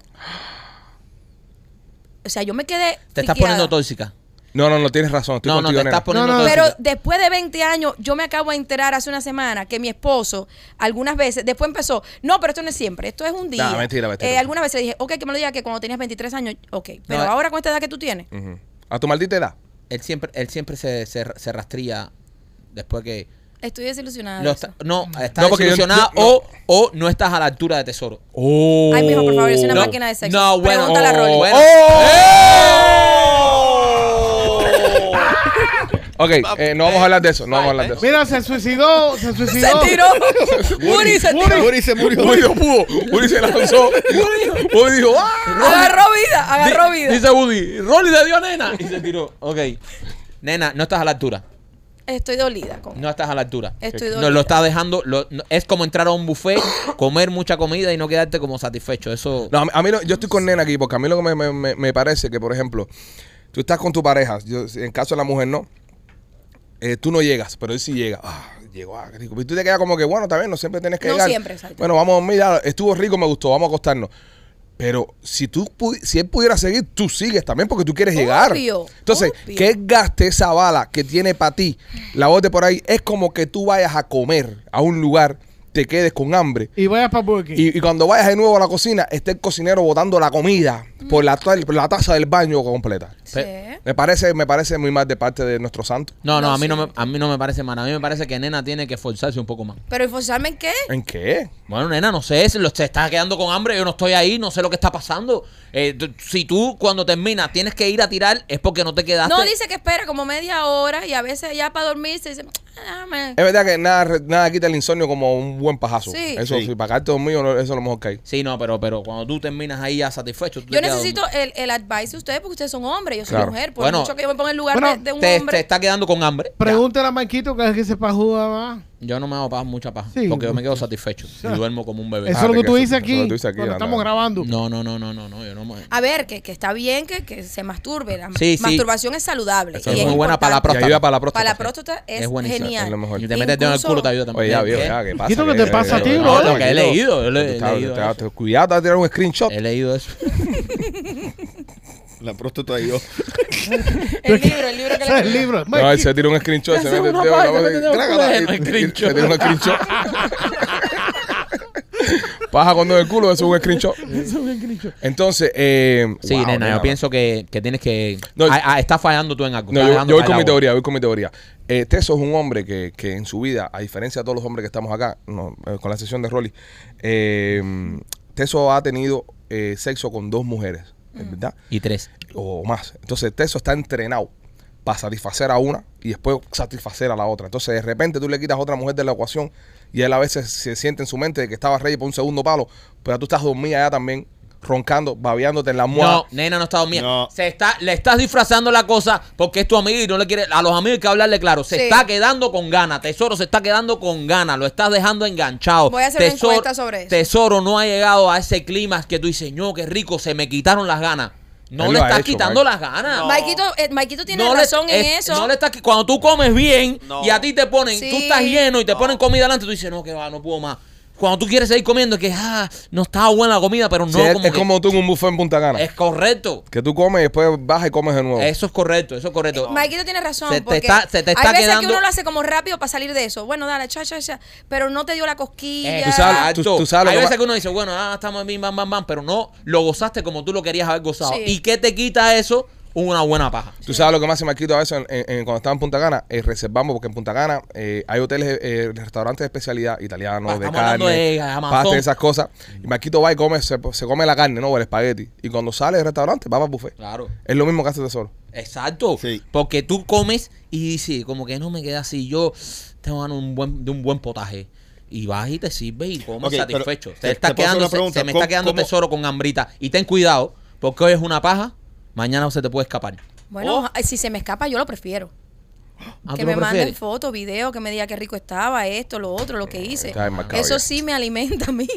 Speaker 8: O sea, yo me quedé.
Speaker 4: Te estás
Speaker 8: friqueada.
Speaker 4: poniendo tóxica.
Speaker 3: No, no, no, tienes razón. Estoy
Speaker 4: No, no,
Speaker 3: contigo,
Speaker 4: te
Speaker 3: nena.
Speaker 4: estás poniendo
Speaker 5: No, no,
Speaker 4: tóxica.
Speaker 8: Pero después de 20 años, yo me acabo de enterar hace una semana que mi esposo, algunas veces, después empezó, no, pero esto no es siempre, esto es un día.
Speaker 3: No, mentira, mentira.
Speaker 8: Eh, algunas veces le dije, ok, que me lo diga que cuando tenías 23 años, ok, pero
Speaker 4: No, eh.
Speaker 8: ahora con esta edad que tú tienes,
Speaker 3: Ujú. A tu maldita edad.
Speaker 4: Él siempre, él siempre se, se, se rastría después que...
Speaker 8: estoy desilusionada. de
Speaker 4: Lo
Speaker 8: Ah, eso. Mm.
Speaker 4: está- no, estás
Speaker 3: No, porque yo-
Speaker 4: desilusionada
Speaker 3: yo- no.
Speaker 4: o, o no estás a la altura de tesoro.
Speaker 3: Oh.
Speaker 8: Ay, mijo, por favor, yo soy una
Speaker 4: No,
Speaker 8: máquina de sexo.
Speaker 4: no, bueno.
Speaker 8: Pregúntale a Rolly.
Speaker 4: Oh, bueno.
Speaker 3: Ok, eh, no vamos a hablar de eso. No vamos a hablar de eso.
Speaker 5: Mira, se suicidó. Se
Speaker 8: Se
Speaker 5: suicidó.
Speaker 8: tiró. Woody se tiró.
Speaker 6: Uri se murió.
Speaker 3: Uri no pudo. Uri se lanzó. Uri dijo, ¡ah!
Speaker 8: Oh, Agarró vida, agarró
Speaker 4: Di-
Speaker 8: vida.
Speaker 4: Dice Woody, Rolly le dio a nena. Y se tiró. Ok. Nena, no estás a la altura.
Speaker 8: Estoy dolida. Con...
Speaker 4: No estás a la altura.
Speaker 8: Estoy
Speaker 4: No,
Speaker 8: dolida.
Speaker 4: lo estás dejando. lo- no- es como entrar a un buffet, comer mucha comida y no quedarte como satisfecho. Eso.
Speaker 3: No, a mí, a mí no- yo estoy con nena aquí porque a mí lo que me, me- me- me parece que, por ejemplo, tú estás con tu pareja, yo- en caso de la mujer no, eh, tú no llegas, pero él sí llega. Ah, llegó, ah, qué rico. Y tú te quedas como que, bueno, está bien, no siempre tienes que
Speaker 8: No
Speaker 3: llegar.
Speaker 8: siempre, exacto.
Speaker 3: Bueno, vamos, mira, estuvo rico, me gustó, vamos a acostarnos. Pero si tú pu- si él pudiera seguir, tú sigues también porque tú quieres llegar.
Speaker 8: Obvio,
Speaker 3: Entonces,
Speaker 8: obvio.
Speaker 3: que él gaste esa bala que tiene para ti, la bote por ahí, es como que tú vayas a comer a un lugar, te quedes con hambre
Speaker 5: Y vayas para Burger King.
Speaker 3: y, y cuando vayas de nuevo a la cocina, esté el cocinero botando la comida por la, ta- por la taza del baño completa.
Speaker 8: Sí.
Speaker 3: Me parece, me parece muy mal de parte de nuestro santo.
Speaker 4: No, no,
Speaker 8: No,
Speaker 4: a, mí no
Speaker 8: sí.
Speaker 4: me, a mí no me parece mal. A mí me parece que nena tiene que esforzarse un poco más.
Speaker 8: Pero esforzarme en qué?
Speaker 3: ¿En qué?
Speaker 4: Bueno, nena, no sé, se, lo, se está quedando con hambre, yo no estoy ahí, no sé lo que está pasando. Eh, tú- si tú cuando terminas tienes que ir a tirar, es porque no te quedaste.
Speaker 8: No, dice que espera como media hora y a veces ya para dormirse dice, "Ah, déjame.
Speaker 4: Eh,
Speaker 3: Es verdad que nada, re- nada quita el insomnio como un buen pajazo.
Speaker 8: Sí.
Speaker 3: Eso,
Speaker 6: Sí.
Speaker 3: si pagarte dormido, no- eso es lo mejor que hay.
Speaker 4: Sí, no, pero, pero cuando tú terminas ahí ya satisfecho. tú te
Speaker 8: Yo
Speaker 4: quedas
Speaker 8: necesito
Speaker 4: dormido.
Speaker 8: el, el advice de ustedes porque ustedes son hombres, yo soy
Speaker 3: Claro.
Speaker 8: mujer. Por
Speaker 4: Bueno,
Speaker 8: mucho que yo me ponga en el lugar
Speaker 5: bueno,
Speaker 8: de, de un
Speaker 4: Te,
Speaker 8: hombre.
Speaker 4: te está quedando con hambre.
Speaker 5: Pregúntale a Marquito que es el que se pajúa más.
Speaker 4: Yo no me hago paja, mucha paja.
Speaker 5: Sí.
Speaker 4: porque yo me quedo satisfecho. Y duermo como un bebé. Ah,
Speaker 5: Eso
Speaker 3: Ah,
Speaker 5: es lo que
Speaker 3: te
Speaker 5: tú
Speaker 3: quedas-
Speaker 5: dices aquí.
Speaker 3: eso es lo que tú dices aquí,
Speaker 5: cuando
Speaker 3: Ana.
Speaker 5: estamos grabando.
Speaker 4: No, no, no, no, no, no. Yo no me...
Speaker 8: A ver, que, que está bien que, que se masturbe. La
Speaker 4: Sí, sí.
Speaker 8: masturbación es saludable.
Speaker 4: Eso
Speaker 8: y
Speaker 4: es muy buena para la
Speaker 8: importante.
Speaker 3: Y
Speaker 4: próstata.
Speaker 3: ayuda para la próstata.
Speaker 8: Para la próstata es,
Speaker 4: Es buenísimo,
Speaker 8: genial.
Speaker 3: es lo mejor.
Speaker 4: Y te metes dedo en el
Speaker 8: Incluso-
Speaker 4: culo, te ayuda también.
Speaker 3: Oye, ya
Speaker 4: ¿Qué?
Speaker 3: vio, ya, ¿qué pasa?
Speaker 5: ¿Y esto qué te pasa a ti, bro?
Speaker 3: no,
Speaker 4: que
Speaker 5: No,
Speaker 4: he
Speaker 3: tranquilo.
Speaker 4: leído, yo le-
Speaker 3: Tú
Speaker 4: he
Speaker 3: estás-
Speaker 4: leído eh.
Speaker 3: te vas-
Speaker 4: eso.
Speaker 3: te- Cuidado, te vas a tirar un screenshot.
Speaker 4: He leído eso.
Speaker 6: La próstata y yo.
Speaker 8: El libro, el libro que
Speaker 5: Ese es el
Speaker 8: le
Speaker 5: libro.
Speaker 3: No, él se tira un screenshot, se
Speaker 4: hace
Speaker 3: mete el
Speaker 4: una
Speaker 3: dedo,
Speaker 4: paja,
Speaker 3: la
Speaker 4: se
Speaker 3: mete-
Speaker 4: mete el dedo en el culo,
Speaker 3: trácala, y-
Speaker 4: no,
Speaker 3: y-
Speaker 4: screenshot.
Speaker 3: se tira un screenshot. Paja cuando en el culo, eso es un screenshot. Entonces, eh,
Speaker 4: Sí,
Speaker 3: wow,
Speaker 4: nena, yo pienso que, que tienes que.
Speaker 3: No,
Speaker 4: ah, ah, estás fallando tú en algo.
Speaker 3: No,
Speaker 4: estás
Speaker 3: yo,
Speaker 4: dejando
Speaker 3: yo voy
Speaker 4: caer
Speaker 3: con
Speaker 4: la
Speaker 3: mi
Speaker 4: bola.
Speaker 3: teoría, voy con mi teoría. Eh, Teso es un hombre que, que en su vida, a diferencia de todos los hombres que estamos acá, no, eh, con la sesión de Rolly, eh, Teso ha tenido eh, sexo con dos mujeres, ¿verdad?
Speaker 4: Y tres.
Speaker 3: o más. Entonces, Teso está entrenado para satisfacer a una y después satisfacer a la otra. Entonces, de repente tú le quitas a otra mujer de la ecuación y él a veces se siente en su mente de que estaba rey por un segundo palo, pero tú estás dormida ya también, roncando, babeándote en la
Speaker 4: No,
Speaker 3: almohada.
Speaker 4: nena no está dormida.
Speaker 6: No.
Speaker 4: Se está, le estás disfrazando la cosa porque es tu amiga y no le quiere. A los amigos hay que hablarle claro. Se
Speaker 8: Sí.
Speaker 4: está quedando con ganas. Tesoro se está quedando con ganas. Lo estás dejando enganchado.
Speaker 8: Voy a hacer una
Speaker 4: tesoro,
Speaker 8: encuesta sobre eso.
Speaker 4: Tesoro no ha llegado a ese clima que tú dices, no, qué rico, se me quitaron las ganas. No
Speaker 3: Él
Speaker 4: le
Speaker 3: lo ha
Speaker 4: estás
Speaker 3: hecho,
Speaker 4: quitando
Speaker 3: Mike.
Speaker 4: las ganas.
Speaker 7: No.
Speaker 8: Maikito, eh, Maikito tiene
Speaker 4: No le-
Speaker 8: razón en
Speaker 4: es-
Speaker 8: eso.
Speaker 4: No le estás, qui- cuando tú comes bien
Speaker 7: No.
Speaker 4: y a ti te ponen,
Speaker 8: Sí.
Speaker 4: tú estás lleno y te
Speaker 7: No.
Speaker 4: ponen comida delante, tú dices, no, que va, no puedo más. Cuando tú quieres seguir comiendo, es que ah, no estaba buena la comida, pero no
Speaker 3: Sí, es,
Speaker 4: como
Speaker 3: es
Speaker 4: que-
Speaker 3: como tú en un buffet en Punta Gana.
Speaker 4: es correcto.
Speaker 3: que tú comes y después bajas y comes de nuevo.
Speaker 4: Eso es correcto, eso es correcto.
Speaker 8: Maikito tiene razón.
Speaker 4: Se te
Speaker 8: porque
Speaker 4: está- se te está
Speaker 8: hay veces que
Speaker 4: quedando-
Speaker 8: uno lo hace como rápido para salir de eso. Bueno, dale, cha, cha, cha. Pero no te dio la cosquilla.
Speaker 4: Eh,
Speaker 3: Tú sabes- tú- tú sabes lo
Speaker 4: Hay
Speaker 3: que
Speaker 4: veces
Speaker 3: va-
Speaker 4: que uno dice, bueno, ah, estamos bien, bam, bam, bam, pero no lo gozaste como tú lo querías haber gozado.
Speaker 8: Sí.
Speaker 4: ¿Y qué te quita eso? Una buena paja.
Speaker 3: Tú sabes lo que más se me ha quitado a veces en- en- en- cuando estaba en Punta Cana, eh, reservamos, porque en Punta Cana eh, hay hoteles, eh, restaurantes de especialidad, italianos, de
Speaker 4: Estamos hablando
Speaker 3: carne,
Speaker 4: de Amazon.
Speaker 3: pastas, esas cosas. Y Marquito va y come, se, se come la carne, ¿no? O el espagueti. Y cuando sale del restaurante, va para el buffet.
Speaker 4: Claro.
Speaker 3: Es lo mismo que hace Tesoro.
Speaker 4: Exacto.
Speaker 6: Sí.
Speaker 4: Porque tú comes y dices, como que no me queda así. Yo tengo ganas un buen, de un buen potaje. Y vas y te sirves y comes
Speaker 6: Ok, pero
Speaker 4: satisfecho.
Speaker 6: te-
Speaker 4: Te, está
Speaker 6: te puedo
Speaker 4: quedando,
Speaker 6: hacer
Speaker 4: se,
Speaker 6: una pregunta.
Speaker 4: se me
Speaker 6: ¿Cómo-
Speaker 4: está quedando
Speaker 6: cómo-
Speaker 4: tesoro con hambrita. Y ten cuidado, porque hoy es una paja, mañana se te puede escapar.
Speaker 8: Bueno, ay, si se me escapa, yo lo prefiero.
Speaker 4: Oh. Ah,
Speaker 8: que
Speaker 4: ¿tú
Speaker 8: me
Speaker 4: lo
Speaker 8: manden
Speaker 4: prefieres?
Speaker 8: fotos, videos, que me diga qué rico estaba, esto, lo otro, lo que hice.
Speaker 3: Está enmarcado
Speaker 8: Eso
Speaker 3: ya.
Speaker 8: sí me alimenta a mí.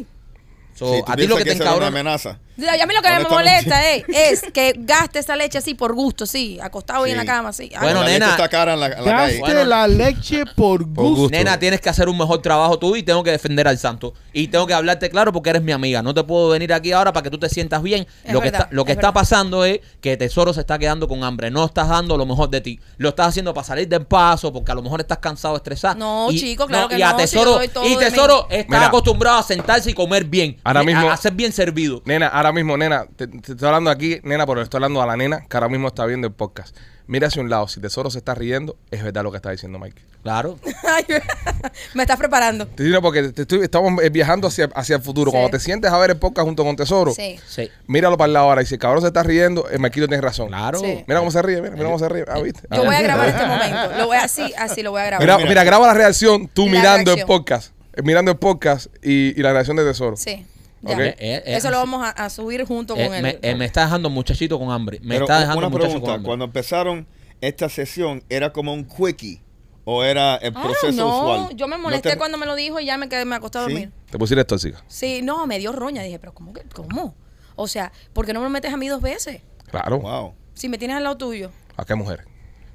Speaker 4: So,
Speaker 6: Sí, tú
Speaker 4: a ti lo
Speaker 6: piensas
Speaker 4: que te
Speaker 6: esa era
Speaker 4: encabrona.
Speaker 6: una amenaza.
Speaker 8: Digo, A mí lo que me
Speaker 6: Honestamente.
Speaker 8: molesta eh, es que gaste esa leche así por gusto, sí, acostado hoy en
Speaker 6: Sí.
Speaker 8: la cama, así.
Speaker 4: Bueno,
Speaker 6: la leche
Speaker 4: nena.
Speaker 6: está cara en la, en la
Speaker 5: Gaste
Speaker 6: calle.
Speaker 4: Bueno.
Speaker 5: la leche por gusto.
Speaker 4: Nena, tienes que hacer un mejor trabajo tú y tengo que defender al santo. Y tengo que hablarte claro porque eres mi amiga. No te puedo venir aquí ahora para que tú te sientas bien.
Speaker 8: Es
Speaker 4: lo que,
Speaker 8: verdad,
Speaker 4: está, lo que
Speaker 8: es
Speaker 4: está
Speaker 8: verdad.
Speaker 4: pasando es que Tesoro se está quedando con hambre. No estás dando lo mejor de ti. Lo estás haciendo para salir del paso porque a lo mejor estás cansado, estresado.
Speaker 8: No,
Speaker 4: Y-
Speaker 8: chico, claro que
Speaker 4: y a
Speaker 8: no, si
Speaker 4: Tesoro,
Speaker 8: yo doy todo
Speaker 4: y
Speaker 8: de
Speaker 4: Tesoro está
Speaker 3: Mira.
Speaker 4: acostumbrado a sentarse y comer bien.
Speaker 3: Ahora
Speaker 4: A-
Speaker 3: mismo-
Speaker 4: A, ser bien servido.
Speaker 3: Nena, ahora mismo, nena, te, te estoy hablando aquí, nena, pero le estoy hablando a la nena que ahora mismo está viendo el podcast. Mira hacia un lado, si Tesoro se está riendo, es verdad lo que está diciendo Mike.
Speaker 4: Claro.
Speaker 8: Ay, me estás preparando.
Speaker 3: Te digo porque te estoy- estamos eh, viajando hacia, hacia el futuro.
Speaker 8: Sí.
Speaker 3: Cuando te sientes a ver el podcast junto con Tesoro,
Speaker 8: Sí.
Speaker 4: Sí.
Speaker 3: míralo para el lado ahora. Y si el cabrón se está riendo, el Marquito tiene razón.
Speaker 4: Claro.
Speaker 8: Sí.
Speaker 3: Mira cómo se ríe, mira, mira cómo se ríe. Ah, ¿viste? Ah,
Speaker 8: Yo voy a
Speaker 3: ¿viste?
Speaker 8: grabar este momento. Lo voy así, así lo voy a grabar.
Speaker 3: Mira, mira, graba la reacción tú
Speaker 8: La
Speaker 3: mirando el
Speaker 8: reacción.
Speaker 3: podcast. eh, Mirando el podcast y, y la reacción de Tesoro.
Speaker 8: Sí. ya.
Speaker 3: Ok.
Speaker 4: Eh, eh, eh,
Speaker 8: Eso lo vamos a, a subir junto
Speaker 4: Eh,
Speaker 8: con él.
Speaker 4: me, eh, me está dejando muchachito con hambre. Me
Speaker 6: Pero
Speaker 4: está dejando
Speaker 6: una
Speaker 4: muchachito con
Speaker 6: pregunta,
Speaker 4: hambre.
Speaker 6: cuando empezaron esta sesión, ¿era como un quickie o era el
Speaker 8: Ah,
Speaker 6: proceso
Speaker 8: no,
Speaker 6: usual?
Speaker 8: yo me
Speaker 6: ¿No
Speaker 8: molesté
Speaker 6: te-
Speaker 8: cuando me lo dijo y ya me quedé, me acosté a
Speaker 6: ¿Sí?
Speaker 8: dormir.
Speaker 3: Te pusiste tóxica.
Speaker 8: ¿Sí? no, me dio roña. Dije, pero ¿cómo que? ¿Cómo? O sea, ¿por qué no me lo metes a mí dos veces?
Speaker 3: Claro.
Speaker 6: Wow.
Speaker 8: Si me tienes al lado tuyo.
Speaker 3: ¿A qué mujer?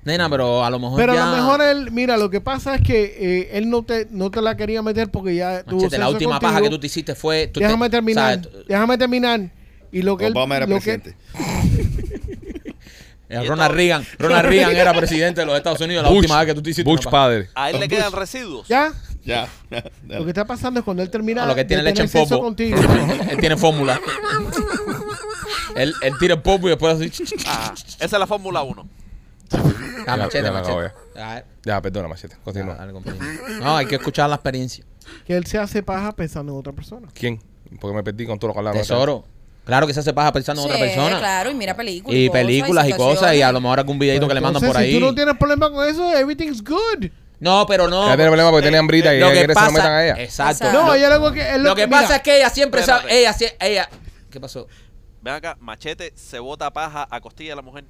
Speaker 4: Nena, pero a lo mejor
Speaker 5: Pero a lo
Speaker 4: ya-
Speaker 5: mejor él, mira, lo que pasa es que eh, él no te, no te la quería meter porque ya tuvo
Speaker 4: Machete, la
Speaker 5: sexo
Speaker 4: última
Speaker 5: contigo.
Speaker 4: paja que tú te hiciste fue. tú te-
Speaker 5: Déjame terminar,
Speaker 4: ¿sabes?
Speaker 5: déjame terminar. Y lo que él,
Speaker 6: Obama era
Speaker 5: lo que-
Speaker 6: presidente.
Speaker 4: Eh, Ronald Reagan. Ronald Reagan era presidente de los Estados Unidos la
Speaker 3: Bush,
Speaker 4: última vez que tú te hiciste.
Speaker 3: Bush
Speaker 4: una paja.
Speaker 3: padre.
Speaker 7: A él le quedan residuos.
Speaker 5: ya,
Speaker 6: Ya.
Speaker 5: lo que está pasando es cuando él termina
Speaker 4: No, lo que
Speaker 5: de
Speaker 4: tiene leche en
Speaker 5: tener sexo
Speaker 4: popo.
Speaker 5: contigo.
Speaker 4: él tiene fórmula. él, él tira el popo y después así.
Speaker 7: Ah, esa es la Fórmula 1.
Speaker 4: Ah, machete,
Speaker 3: Ya me acabo
Speaker 4: machete. Ah,
Speaker 3: Ya, perdona, machete. Continúa.
Speaker 4: dale, compañero. No, hay que escuchar la experiencia.
Speaker 5: que él se hace paja pensando en otra persona.
Speaker 3: ¿Quién? Porque me perdí con todo lo que hablamos.
Speaker 4: Tesoro. Claro que se hace paja pensando en otra
Speaker 8: Sí,
Speaker 4: persona.
Speaker 8: claro, y mira películas.
Speaker 4: Y películas y cosas. Y a lo mejor algún videito que le mandan
Speaker 5: Pues Entonces,
Speaker 4: por ahí.
Speaker 5: Si tú no tienes problema con eso, everything's good.
Speaker 4: No, pero no.
Speaker 3: Ya tiene problema porque tenía hambrita y
Speaker 4: Lo
Speaker 3: ella
Speaker 4: que
Speaker 3: quiere que se
Speaker 4: pasa,
Speaker 3: lo metan a ella.
Speaker 4: Exacto.
Speaker 8: Exacto.
Speaker 5: No,
Speaker 4: Lo-
Speaker 5: ella lo que es
Speaker 4: Lo que
Speaker 5: mira,
Speaker 4: pasa es que ella siempre
Speaker 7: Espérate.
Speaker 4: sabe. Ella, sie- ella. ¿Qué pasó?
Speaker 7: Ven acá, machete se bota paja a costilla de la mujer.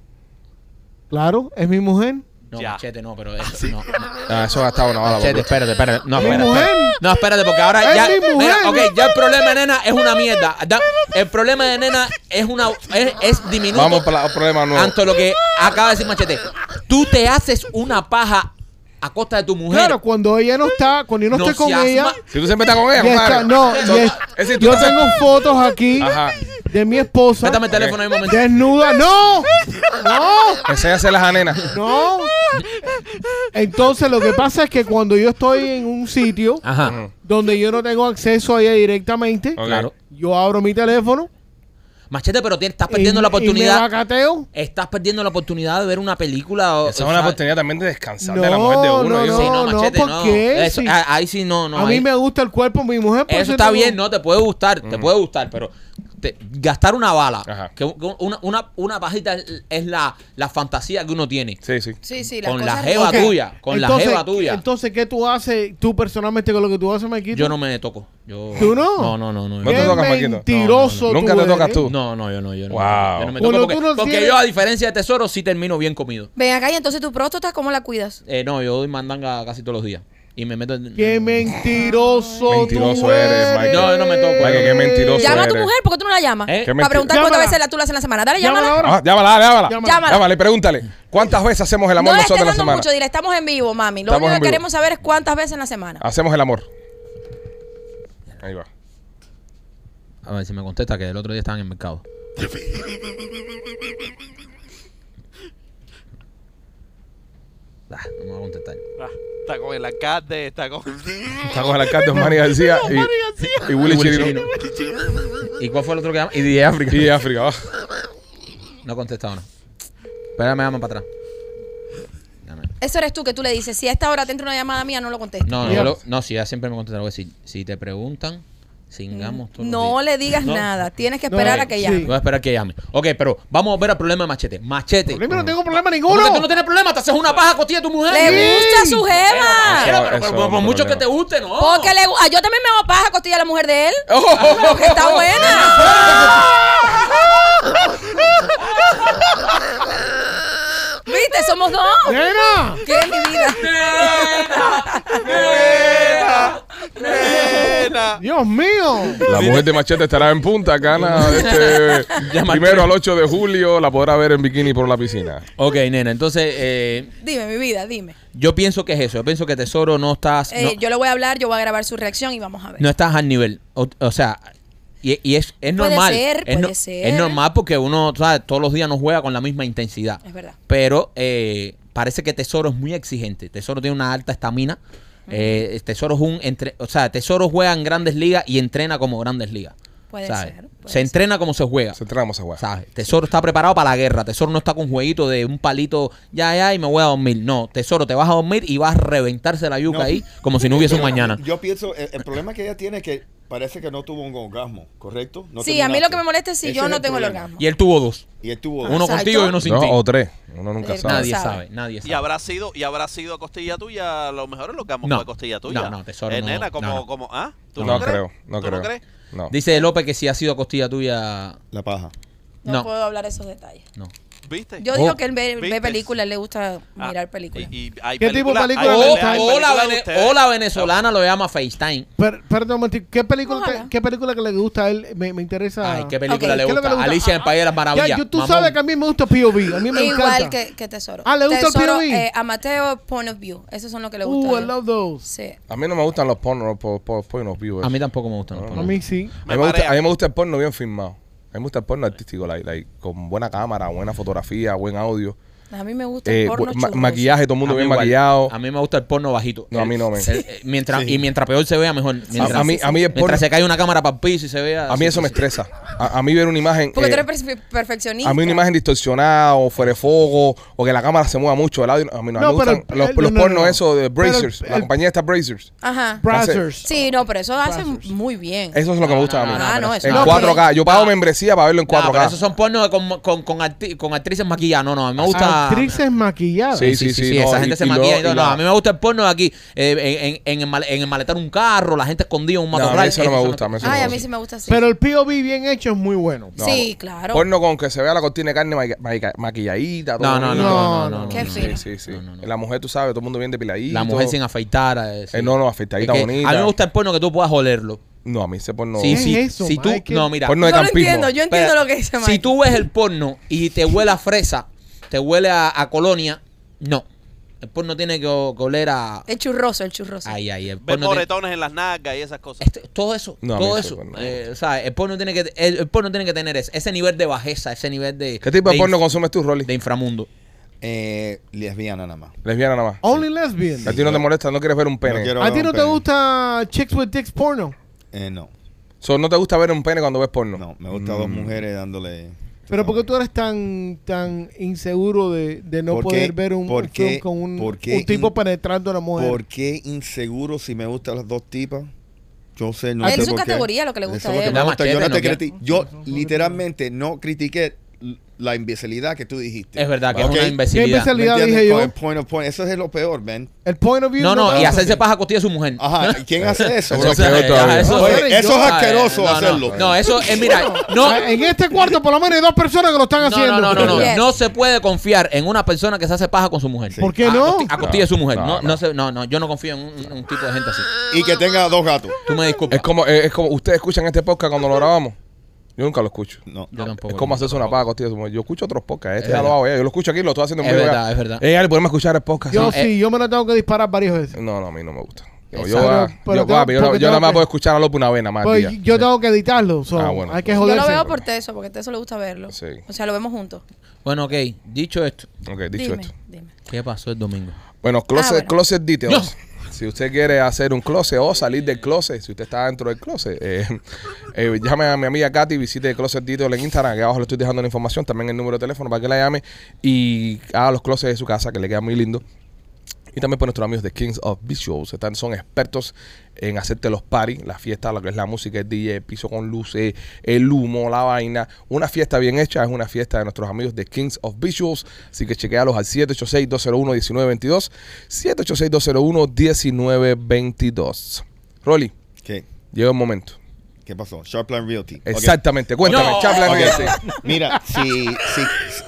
Speaker 5: claro, es mi mujer.
Speaker 4: No,
Speaker 7: ya.
Speaker 4: machete, no, pero eso, no.
Speaker 3: Ah, eso ha estado una bala.
Speaker 4: Machete,
Speaker 3: papá.
Speaker 4: espérate, espérate. No,
Speaker 5: Mi
Speaker 4: espérate.
Speaker 5: mujer.
Speaker 4: espérate. No, espérate, porque ahora
Speaker 5: Es
Speaker 4: ya.
Speaker 5: mi mujer,
Speaker 4: mira, ok,
Speaker 5: mi-
Speaker 4: ya el problema de nena es una mierda. Da- el problema de nena es una es, es diminuto.
Speaker 3: Vamos para el problema nuevo.
Speaker 4: Ante lo que acaba de decir Machete. Tú te haces una paja a costa de tu mujer.
Speaker 5: Claro, cuando ella no está, cuando yo no,
Speaker 4: No
Speaker 5: estoy con
Speaker 4: seas
Speaker 5: ella,
Speaker 4: ma-
Speaker 3: Si tú siempre estás con ella,
Speaker 5: ya está-
Speaker 3: compadre.
Speaker 5: no,
Speaker 3: So,
Speaker 5: ya-
Speaker 3: es decir, tú
Speaker 5: yo
Speaker 3: te haces-
Speaker 5: tengo fotos aquí
Speaker 3: Ajá.
Speaker 5: de mi esposa
Speaker 4: Préstame el teléfono ahí un momento.
Speaker 5: desnuda. ¡No! ¡No!
Speaker 3: Enséñaselas a nena.
Speaker 5: No. Entonces lo que pasa es que cuando yo estoy en un sitio
Speaker 4: Ajá.
Speaker 5: donde yo no tengo acceso a ella directamente,
Speaker 3: Ok.
Speaker 4: Claro.
Speaker 5: yo abro mi teléfono,
Speaker 4: Machete, pero tienes- estás perdiendo
Speaker 5: y-
Speaker 4: la
Speaker 5: y me
Speaker 4: oportunidad.
Speaker 5: vacateo.
Speaker 4: Estás perdiendo la oportunidad de ver una película. o-
Speaker 3: Esa es una
Speaker 4: o sea,
Speaker 3: oportunidad también de descansar de
Speaker 5: No,
Speaker 3: la mujer de uno.
Speaker 5: no,
Speaker 3: yo-
Speaker 4: Sí, no,
Speaker 5: no,
Speaker 4: machete,
Speaker 5: ¿por
Speaker 4: no.
Speaker 5: qué?
Speaker 4: Eso-
Speaker 5: Sí.
Speaker 4: ah, ahí sí, no, no.
Speaker 5: a
Speaker 4: ahí-
Speaker 5: mí me gusta el cuerpo de mi mujer. por
Speaker 4: Eso está
Speaker 5: tengo-
Speaker 4: bien, no te puede gustar, te puede gustar, pero te- gastar una bala,
Speaker 3: Mm. Ajá.
Speaker 4: que un- que una, una, una pajita es, es la, la fantasía que uno tiene.
Speaker 3: Sí, sí.
Speaker 8: Sí, sí,
Speaker 4: con la
Speaker 8: cosas
Speaker 4: jeva
Speaker 5: Ok.
Speaker 8: ricas.
Speaker 4: tuya, con la jeva tuya.
Speaker 5: Entonces, ¿qué tú haces tú personalmente con lo que tú haces, Maquito?
Speaker 4: yo no me toco. Yo,
Speaker 5: ¿Tú no?
Speaker 4: No, no, no. No,
Speaker 3: No te
Speaker 5: Qué
Speaker 4: yo,
Speaker 3: tocas, Maquito.
Speaker 5: mentiroso
Speaker 3: Nunca
Speaker 5: tú
Speaker 3: te tocas
Speaker 5: eres.
Speaker 3: tú.
Speaker 4: no, no, yo no. Yo no,
Speaker 3: Wow.
Speaker 4: yo no me
Speaker 5: Bueno,
Speaker 4: toco
Speaker 5: tú
Speaker 4: porque,
Speaker 5: no
Speaker 4: porque
Speaker 5: tienes-
Speaker 4: yo, a diferencia de Tesoro, sí termino bien comido.
Speaker 8: Ven acá y entonces tu próstata, ¿cómo la cuidas?
Speaker 4: Eh, no, yo doy mandanga casi todos los días. Y me meto en...
Speaker 5: Qué mentiroso,
Speaker 3: Mentiroso
Speaker 5: tú
Speaker 3: eres,
Speaker 5: eres.
Speaker 3: Michael.
Speaker 4: No, yo no me toco.
Speaker 3: Michael, qué mentiroso.
Speaker 8: Llama a tu
Speaker 3: eres.
Speaker 8: mujer, ¿por qué tú no la llamas?
Speaker 4: ¿Eh?
Speaker 8: Para preguntar
Speaker 5: Llámala.
Speaker 8: cuántas veces la, tú la haces en la semana. Dale,
Speaker 5: Llámala
Speaker 8: llámala.
Speaker 5: ahora.
Speaker 3: Ah, llámala, llámala.
Speaker 5: Llámala.
Speaker 8: Llámala.
Speaker 3: Llámala y pregúntale. ¿Cuántas veces hacemos el amor
Speaker 8: No le estés
Speaker 3: nosotros a la
Speaker 8: dando
Speaker 3: semana?
Speaker 8: mucho, dile, estamos en vivo, mami. Lo
Speaker 3: Estamos en
Speaker 8: único que
Speaker 3: vivo.
Speaker 8: queremos saber es cuántas veces en la semana.
Speaker 3: Hacemos el amor. Ahí va.
Speaker 4: A ver si me contesta que el otro día estaban en el mercado. Ah, no me va a contestar.
Speaker 7: Ah, está con el alcalde, está con.
Speaker 3: Está con el alcalde Osmani García y, y Willy Chirino.
Speaker 4: Ah, ¿Y cuál fue el otro que llama? Y de África.
Speaker 3: Y de África. va.
Speaker 4: No contesta ahora. Espera, me llaman para atrás. Dame.
Speaker 8: Eso eres tú que tú le dices, si a esta hora te entra una llamada mía, no lo contestes.
Speaker 4: No, no,
Speaker 5: Ya.
Speaker 4: yo lo- no, si ella siempre me contesta. algo Si, si te preguntan, singamos todos los
Speaker 8: No
Speaker 4: días.
Speaker 8: le digas
Speaker 4: No.
Speaker 8: nada, tienes que
Speaker 5: No,
Speaker 8: esperar
Speaker 5: eh,
Speaker 8: a que
Speaker 5: sí.
Speaker 8: llame.
Speaker 4: Voy a esperar que llame. Ok, pero vamos a ver al problema de Machete. Machete.
Speaker 5: Problema, no tengo problema
Speaker 4: ¿Cómo
Speaker 5: ninguno.
Speaker 4: que tú no tienes problema? Te haces una paja a costilla de tu mujer.
Speaker 8: Le gusta su
Speaker 4: Pero,
Speaker 8: jeva.
Speaker 3: Eso-
Speaker 4: pero, pero,
Speaker 3: eso
Speaker 4: por-
Speaker 3: es
Speaker 4: por
Speaker 3: un
Speaker 4: mucho que
Speaker 3: problema.
Speaker 4: te guste, ¿no?
Speaker 8: Porque le gu- ah, yo también me hago paja a costilla a la mujer de él.
Speaker 3: ¡Oh!
Speaker 8: Porque está buena. ¿Viste? Somos dos.
Speaker 5: Nena.
Speaker 8: ¿Qué es mi vida?
Speaker 7: ¡Nena!
Speaker 5: Dios mío.
Speaker 3: La mujer de Machete estará en Punta Cana este primero al 8 de julio. La podrá ver en bikini por la piscina.
Speaker 4: Ok, nena, entonces eh,
Speaker 8: Dime, mi vida, dime.
Speaker 4: yo pienso que es eso. Yo pienso que Tesoro no estás.
Speaker 8: Eh,
Speaker 4: no,
Speaker 8: Yo pues. le voy a hablar, yo voy a grabar su reacción y vamos a ver.
Speaker 4: no estás al nivel. O, o sea, y, y es, es
Speaker 8: Puede
Speaker 4: normal.
Speaker 8: ser,
Speaker 4: es,
Speaker 8: puede ser.
Speaker 4: es normal porque uno, ¿sabes? Todos los días no juega con la misma intensidad.
Speaker 8: Es verdad.
Speaker 4: Pero eh, parece que Tesoro es muy exigente. Tesoro tiene una alta estamina. Eh, tesoro es un entre, o sea, Tesoro juega en grandes ligas y entrena como grandes ligas.
Speaker 8: Puede
Speaker 4: ¿sabes?
Speaker 8: ser, puede
Speaker 4: se
Speaker 8: ser.
Speaker 4: entrena como se juega.
Speaker 3: Centramos a jugar.
Speaker 4: ¿Sabes? Tesoro está preparado para la guerra. Tesoro no está con jueguito de un palito ya, ya y me voy a dormir. No, Tesoro, te vas a dormir y vas a reventarse la yuca
Speaker 6: No.
Speaker 4: ahí como si no hubiese un mañana.
Speaker 6: Yo pienso, el, el problema que ella tiene es que parece que no tuvo un orgasmo, ¿correcto? No
Speaker 8: Sí, a mí
Speaker 6: terminaste.
Speaker 8: lo que me molesta es si
Speaker 6: Ese
Speaker 8: yo
Speaker 6: es
Speaker 8: no
Speaker 6: el
Speaker 8: tengo el
Speaker 6: problema.
Speaker 8: orgasmo.
Speaker 4: Y él tuvo dos.
Speaker 6: Y él tuvo
Speaker 4: Uno
Speaker 8: o sea,
Speaker 4: contigo
Speaker 8: yo-
Speaker 4: y uno sin
Speaker 3: Dos
Speaker 4: ti.
Speaker 3: o tres. Uno nunca
Speaker 8: Eh,
Speaker 3: sabe.
Speaker 4: Nadie
Speaker 8: sabe.
Speaker 4: sabe, nadie sabe.
Speaker 7: Y habrá sido, y habrá sido a costilla tuya, a lo mejor lo que amo
Speaker 4: No.
Speaker 7: fue costilla tuya.
Speaker 4: No, no, tesoro,
Speaker 7: Eh,
Speaker 4: no,
Speaker 7: nena,
Speaker 4: no,
Speaker 7: como,
Speaker 4: no.
Speaker 7: como, ¿ah? ¿Tú
Speaker 3: No,
Speaker 7: crees?
Speaker 3: creo, no
Speaker 7: ¿Tú
Speaker 3: creo.
Speaker 7: no crees?
Speaker 3: No.
Speaker 4: Dice López que si ha sido costilla tuya.
Speaker 6: la paja.
Speaker 8: No,
Speaker 4: No. Oh.
Speaker 8: puedo hablar esos detalles.
Speaker 4: No.
Speaker 7: ¿Viste?
Speaker 8: Yo digo que él ve,
Speaker 7: ¿Viste?
Speaker 8: ve películas, él le gusta
Speaker 7: Ah,
Speaker 8: mirar películas.
Speaker 7: y- y hay
Speaker 5: ¿Qué tipo de
Speaker 7: películas-
Speaker 5: película
Speaker 7: hay
Speaker 5: le
Speaker 4: O,
Speaker 5: gusta?
Speaker 7: películas- hay
Speaker 4: o la,
Speaker 7: películas de
Speaker 4: vene-
Speaker 7: ustedes.
Speaker 4: o la venezolana lo llama FaceTime.
Speaker 5: Per- perdón, un momento, ¿qué película,
Speaker 8: Ojalá.
Speaker 5: te- ¿qué película que le gusta a él? Me, me interesa.
Speaker 4: Ay, qué película
Speaker 8: Ok,
Speaker 4: le
Speaker 5: Ah. ¿qué
Speaker 4: gusta.
Speaker 5: es lo que le gusta? Ah,
Speaker 4: Alicia en el País de las Maravillas.
Speaker 5: Ya, yo- tú
Speaker 4: Mamón.
Speaker 5: sabes que a mí me gusta POV. A mí me
Speaker 8: Igual
Speaker 5: encanta.
Speaker 8: que, que Tesoro.
Speaker 5: Ah, ¿le gusta el
Speaker 8: tesoro,
Speaker 5: POV?
Speaker 8: eh, Amateo, Point of View. Esos son los que le gustan.
Speaker 5: Uh, I love those.
Speaker 8: Sí.
Speaker 3: A mí no me gustan los pornos, los po- po- pornos vivos.
Speaker 4: A mí tampoco me gusta.
Speaker 3: No,
Speaker 5: A mí
Speaker 3: A
Speaker 5: sí.
Speaker 3: mí,
Speaker 7: Me
Speaker 3: me gusta,
Speaker 7: marea.
Speaker 3: a mí me gusta el porno bien filmado. A mí me gusta el porno artístico, like- like, con buena cámara, buena fotografía, buen audio,
Speaker 8: A mí me gusta el
Speaker 3: eh,
Speaker 8: porno
Speaker 3: bu- ma-
Speaker 8: churroso.
Speaker 3: maquillaje, todo el mundo
Speaker 4: A mí
Speaker 3: bien
Speaker 4: igual.
Speaker 3: maquillado.
Speaker 4: A mí me gusta el porno bajito.
Speaker 3: No, a mí no, men.
Speaker 4: El- el- mientras, Y mientras peor se vea, mejor. Mientras,
Speaker 3: a mí- a mí el
Speaker 4: mientras
Speaker 3: porno-
Speaker 4: se cae una cámara para el piso y se vea.
Speaker 3: A
Speaker 4: así,
Speaker 3: mí eso me
Speaker 4: así.
Speaker 3: estresa. A, a mí ver una imagen...
Speaker 8: Porque
Speaker 3: eh,
Speaker 8: tú eres perfe- perfeccionista.
Speaker 3: a mí una imagen distorsionada o fuera de foco o que la cámara se mueva mucho. El audio, a mí no,
Speaker 5: No,
Speaker 3: me
Speaker 5: pero
Speaker 3: gustan
Speaker 5: el-
Speaker 3: los,
Speaker 5: el-
Speaker 3: los
Speaker 5: no, no,
Speaker 3: pornos
Speaker 5: no.
Speaker 3: esos de
Speaker 5: Pero el-
Speaker 3: Brazers. la
Speaker 5: el-
Speaker 3: compañía está Brazers.
Speaker 8: Ajá.
Speaker 5: Brazzers.
Speaker 8: Sí, no, pero eso hacen muy bien.
Speaker 3: Eso es lo que me gusta a mí.
Speaker 8: no, no, no, eso
Speaker 3: en
Speaker 8: no.
Speaker 3: 4K. Yo pago
Speaker 4: No.
Speaker 3: membresía para verlo en
Speaker 4: No,
Speaker 3: 4K.
Speaker 4: pero esos son pornos con, con, con, arti- con actrices maquilladas. No, no, a mí me gusta.
Speaker 5: Ah,
Speaker 4: gusta.
Speaker 5: Actrices maquilladas.
Speaker 3: Sí,
Speaker 4: sí, sí, sí,
Speaker 3: no,
Speaker 4: esa
Speaker 3: y-
Speaker 4: gente se
Speaker 3: y lo-
Speaker 4: maquilla y
Speaker 3: y
Speaker 4: todo.
Speaker 3: la-
Speaker 4: No, a mí me gusta el porno de aquí. eh, en, en- en el mal- en el maletar un carro, la gente escondida en un
Speaker 3: No, a mí
Speaker 4: matorral.
Speaker 3: eso no me gusta, a mí eso no
Speaker 8: Ay,
Speaker 3: me
Speaker 8: a mí
Speaker 3: gusta.
Speaker 8: sí me gusta así.
Speaker 5: Pero el POV bien hecho es muy bueno.
Speaker 3: No,
Speaker 8: sí, claro.
Speaker 3: Porno con que se vea la cortina de carne maqui- maqui- maquilladita. todo
Speaker 4: No, no, no,
Speaker 3: bien.
Speaker 4: no, no, no, no,
Speaker 8: Qué
Speaker 4: no.
Speaker 8: fino.
Speaker 3: Sí, sí, sí. La mujer, tú sabes, todo el mundo bien depiladito.
Speaker 4: La mujer sin afeitar. eh, sí.
Speaker 3: Eh, no, no, afeitadita
Speaker 4: Es que
Speaker 3: bonita.
Speaker 4: A mí me gusta el porno que tú puedas olerlo.
Speaker 3: No, Pues a mí ese porno...
Speaker 4: Sí,
Speaker 5: ¿Qué
Speaker 4: sí.
Speaker 5: es eso,
Speaker 4: si tú,
Speaker 5: Michael?
Speaker 4: no, mira.
Speaker 3: Porno de
Speaker 8: yo lo
Speaker 3: campismo.
Speaker 8: entiendo, yo entiendo
Speaker 4: Espera,
Speaker 8: lo que dice Mike.
Speaker 4: Si tú ves el porno y te huele a fresa, te huele a, a colonia, no. El porno tiene que, o- que oler a.
Speaker 8: El churroso, el churroso.
Speaker 4: Ay, ay, el
Speaker 7: Ver
Speaker 4: porno. tiene-
Speaker 7: moretones en las nalgas y esas cosas.
Speaker 4: este- todo eso,
Speaker 3: No, a mí
Speaker 4: todo
Speaker 3: eso,
Speaker 4: eso.
Speaker 3: porno.
Speaker 4: eh, o sea, el porno tiene que, el, el porno tiene que tener ese, ese nivel de bajeza, ese nivel de.
Speaker 3: ¿Qué tipo de porno
Speaker 4: inf-
Speaker 3: consumes tú, Rolly?
Speaker 4: De inframundo.
Speaker 6: Eh, lesbiana nada más.
Speaker 3: Lesbiana nada más.
Speaker 5: Only lesbian.
Speaker 3: A ti no te molesta, no quieres ver un pene.
Speaker 6: quiero-
Speaker 5: ¿A ti no te
Speaker 6: Pero-
Speaker 5: gusta chicks with dicks porno?
Speaker 6: Eh, no,
Speaker 3: So, no te gusta ver un pene cuando ves porno. Mm.
Speaker 6: no. Me gustan dos mujeres dándole.
Speaker 5: Mm. Pero ¿por qué tú eres tan, tan inseguro de, de no
Speaker 6: ¿Por qué?
Speaker 5: poder ver un,
Speaker 6: ¿Por
Speaker 5: un
Speaker 6: qué?
Speaker 5: film con un,
Speaker 6: ¿Por qué?
Speaker 5: un tipo
Speaker 6: In-
Speaker 5: penetrando a una mujer?
Speaker 6: ¿Por qué inseguro si me gustan las dos tipas? Yo sé, no
Speaker 8: A él
Speaker 6: sé
Speaker 8: Ah, es su
Speaker 6: por qué.
Speaker 8: categoría lo que le gusta
Speaker 6: Eso
Speaker 8: a
Speaker 6: es lo que
Speaker 8: él.
Speaker 6: me
Speaker 4: Da
Speaker 6: gusta.
Speaker 4: machete,
Speaker 6: Yo, no
Speaker 4: no
Speaker 6: te
Speaker 4: quiere-
Speaker 6: criti- yo literalmente no critiqué la imbecilidad que tú dijiste.
Speaker 4: Es verdad que
Speaker 6: Ok.
Speaker 4: es una imbecilidad.
Speaker 5: imbécil-
Speaker 6: ¿Me
Speaker 5: Imbecilidad,
Speaker 6: entiendes?
Speaker 5: dije
Speaker 6: Con
Speaker 5: yo.
Speaker 6: el point of point. Eso es lo peor, man.
Speaker 5: El point of view
Speaker 4: No, no, y
Speaker 5: pasa.
Speaker 4: hacerse paja a costilla de su mujer.
Speaker 6: Ah, Ajá, ¿quién hace eso? bro?
Speaker 3: Eso es peor
Speaker 4: eh,
Speaker 3: todavía.
Speaker 6: Oye, eso es
Speaker 4: yo- Ah, eh,
Speaker 6: asqueroso
Speaker 4: no, no,
Speaker 6: hacerlo.
Speaker 4: No, eso es, mira, no,
Speaker 5: Ah, En este cuarto por lo menos hay dos personas que lo están
Speaker 4: No,
Speaker 5: haciendo.
Speaker 4: no, no, no, no.
Speaker 8: Yes.
Speaker 4: No se puede confiar en una persona que se hace paja con su mujer.
Speaker 5: ¿Por qué
Speaker 4: A
Speaker 5: no?
Speaker 4: costi- A costilla de su mujer.
Speaker 3: No,
Speaker 4: No, no,
Speaker 3: no.
Speaker 4: se- no, no, yo no confío en un, un tipo de gente así.
Speaker 6: Y que tenga dos gatos.
Speaker 4: Tú me disculpas.
Speaker 3: Es como, eh, es como, ustedes escuchan este podcast cuando lo grabamos. Yo nunca lo escucho.
Speaker 6: No.
Speaker 4: Yo tampoco.
Speaker 3: Es como hacerse una paga costilla. de su mujer. Yo escucho otros podcasts. Este ya lo hago ya. Yo lo escucho aquí, lo estoy haciendo en
Speaker 4: Es
Speaker 3: vivo ya.
Speaker 4: verdad, es verdad.
Speaker 3: Eh, Ale, podemos escuchar el podcast.
Speaker 5: Yo
Speaker 3: No,
Speaker 4: eh.
Speaker 5: sí, yo me lo tengo que disparar varias veces.
Speaker 3: No, no, a mí no me gusta. Yo,
Speaker 4: Exacto.
Speaker 3: yo, ah,
Speaker 5: Pero- pero
Speaker 3: yo,
Speaker 5: tengo-
Speaker 3: papi, yo, no-
Speaker 5: porque
Speaker 3: yo nada
Speaker 5: tengo
Speaker 3: más
Speaker 5: que-
Speaker 3: puedo escuchar a López una vez nada más.
Speaker 5: Pues,
Speaker 3: Ah, tía.
Speaker 5: yo tengo que editarlo. so,
Speaker 3: Ah, bueno.
Speaker 5: Hay que
Speaker 8: Yo
Speaker 5: joderse.
Speaker 8: lo veo por Teso, porque Teso le gusta verlo.
Speaker 3: Sí.
Speaker 8: O sea, lo vemos juntos.
Speaker 4: Bueno, ok, dicho esto,
Speaker 3: Ok, dicho
Speaker 8: dime,
Speaker 3: esto.
Speaker 8: dime.
Speaker 4: ¿qué pasó el domingo?
Speaker 3: Bueno, closet,
Speaker 8: Ah, bueno.
Speaker 3: closet details. Si usted quiere hacer un closet o salir del closet, si usted está dentro del closet, eh, eh, llame a mi amiga Katy, visite Closet Details en Instagram, que abajo le estoy dejando la información, también el número de teléfono para que la llame y haga los closets de su casa, que le queda muy lindo. Y también por nuestros amigos de Kings of Visuals. Están, son expertos en hacerte los party, la fiesta, lo que es la música, el DJ, el piso con luces, el humo, la vaina. Una fiesta bien hecha es una fiesta de nuestros amigos de Kings of Visuals. Así que chequealos al 786-201-1922. 786-201-1922. Rolly,
Speaker 6: ¿Qué?
Speaker 3: llega un momento.
Speaker 6: ¿Qué pasó? Sharpline Realty. Ok.
Speaker 3: Exactamente. Cuéntame,
Speaker 4: No.
Speaker 3: Chaplin.
Speaker 6: Ok.
Speaker 3: sí.
Speaker 6: Mira, si, si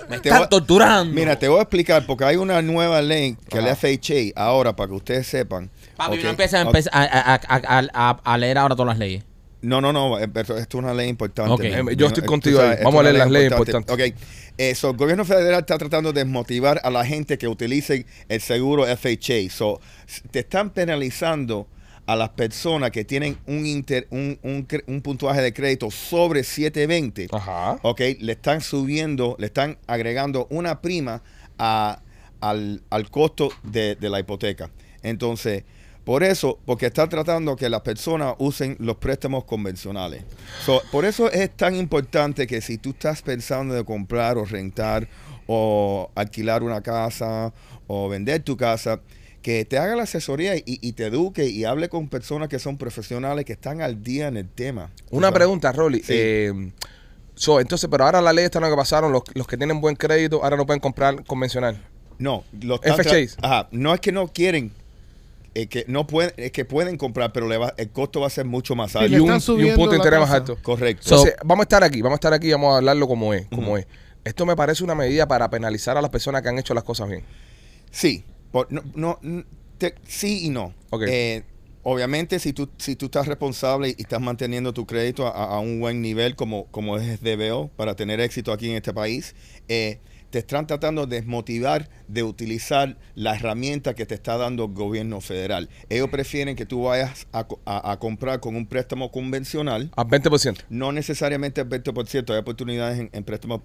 Speaker 4: Me
Speaker 6: te
Speaker 4: están
Speaker 6: voy-
Speaker 4: torturando.
Speaker 6: Mira, te voy a explicar porque hay una nueva ley que le hace HA ahora para que ustedes sepan.
Speaker 4: Papi,
Speaker 6: Ok,
Speaker 4: no empieza,
Speaker 6: ok.
Speaker 4: a, a- a- a- a- a leer ahora todas las leyes.
Speaker 6: No, no, no, eh, pero esto es una ley importante.
Speaker 4: Ok.
Speaker 3: Eh,
Speaker 6: Eh,
Speaker 3: yo estoy
Speaker 6: tú
Speaker 3: contigo ahí.
Speaker 6: esto
Speaker 3: Vamos a
Speaker 6: es
Speaker 3: leer
Speaker 6: una
Speaker 3: las leyes
Speaker 6: Ok. Eh, so, el gobierno federal está tratando de desmotivar a la gente que utilicen el seguro FHA. So, s- te están penalizando a las personas que tienen un, inter- un, un cre- un puntuaje de crédito sobre 720.
Speaker 3: Ajá.
Speaker 6: Ok, le están subiendo, le están agregando una prima a- al, al costo de, de la hipoteca. Entonces, por eso, porque está tratando que las personas usen los préstamos convencionales. So, por eso es tan importante que si tú estás pensando de comprar o rentar o alquilar una casa o vender tu casa, que te haga la asesoría y, y te eduque y hable con personas que son profesionales que están al día en el tema.
Speaker 3: Una
Speaker 6: O sea,
Speaker 3: pregunta, Rolly.
Speaker 6: Sí.
Speaker 3: Eh, so, entonces, pero ahora la ley esta no que pasaron, los, los que tienen buen crédito ahora no pueden comprar convencional.
Speaker 6: No, los están
Speaker 3: FHAs.
Speaker 6: tra- Ajá, no es que no quieren, es que no pueden, es que pueden comprar, pero le va- el costo va a ser mucho más
Speaker 5: Y
Speaker 6: alto.
Speaker 5: le
Speaker 3: y, un,
Speaker 5: están
Speaker 3: y un
Speaker 5: subiendo
Speaker 3: punto de
Speaker 5: la
Speaker 3: interés más
Speaker 5: tasa.
Speaker 3: alto.
Speaker 6: Correcto.
Speaker 4: So-
Speaker 3: Entonces, vamos a estar aquí, vamos a estar aquí y vamos a hablarlo como es, como es. Esto me parece una medida para penalizar a las personas que han hecho las cosas bien.
Speaker 6: sí, por- no, no- n- te- sí y no.
Speaker 3: Ok.
Speaker 6: Eh, obviamente, si tú, si tú estás responsable y estás manteniendo tu crédito a, a- a un buen nivel, como, como es DBO, para tener éxito aquí en este país, eh, te están tratando de desmotivar de utilizar la herramienta que te está dando el gobierno federal. Ellos prefieren que tú vayas a co- a- a comprar con un préstamo convencional
Speaker 3: Al 20%.
Speaker 6: No necesariamente el 20%, hay oportunidades en, en préstamos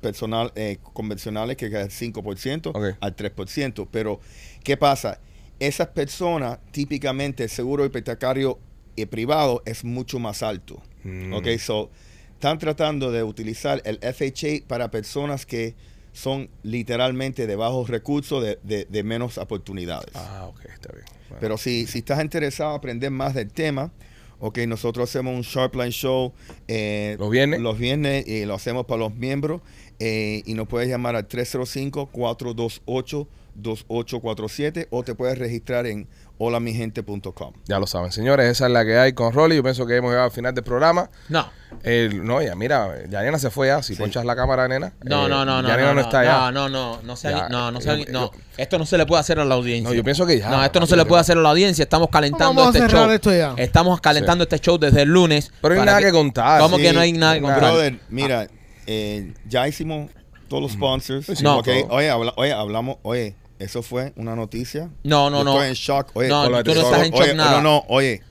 Speaker 6: personal, eh, convencionales que quedan al 5%
Speaker 3: Ok.
Speaker 6: al 3%. Pero, ¿qué pasa? Esas personas, típicamente el seguro hipotecario eh, privado es mucho más alto.
Speaker 3: Mm.
Speaker 6: Ok, so, están tratando de utilizar el FHA para personas que son literalmente de bajos recursos, de, de- de menos oportunidades.
Speaker 3: Ah, ok, está bien. Bueno.
Speaker 6: Pero si, si estás interesado en aprender más del tema, ok, nosotros hacemos un Sharpline Show eh,
Speaker 3: ¿Los viernes?
Speaker 6: Los viernes y lo hacemos para los miembros. eh, y nos puedes llamar al 305-428-2847 o te puedes registrar en holamigente.com.
Speaker 3: Ya lo saben, señores, esa es la que hay con Rolly. Yo pienso que hemos llegado al final del programa.
Speaker 4: No.
Speaker 3: Eh, no, ya mira, ya nena se fue ya. Si ponchas la cámara, nena.
Speaker 4: No,
Speaker 3: eh,
Speaker 4: no, no, no.
Speaker 3: Ya nena
Speaker 4: no,
Speaker 3: no está ya.
Speaker 4: No, no, no. No, se
Speaker 3: Ya,
Speaker 4: ha- no, no, se ha-
Speaker 3: yo- yo-
Speaker 4: no. Esto no se le puede hacer a la audiencia.
Speaker 3: No, yo pienso que ya.
Speaker 4: No, esto no se le puede hacer a la audiencia. Estamos calentando
Speaker 5: Vamos a
Speaker 4: este
Speaker 5: cerrar
Speaker 4: show.
Speaker 5: esto ya.
Speaker 4: Estamos calentando este show desde el lunes.
Speaker 3: Pero no hay
Speaker 4: para
Speaker 3: nada que contar.
Speaker 4: ¿Cómo
Speaker 3: Sí,
Speaker 4: que no hay nada que
Speaker 3: nada.
Speaker 4: contar?
Speaker 6: Brother, mira, eh, ya hicimos todos los sponsors.
Speaker 4: Mm. No.
Speaker 6: Ok, Oye, habla- oye, hablamos, oye, eso fue una noticia.
Speaker 4: No, no,
Speaker 6: Yo
Speaker 4: no.
Speaker 6: Estoy en shock. Oye,
Speaker 4: No,
Speaker 6: con lo de
Speaker 4: tú no
Speaker 6: Tesoro.
Speaker 4: estás en shock
Speaker 6: Oye,
Speaker 4: nada.
Speaker 6: No, no, oye.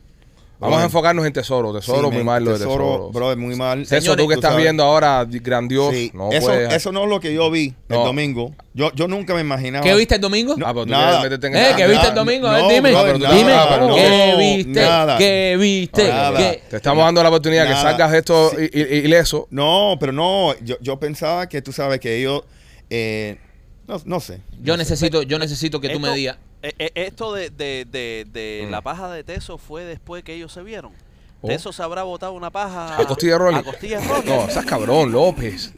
Speaker 3: Vamos a
Speaker 6: Brother,
Speaker 3: enfocarnos en tesoro. Tesoro,
Speaker 6: sí,
Speaker 3: muy
Speaker 6: men,
Speaker 3: mal lo de
Speaker 6: tesoro.
Speaker 3: tesoro.
Speaker 6: Brother, muy mal.
Speaker 3: Eso tú que estás
Speaker 6: sabes.
Speaker 3: viendo ahora, grandioso.
Speaker 6: Sí,
Speaker 3: No
Speaker 6: eso,
Speaker 3: puedes.
Speaker 6: eso no es lo que yo vi
Speaker 3: No.
Speaker 6: el domingo. Yo, yo nunca me imaginaba.
Speaker 4: ¿Qué viste el domingo?
Speaker 3: Ah, pero tú
Speaker 6: nada.
Speaker 3: quieres meterte en
Speaker 4: eh,
Speaker 3: el-
Speaker 4: ¿qué viste el domingo? A ver,
Speaker 6: No,
Speaker 4: dime.
Speaker 6: brother,
Speaker 4: dime.
Speaker 3: nada, pero no,
Speaker 4: ¿Qué viste?
Speaker 6: nada.
Speaker 4: ¿Qué viste?
Speaker 6: Nada.
Speaker 4: ¿Qué?
Speaker 3: Te estamos dando la oportunidad que
Speaker 6: Nada.
Speaker 3: salgas esto
Speaker 6: Sí.
Speaker 3: i- i- ileso.
Speaker 6: No, pero no. Yo, yo pensaba que tú sabes que ellos. eh, no, no sé.
Speaker 4: Yo necesito, yo necesito que tú me
Speaker 7: Esto-
Speaker 4: digas.
Speaker 7: e- e- Esto de, de- de- de
Speaker 3: Mm.
Speaker 7: la paja de Teso fue después que ellos se vieron.
Speaker 4: Oh.
Speaker 7: Teso se habrá botado una paja
Speaker 3: A costilla de Rolly.
Speaker 7: A costilla de Rolly.
Speaker 3: No, seas cabrón, López.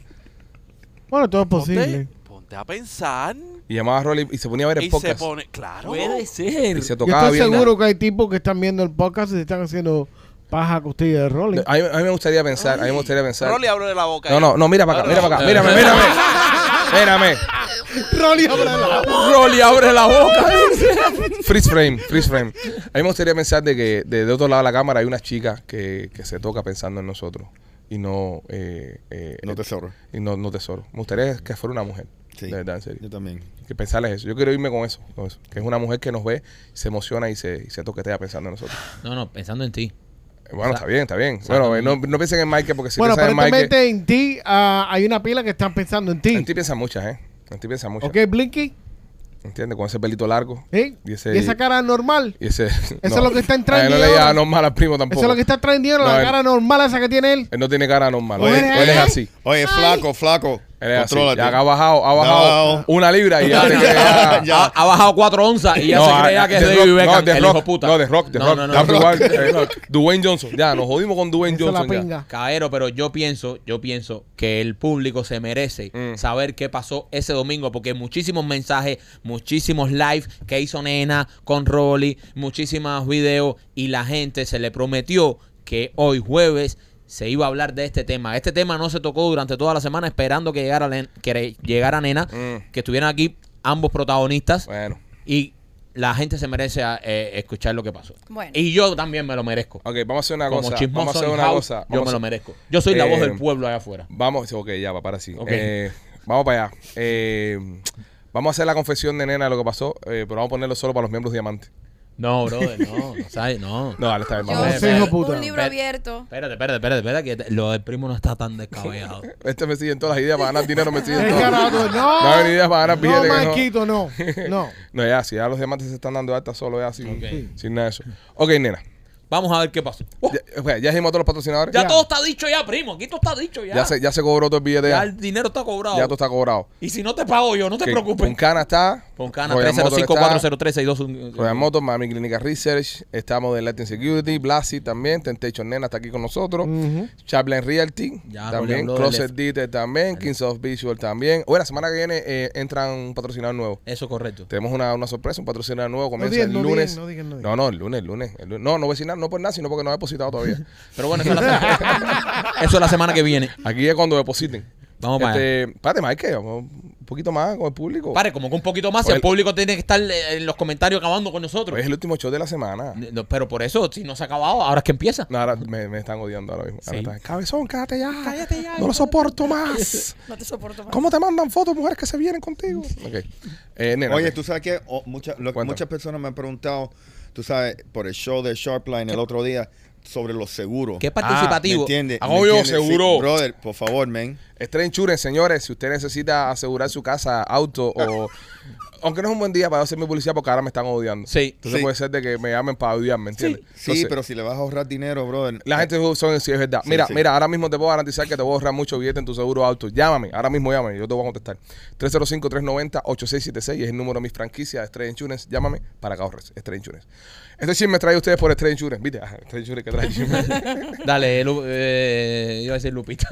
Speaker 5: Bueno, todo es
Speaker 7: ponte,
Speaker 5: posible.
Speaker 7: ponte a pensar.
Speaker 3: Y llamaba a Rolly y se ponía a ver el
Speaker 7: Y se
Speaker 3: podcast.
Speaker 7: pone. Claro.
Speaker 3: Y
Speaker 4: ser.
Speaker 3: se
Speaker 5: Yo
Speaker 3: tocaba
Speaker 5: estoy
Speaker 3: bien. ¿eh?
Speaker 5: seguro que hay tipos que están viendo el podcast y se están haciendo paja a costilla de Rolling.
Speaker 3: A mí, a mí me gustaría pensar, a mí me gustaría pensar.
Speaker 7: Rolly abre la boca.
Speaker 3: No, no, no, mira para acá, mira para acá, mírame, mírame. Mírame.
Speaker 5: Rolling abre la
Speaker 4: Rolly abre la boca.
Speaker 3: Freeze frame, freeze frame. A mí me gustaría pensar de que de, de otro lado de la cámara hay una chica que, que se toca pensando en nosotros y no eh, eh,
Speaker 6: No tesoro.
Speaker 3: y no, no tesoro. Me gustaría que fuera una mujer. De verdad, en serio.
Speaker 6: Yo también.
Speaker 3: Que pensarles eso. Yo quiero irme con eso, con eso. Que es una mujer que nos ve, se emociona y se, y se toquetea pensando en nosotros.
Speaker 4: No, no, pensando en ti.
Speaker 3: Eh, Bueno, está bien, está bien. Bueno, eh, no, no piensen en Mike porque si
Speaker 5: bueno, este
Speaker 3: piensan en Mike.
Speaker 5: aparentemente en ti ah, hay una pila que están pensando en ti.
Speaker 3: En ti piensan muchas, ¿eh? En ti piensan muchas.
Speaker 5: ¿Ok, Blinky?
Speaker 3: ¿Entiendes? Con ese pelito largo.
Speaker 5: ¿Eh?
Speaker 3: Y
Speaker 5: ¿Y,
Speaker 3: ese-
Speaker 5: esa cara normal?
Speaker 3: Y ese, Eso
Speaker 5: es lo que está en trending
Speaker 3: No le
Speaker 5: ahora.
Speaker 3: llama normal al primo tampoco.
Speaker 5: Eso es lo que está trayendo
Speaker 3: No,
Speaker 5: la
Speaker 3: él-
Speaker 5: cara normal esa que tiene él.
Speaker 3: Él no tiene cara normal.
Speaker 6: Oye,
Speaker 3: él, él es
Speaker 5: eh.
Speaker 6: oye.
Speaker 3: así.
Speaker 6: Oye, flaco, flaco.
Speaker 3: Él es así.
Speaker 6: Contrólate.
Speaker 3: Ya que ha bajado, ha
Speaker 6: Ya
Speaker 3: bajado,
Speaker 6: bajado.
Speaker 3: una libra y ya te cree ya-
Speaker 6: Ya.
Speaker 4: Ha, ha bajado cuatro onzas y ya
Speaker 3: No,
Speaker 4: se
Speaker 3: ah,
Speaker 4: creía que es
Speaker 3: The
Speaker 4: David
Speaker 3: Rock,
Speaker 4: Beckham,
Speaker 3: no, The
Speaker 4: el
Speaker 3: Rock,
Speaker 4: hijo puta.
Speaker 3: No, de Rock, de
Speaker 4: no,
Speaker 3: Rock.
Speaker 4: No, no,
Speaker 3: That's
Speaker 4: no.
Speaker 3: why- eh, Dwayne Johnson. Ya, nos jodimos con Dwayne
Speaker 5: Esa es la
Speaker 3: Johnson. ya.
Speaker 5: pinga.
Speaker 4: Caero, pero yo pienso, yo pienso que el público se merece
Speaker 3: Mm.
Speaker 4: saber qué pasó ese domingo, porque muchísimos mensajes, muchísimos live que hizo Nena con Rolly, muchísimos videos y la gente se le prometió que hoy jueves se iba a hablar de este tema. Este tema no se tocó durante toda la semana esperando que llegara, Len- que re- llegara Nena,
Speaker 3: Mm.
Speaker 4: que estuvieran aquí ambos protagonistas
Speaker 3: Bueno.
Speaker 4: y la gente se merece a, eh, escuchar lo que pasó.
Speaker 8: Bueno.
Speaker 4: Y yo también me lo merezco.
Speaker 3: Ok, vamos a hacer una
Speaker 4: Como
Speaker 3: cosa.
Speaker 4: chismoso
Speaker 3: Vamos a hacer
Speaker 4: in
Speaker 3: una
Speaker 4: house,
Speaker 3: cosa.
Speaker 4: yo
Speaker 3: Vamos
Speaker 4: me
Speaker 3: a-
Speaker 4: lo merezco. Yo soy la voz
Speaker 3: Eh,
Speaker 4: del pueblo allá afuera.
Speaker 3: Vamos, ok, ya, va, para sí.
Speaker 4: Ok.
Speaker 3: Eh, vamos para allá. Eh, vamos a hacer la confesión de nena de lo que pasó, eh, pero vamos a ponerlo solo para los miembros diamantes.
Speaker 4: No, brother, no, no sabes, no.
Speaker 3: No, vale, está bien,
Speaker 8: Yo
Speaker 3: vamos.
Speaker 5: Ese
Speaker 8: soy
Speaker 5: hijo puta.
Speaker 8: un libro
Speaker 4: Ve-
Speaker 8: abierto.
Speaker 4: Espérate, espérate, espérate, espérate, que te- lo del primo no está tan descabellado.
Speaker 3: Este me sigue en todas las ideas para ganar dinero, me sigue en
Speaker 5: Es
Speaker 3: todas.
Speaker 5: carajo, no.
Speaker 3: No hay ni ideas para ganar
Speaker 5: No,
Speaker 3: billetes, que no.
Speaker 5: Marquito, no. No.
Speaker 3: No, ya, si ya los diamantes se están dando alta solo, ya, sin,
Speaker 4: Ok.
Speaker 3: sin nada de eso. Ok, nena.
Speaker 4: Vamos a ver qué pasó. Oh,
Speaker 3: Ya, ok, ya dijimos a todos los patrocinadores.
Speaker 4: ya,
Speaker 3: Ya,
Speaker 4: todo está dicho ya, primo. Aquí todo está dicho ya.
Speaker 3: se, ya se cobró todo el billete.
Speaker 4: Ya
Speaker 3: Ya,
Speaker 4: el dinero está cobrado.
Speaker 3: ya todo está cobrado.
Speaker 4: Y si no te pago yo, no te
Speaker 3: Que
Speaker 4: preocupes.
Speaker 3: Puncana está.
Speaker 4: Poncana
Speaker 3: Royal Motor está,
Speaker 4: 305-403-62.
Speaker 3: Royal Motor, Miami Clinical Research, estamos de Latin Security, Blasi también, Temptation Nena está aquí con nosotros, Chaplin Realty
Speaker 4: Ya, Rolly
Speaker 3: también,
Speaker 4: habló
Speaker 3: Closet
Speaker 4: del-
Speaker 3: Dieter también, Kings of Visual también. Oye, la semana que viene eh, entra un patrocinador nuevo.
Speaker 4: Eso es correcto.
Speaker 3: Tenemos una, una sorpresa, un patrocinador nuevo, comienza
Speaker 5: digan,
Speaker 3: el
Speaker 5: no
Speaker 3: lunes.
Speaker 5: digan, no digan, no digan.
Speaker 3: no, no, el lunes, el lunes, el lunes. No, no voy a decir nada, no por nada, sino porque no he depositado todavía.
Speaker 4: Pero bueno, eso es, la semana, eso es la semana que viene.
Speaker 3: Aquí es cuando depositen.
Speaker 4: Vamos para allá.
Speaker 3: este, Espérate, Mike, vamos un poquito más con el público.
Speaker 4: Pare, como que un poquito más, si el
Speaker 3: Oye.
Speaker 4: público tiene que estar eh, en los comentarios acabando con nosotros.
Speaker 3: Hoy es el último show de la semana.
Speaker 4: No, Pero por eso, si no se ha acabado, ahora es que empieza.
Speaker 3: No, ahora me, me están odiando ahora mismo. Ahora
Speaker 4: Sí.
Speaker 3: están, Cabezón, cállate ya. No lo soporto más.
Speaker 8: No te soporto más.
Speaker 3: ¿Cómo te mandan fotos mujeres que se vienen contigo? Ok. Eh, nena,
Speaker 6: Oye,
Speaker 3: ok.
Speaker 6: tú sabes que muchas lo-
Speaker 3: Cuéntame.
Speaker 6: muchas personas me han preguntado, tú sabes, por el show de Sharpline el otro día sobre los seguros.
Speaker 4: Qué participativo.
Speaker 6: ¿Me entiendes?
Speaker 3: Ah,
Speaker 6: ¿Me
Speaker 3: obvio,
Speaker 6: entiendes? Sí,
Speaker 3: seguro.
Speaker 6: brother, por favor, man.
Speaker 3: Estrella Insurance, señores, si usted necesita asegurar su casa, auto o... Aunque no es un buen día para hacer mi publicidad porque ahora me están odiando.
Speaker 4: Sí.
Speaker 3: Entonces
Speaker 6: Sí.
Speaker 3: puede ser de que me llamen para odiarme, ¿entiendes?
Speaker 6: Sí,
Speaker 3: Entonces,
Speaker 6: pero si le vas a ahorrar dinero, brother. eh,
Speaker 3: La
Speaker 4: Eh,
Speaker 3: gente son si es verdad. mira,
Speaker 6: sí.
Speaker 3: mira, ahora mismo te puedo garantizar que te voy a ahorrar mucho billete en tu seguro auto. Llámame, ahora mismo llámame, yo te voy a contestar. 305-390-8676 es el número de mis franquicias de Estrella Insurance. Llámame para que ahorres Estrella Insurance. Este chisme trae a ustedes por Estrella Insurance. ¿Viste? Ah, Estrella Insurance que trae chisme.
Speaker 4: Dale, Lu- eh, iba a decir Lupita.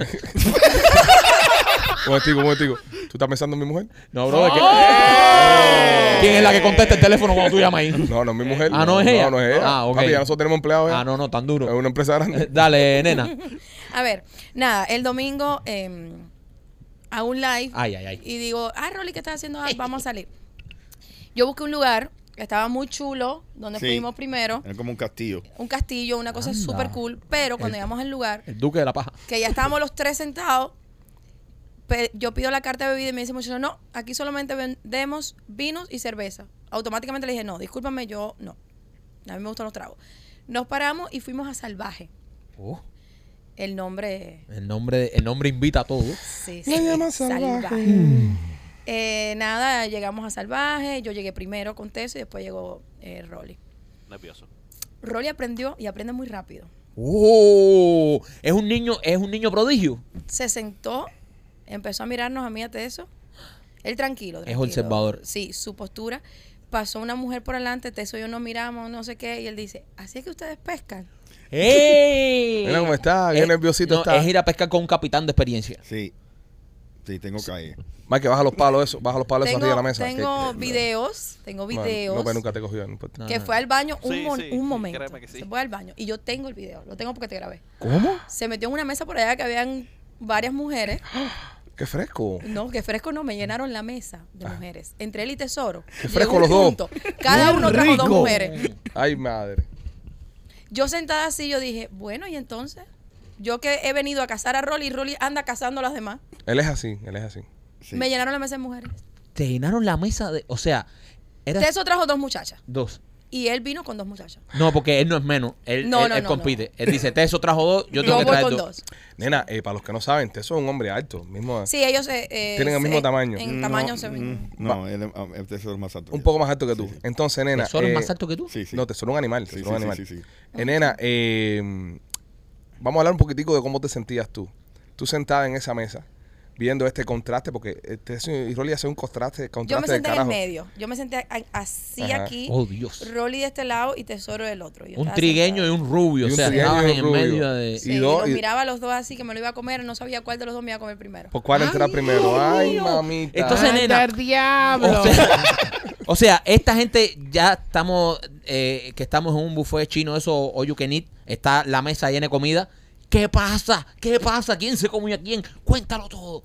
Speaker 3: Un momentico, un momentico. ¿Tú estás pensando en mi mujer?
Speaker 4: No, bro, es que- Eh, ¿Quién es la que contesta el teléfono cuando tú llamas ahí?
Speaker 3: No, no es mi mujer.
Speaker 4: Ah, ¿no es ella?
Speaker 3: No, no es ella.
Speaker 4: Ah, ok.
Speaker 3: Papi, ya nosotros tenemos empleados. ya.
Speaker 4: Ah, no, no, tan
Speaker 3: Es
Speaker 4: duro.
Speaker 3: una empresa grande.
Speaker 4: Eh, Dale, nena.
Speaker 8: A ver, nada, el domingo eh, a un live
Speaker 4: Ay, ay, ay.
Speaker 8: y digo, ah, Rolly, ¿qué estás haciendo? Ah, vamos a salir. Yo busqué un lugar que estaba muy chulo, donde
Speaker 6: Sí.
Speaker 8: fuimos primero,
Speaker 6: Es como un castillo.
Speaker 8: un castillo, una cosa
Speaker 4: Anda.
Speaker 8: súper cool, pero cuando llegamos al lugar,
Speaker 4: El duque de la paja.
Speaker 8: que ya estábamos los tres sentados, pe- yo pido la carta de bebida y me dice el muchacho, no, aquí solamente vendemos vinos y cerveza. Automáticamente le dije, no, discúlpame, yo no. A mí me gustan los tragos. Nos paramos y fuimos a Salvaje.
Speaker 4: Oh,
Speaker 8: El nombre...
Speaker 4: el, nombre, el nombre invita a todo.
Speaker 8: Sí, sí, salvaje.
Speaker 4: Mm.
Speaker 8: Eh, nada, llegamos a Salvaje, yo llegué primero con Teso y después llegó eh, Rolly.
Speaker 7: Nervioso.
Speaker 8: Rolly aprendió y aprende muy rápido.
Speaker 4: Oh, es un niño, es un niño prodigio.
Speaker 8: Se sentó, empezó a mirarnos a mí a Teso. Él tranquilo,
Speaker 4: Es
Speaker 8: tranquilo.
Speaker 4: observador.
Speaker 8: Sí, su postura. Pasó una mujer por adelante, Teso y yo nos miramos, no sé qué, y él dice, así es que ustedes pescan.
Speaker 4: ¡Ey!
Speaker 3: Mira cómo está, bien
Speaker 4: Es-
Speaker 3: nerviosito
Speaker 4: Eh, no,
Speaker 3: está.
Speaker 4: Es ir a pescar con un capitán de experiencia.
Speaker 6: Sí. Sí, tengo calle.
Speaker 3: Mike, baja los palos eso. Baja los palos eso
Speaker 8: Tengo,
Speaker 3: arriba de la mesa.
Speaker 8: tengo
Speaker 3: Que- que-
Speaker 8: videos, tengo
Speaker 3: No,
Speaker 8: videos.
Speaker 3: No, pero nunca te cogió. no importa.
Speaker 8: que fue al baño un,
Speaker 7: Sí,
Speaker 8: mon-
Speaker 7: sí,
Speaker 8: un momento.
Speaker 7: créeme que sí.
Speaker 8: Se fue al baño. Y yo tengo el video, lo tengo porque te grabé.
Speaker 4: ¿Cómo?
Speaker 8: Se metió en una mesa por allá que habían varias mujeres.
Speaker 3: Qué fresco.
Speaker 8: No, que fresco no, me llenaron la mesa de mujeres. Entre él y Tesoro. Llegó
Speaker 3: fresco
Speaker 8: un
Speaker 3: los dos.
Speaker 8: punto, Cada
Speaker 5: Qué
Speaker 8: uno trajo dos
Speaker 5: rico.
Speaker 8: mujeres.
Speaker 3: Ay, madre.
Speaker 8: Yo sentada así, yo dije, bueno, ¿y entonces? Yo que he venido a cazar a Rolly, Rolly anda cazando a las demás.
Speaker 3: Él es así, él es así.
Speaker 6: Sí.
Speaker 8: Me llenaron la mesa de mujeres.
Speaker 4: Te llenaron la mesa de. O sea, eras
Speaker 8: Teso trajo dos muchachas.
Speaker 4: dos.
Speaker 8: Y él vino con dos muchachas.
Speaker 4: No, porque él no es menos. Él,
Speaker 8: No,
Speaker 4: él-
Speaker 8: no,
Speaker 4: él
Speaker 8: no,
Speaker 4: compite. Él dice, Teso trajo dos, yo
Speaker 8: Yo,
Speaker 4: tengo
Speaker 8: voy
Speaker 4: que traer
Speaker 8: con
Speaker 4: dos.
Speaker 8: dos.
Speaker 3: Nena, eh, para los que no saben, Teso es un hombre alto. Mismo,
Speaker 8: Sí, ellos eh, eh,
Speaker 3: Tienen el
Speaker 8: se-
Speaker 3: mismo tamaño.
Speaker 8: En
Speaker 6: No,
Speaker 8: tamaño se
Speaker 6: mm, No, él es- ah, el tesoro es más alto.
Speaker 3: Un poco más alto que tú. Entonces, nena.
Speaker 4: ¿Tesoro es
Speaker 3: eh,
Speaker 4: más alto que tú?
Speaker 6: Sí, sí.
Speaker 3: No, Tesoro es un animal.
Speaker 6: Sí,
Speaker 3: Tesoro
Speaker 6: sí,
Speaker 3: es un
Speaker 6: sí,
Speaker 3: animal.
Speaker 6: sí, sí.
Speaker 3: Eh, nena, eh, vamos a hablar un poquitico de cómo te sentías tú. Tú sentada en esa mesa, viendo este contraste, porque eh, Teso y Rolly hacen un contraste, contraste
Speaker 8: Yo me
Speaker 3: del
Speaker 8: senté en el
Speaker 3: carajo.
Speaker 8: medio. Yo me senté a- así
Speaker 3: Ajá.
Speaker 8: aquí.
Speaker 4: Oh, Dios.
Speaker 8: Rolly de este lado y Tesoro del otro. Yo
Speaker 4: Un
Speaker 8: estaba
Speaker 4: trigueño y
Speaker 8: sentada.
Speaker 4: un rubio.
Speaker 3: Y un
Speaker 4: o sea,
Speaker 3: trigueño y
Speaker 4: estaban
Speaker 3: un
Speaker 4: en
Speaker 3: rubio.
Speaker 4: medio de.
Speaker 8: Sí,
Speaker 3: y dos-
Speaker 8: los
Speaker 3: y-
Speaker 8: miraba a los dos así que me lo iba a comer. No sabía cuál de los dos me iba a comer primero.
Speaker 3: ¿Por cuál entrar
Speaker 4: Ay,
Speaker 3: primero?
Speaker 4: Dios
Speaker 3: Ay,
Speaker 4: mío.
Speaker 3: mamita.
Speaker 4: Entonces,
Speaker 5: Anda
Speaker 4: nena.
Speaker 5: el diablo.
Speaker 4: O sea, o sea, esta gente ya estamos, eh, que estamos en un buffet chino, eso, o you can eat, está la mesa llena de comida. ¿Qué pasa? ¿Qué pasa? ¿Quién se comió a quién? Cuéntalo todo.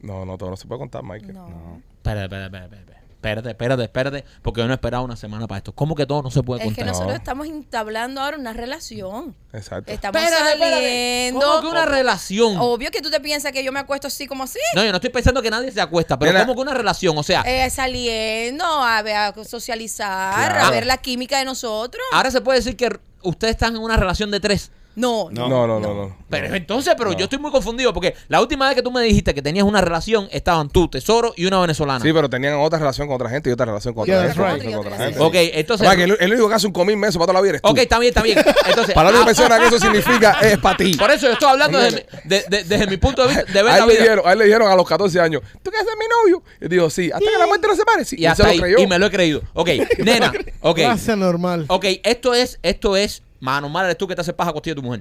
Speaker 3: No, no, todo no se puede contar, Michael.
Speaker 8: No.
Speaker 4: Espérate, espérate, espérate, espérate. Espérate, espérate, espérate, porque yo no esperaba una semana para esto. ¿Cómo que todo no se puede
Speaker 8: Es que
Speaker 4: contar?
Speaker 8: nosotros estamos entablando ahora una relación.
Speaker 3: Exacto.
Speaker 8: Estamos
Speaker 4: Espérate, espérate.
Speaker 8: saliendo.
Speaker 4: ¿Cómo que una relación?
Speaker 8: Obvio que tú te piensas que yo me acuesto así como así.
Speaker 4: No, yo no estoy pensando que nadie se acuesta, pero
Speaker 3: Nena.
Speaker 4: ¿cómo que una relación? O sea,
Speaker 8: Eh, saliendo a, ver- a socializar,
Speaker 3: Claro.
Speaker 8: a ver la química de nosotros.
Speaker 4: ahora se puede decir que r- ustedes están en una relación de tres.
Speaker 8: No,
Speaker 6: No.
Speaker 8: no.
Speaker 3: No, no, no, no.
Speaker 4: Pero entonces, pero yo estoy muy confundido porque la última vez que tú me dijiste que tenías una relación estaban tú, Tesoro y una venezolana.
Speaker 3: Sí, pero tenían otra relación con otra gente y otra relación con otra
Speaker 5: Yeah,
Speaker 3: gente.
Speaker 5: that's
Speaker 3: otra
Speaker 8: right.
Speaker 3: relación con otra
Speaker 8: Otra y
Speaker 3: gente.
Speaker 4: ok, entonces.
Speaker 3: Mike, el, el único que hace un comín menso para toda la vida eres tú.
Speaker 4: ok, está bien, está bien. Entonces,
Speaker 3: Para la única
Speaker 4: ah,
Speaker 3: persona que eso significa es para ti.
Speaker 4: por eso yo estoy hablando desde, mi- de- de- desde mi punto de vista de ver
Speaker 3: a,
Speaker 4: la
Speaker 3: él le
Speaker 4: vida.
Speaker 3: dijeron, a él le dijeron a los 14 años, ¿tú quieres ser mi novio? Y dijo, sí, hasta que la muerte no se pare. Sí,
Speaker 4: Y hasta
Speaker 3: se
Speaker 4: ahí,
Speaker 3: lo creyó.
Speaker 4: y me lo he creído. Ok, nena, ok.
Speaker 5: Gracias, normal.
Speaker 3: Oh,
Speaker 4: Ok, esto es, esto es. Mano, mal eres tú que te haces paja costilla de tu mujer.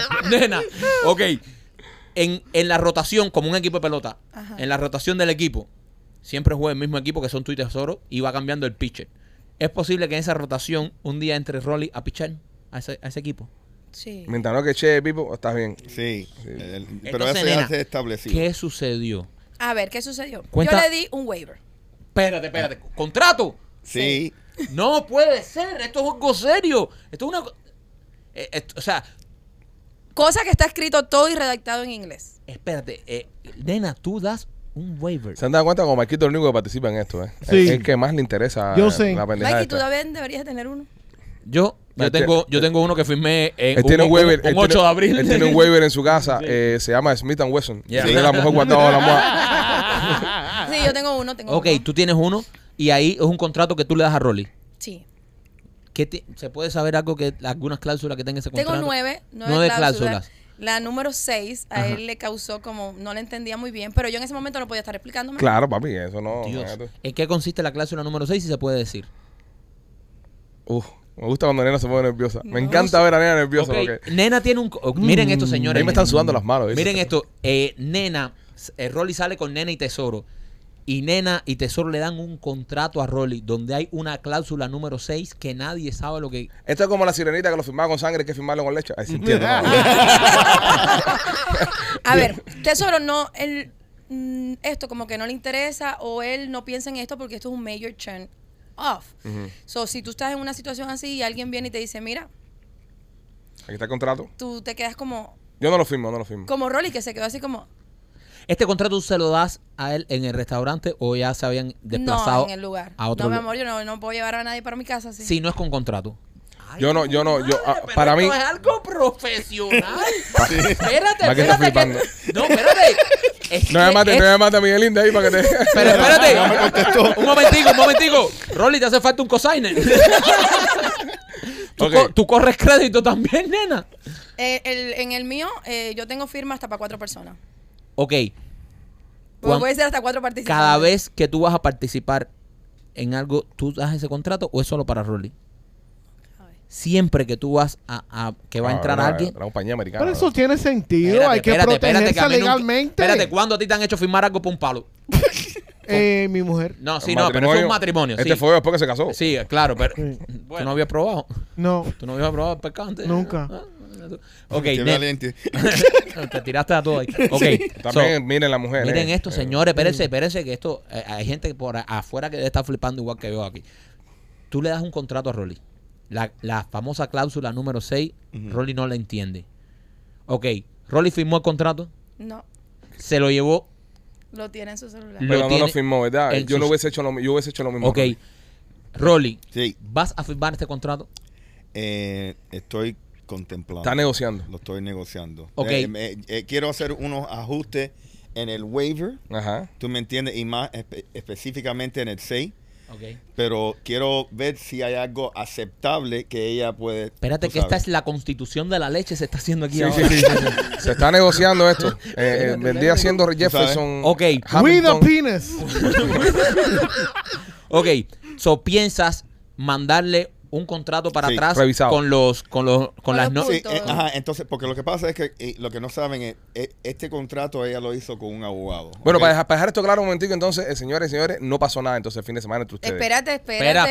Speaker 4: Nena, ok. En, en la rotación, como un equipo de pelota,
Speaker 8: Ajá.
Speaker 4: en la rotación del equipo, siempre juega el mismo equipo que son tú y Tesoro y va cambiando el pitcher. ¿Es posible que en esa rotación un día entre Rolly a pichar a ese, a ese equipo?
Speaker 8: Sí.
Speaker 3: Mientras no que che, Pipo, estás bien.
Speaker 6: Sí. el- el- pero
Speaker 4: Entonces,
Speaker 6: eso ya
Speaker 4: nena,
Speaker 6: se estableció.
Speaker 4: ¿Qué sucedió?
Speaker 8: A ver, ¿qué sucedió?
Speaker 4: Cuenta-
Speaker 8: Yo le di un waiver.
Speaker 4: Espérate, espérate. ¡Contrato!
Speaker 6: Sí.
Speaker 4: No puede ser. Esto es algo serio. Esto es una... co- Eh, esto- o sea,
Speaker 8: Cosa que está escrito todo y redactado en inglés.
Speaker 4: espérate. eh, nena, tú das un waiver.
Speaker 3: Se han dado cuenta como Marquito es el único que participa en esto, ¿eh?
Speaker 5: Sí.
Speaker 3: Es el que más le interesa
Speaker 5: Yo sé.
Speaker 3: la pendeja
Speaker 8: Mikey, tú
Speaker 3: esta.
Speaker 8: también deberías tener uno.
Speaker 4: Yo, yo
Speaker 3: Este-
Speaker 4: tengo, yo tengo uno que firmé en
Speaker 3: Él tiene un waiver. él
Speaker 4: 8
Speaker 3: tiene-
Speaker 4: de abril.
Speaker 3: Él tiene un waiver en su casa. eh, se llama Smith and Wesson.
Speaker 4: Yeah.
Speaker 3: Tiene la mujer guardada a la mujer.
Speaker 8: Sí, yo tengo uno, tengo
Speaker 4: Ok,
Speaker 8: uno.
Speaker 4: tú tienes uno y ahí es un contrato que tú le das a Rolly.
Speaker 8: Sí.
Speaker 4: ¿Qué te- ¿Se puede saber algo que algunas cláusulas que tenga ese contrato?
Speaker 8: Tengo nueve, nueve,
Speaker 4: Nueve
Speaker 8: cláusulas.
Speaker 4: cláusulas.
Speaker 8: La número seis a él le causó como, no la entendía muy bien, pero yo en ese momento no podía estar explicándome.
Speaker 3: Claro, papi, eso no.
Speaker 4: Dios.
Speaker 3: imagínate.
Speaker 4: ¿En qué consiste la cláusula número 6 si se puede decir?
Speaker 3: Uf, Me gusta cuando Nena se pone nerviosa. Me encanta ver a Nena nerviosa.
Speaker 4: Ok,
Speaker 3: porque-
Speaker 4: Nena tiene un. co- oh, Miren esto, señores.
Speaker 3: Mm. Ahí me están sudando las manos, dice.
Speaker 4: Miren esto. eh, nena, eh, Rolly sale con Nena y Tesoro. Y Nena y Tesoro le dan un contrato a Rolly donde hay una cláusula número 6 que nadie sabe lo que.
Speaker 3: Esto es como la sirenita que lo firmaba con sangre, que firmarlo con leche. Ay, sí, entiendo.
Speaker 8: A ver, Tesoro, no, él, mm, esto como que no le interesa o él no piensa en esto porque esto es un major turn off. So, si tú estás en una situación así y alguien viene y te dice, mira,
Speaker 3: Aquí está el contrato.
Speaker 8: tú te quedas como,
Speaker 3: Yo no lo firmo, no lo firmo.
Speaker 8: como Rolly, que se quedó así como,
Speaker 4: ¿Este contrato tú se lo das a él en el restaurante o ya se habían desplazado
Speaker 8: no, en el lugar.
Speaker 4: a otro
Speaker 8: no, mi
Speaker 4: lugar?
Speaker 8: amor, yo no, no puedo llevar a nadie para mi casa así.
Speaker 4: Si no es con contrato.
Speaker 3: Yo no, yo no, yo, ah, para mí,
Speaker 4: es algo profesional. Espérate,
Speaker 3: Va que está
Speaker 4: espérate.
Speaker 3: flipando.
Speaker 4: que- No, espérate. Es
Speaker 3: no me
Speaker 4: que
Speaker 3: mates,
Speaker 4: es-
Speaker 3: no me mates a Miguelinda ahí para que te...
Speaker 4: Pero espérate. un momentico, un momentico. Rolly, te hace falta un cosigner. ¿Tú,
Speaker 3: Ok.
Speaker 4: co- tú corres crédito también, nena.
Speaker 8: Eh, el- en el mío, eh, yo tengo firma hasta para cuatro personas.
Speaker 4: Ok,
Speaker 8: Pues
Speaker 4: Cuan-
Speaker 8: voy a ser hasta cuatro participantes.
Speaker 4: cada vez que tú vas a participar en algo, ¿tú das ese contrato o es solo para Rolly? Siempre que tú vas a, a- que va a entrar
Speaker 3: Ah, una-
Speaker 4: alguien.
Speaker 3: Una compañía americana.
Speaker 5: Pero eso tiene sentido,
Speaker 4: Espérate,
Speaker 5: hay que
Speaker 4: espérate, espérate,
Speaker 5: protegerse
Speaker 4: que a mí nunca-
Speaker 5: legalmente.
Speaker 4: espérate, ¿cuándo a ti te han hecho firmar algo por un palo?
Speaker 5: Eh, mi mujer.
Speaker 4: No,
Speaker 3: Un
Speaker 4: sí, no, pero eso es un matrimonio.
Speaker 3: Este
Speaker 4: sí.
Speaker 3: fue después que se casó.
Speaker 4: Sí, claro, pero tú
Speaker 7: Bueno.
Speaker 4: no habías probado.
Speaker 5: No.
Speaker 4: Tú no habías probado el pescante.
Speaker 5: Nunca.
Speaker 4: Ah, Ok,
Speaker 6: Qué
Speaker 4: ne-
Speaker 6: valiente.
Speaker 4: te tiraste a todo ahí. Ok, so,
Speaker 3: También miren la mujer.
Speaker 4: miren
Speaker 3: eh.
Speaker 4: esto,
Speaker 3: Eh,
Speaker 4: señores, espérense, espérense que esto, eh, hay gente por a- afuera que está flipando igual que yo aquí. Tú le das un contrato a Rolly. La, la famosa cláusula número 6, Rolly no la entiende. Ok, Rolly firmó el contrato,
Speaker 8: No,
Speaker 4: se lo llevó.
Speaker 8: lo tiene en su celular.
Speaker 4: Lo
Speaker 3: Pero no lo
Speaker 4: tiene
Speaker 3: firmó, ¿verdad?
Speaker 4: en
Speaker 3: Yo no
Speaker 4: sus-
Speaker 3: hubiese hecho lo, mi- yo hubiese hecho lo mismo.
Speaker 4: Ok, Rolly,
Speaker 6: Sí,
Speaker 4: ¿vas a firmar este contrato?
Speaker 6: eh, estoy contemplando.
Speaker 3: Está negociando.
Speaker 6: Lo estoy negociando.
Speaker 4: Ok.
Speaker 6: Eh, me- eh, quiero hacer unos ajustes en el waiver,
Speaker 3: Ajá.
Speaker 6: tú me entiendes, y más espe- específicamente en el 6,
Speaker 4: Ok.
Speaker 6: pero quiero ver si hay algo aceptable que ella puede...
Speaker 4: Espérate,
Speaker 6: tú
Speaker 4: que esta
Speaker 6: sabes.
Speaker 4: es la constitución de la leche, se está haciendo aquí
Speaker 3: Sí,
Speaker 4: ahora.
Speaker 3: sí, sí, sí, sí. Se está negociando esto. Eh, eh, vendría siendo Jefferson.
Speaker 4: Ok.
Speaker 5: With a
Speaker 3: Hamilton.
Speaker 5: penis.
Speaker 4: Ok, so piensas mandarle un contrato para
Speaker 6: Sí,
Speaker 4: atrás
Speaker 3: revisado.
Speaker 4: con los con los con,
Speaker 8: Con
Speaker 4: las
Speaker 8: los
Speaker 4: no-
Speaker 8: puntos.
Speaker 6: Sí, eh, ajá, entonces, porque lo que pasa es que eh, lo que no saben es, eh, este contrato ella lo hizo con un abogado.
Speaker 3: Bueno,
Speaker 6: ¿ok?
Speaker 3: para, dejar, para dejar esto claro un momentico, entonces, eh, señores y señores, no pasó nada entonces el fin de semana entre ustedes.
Speaker 8: Espérate, espérate.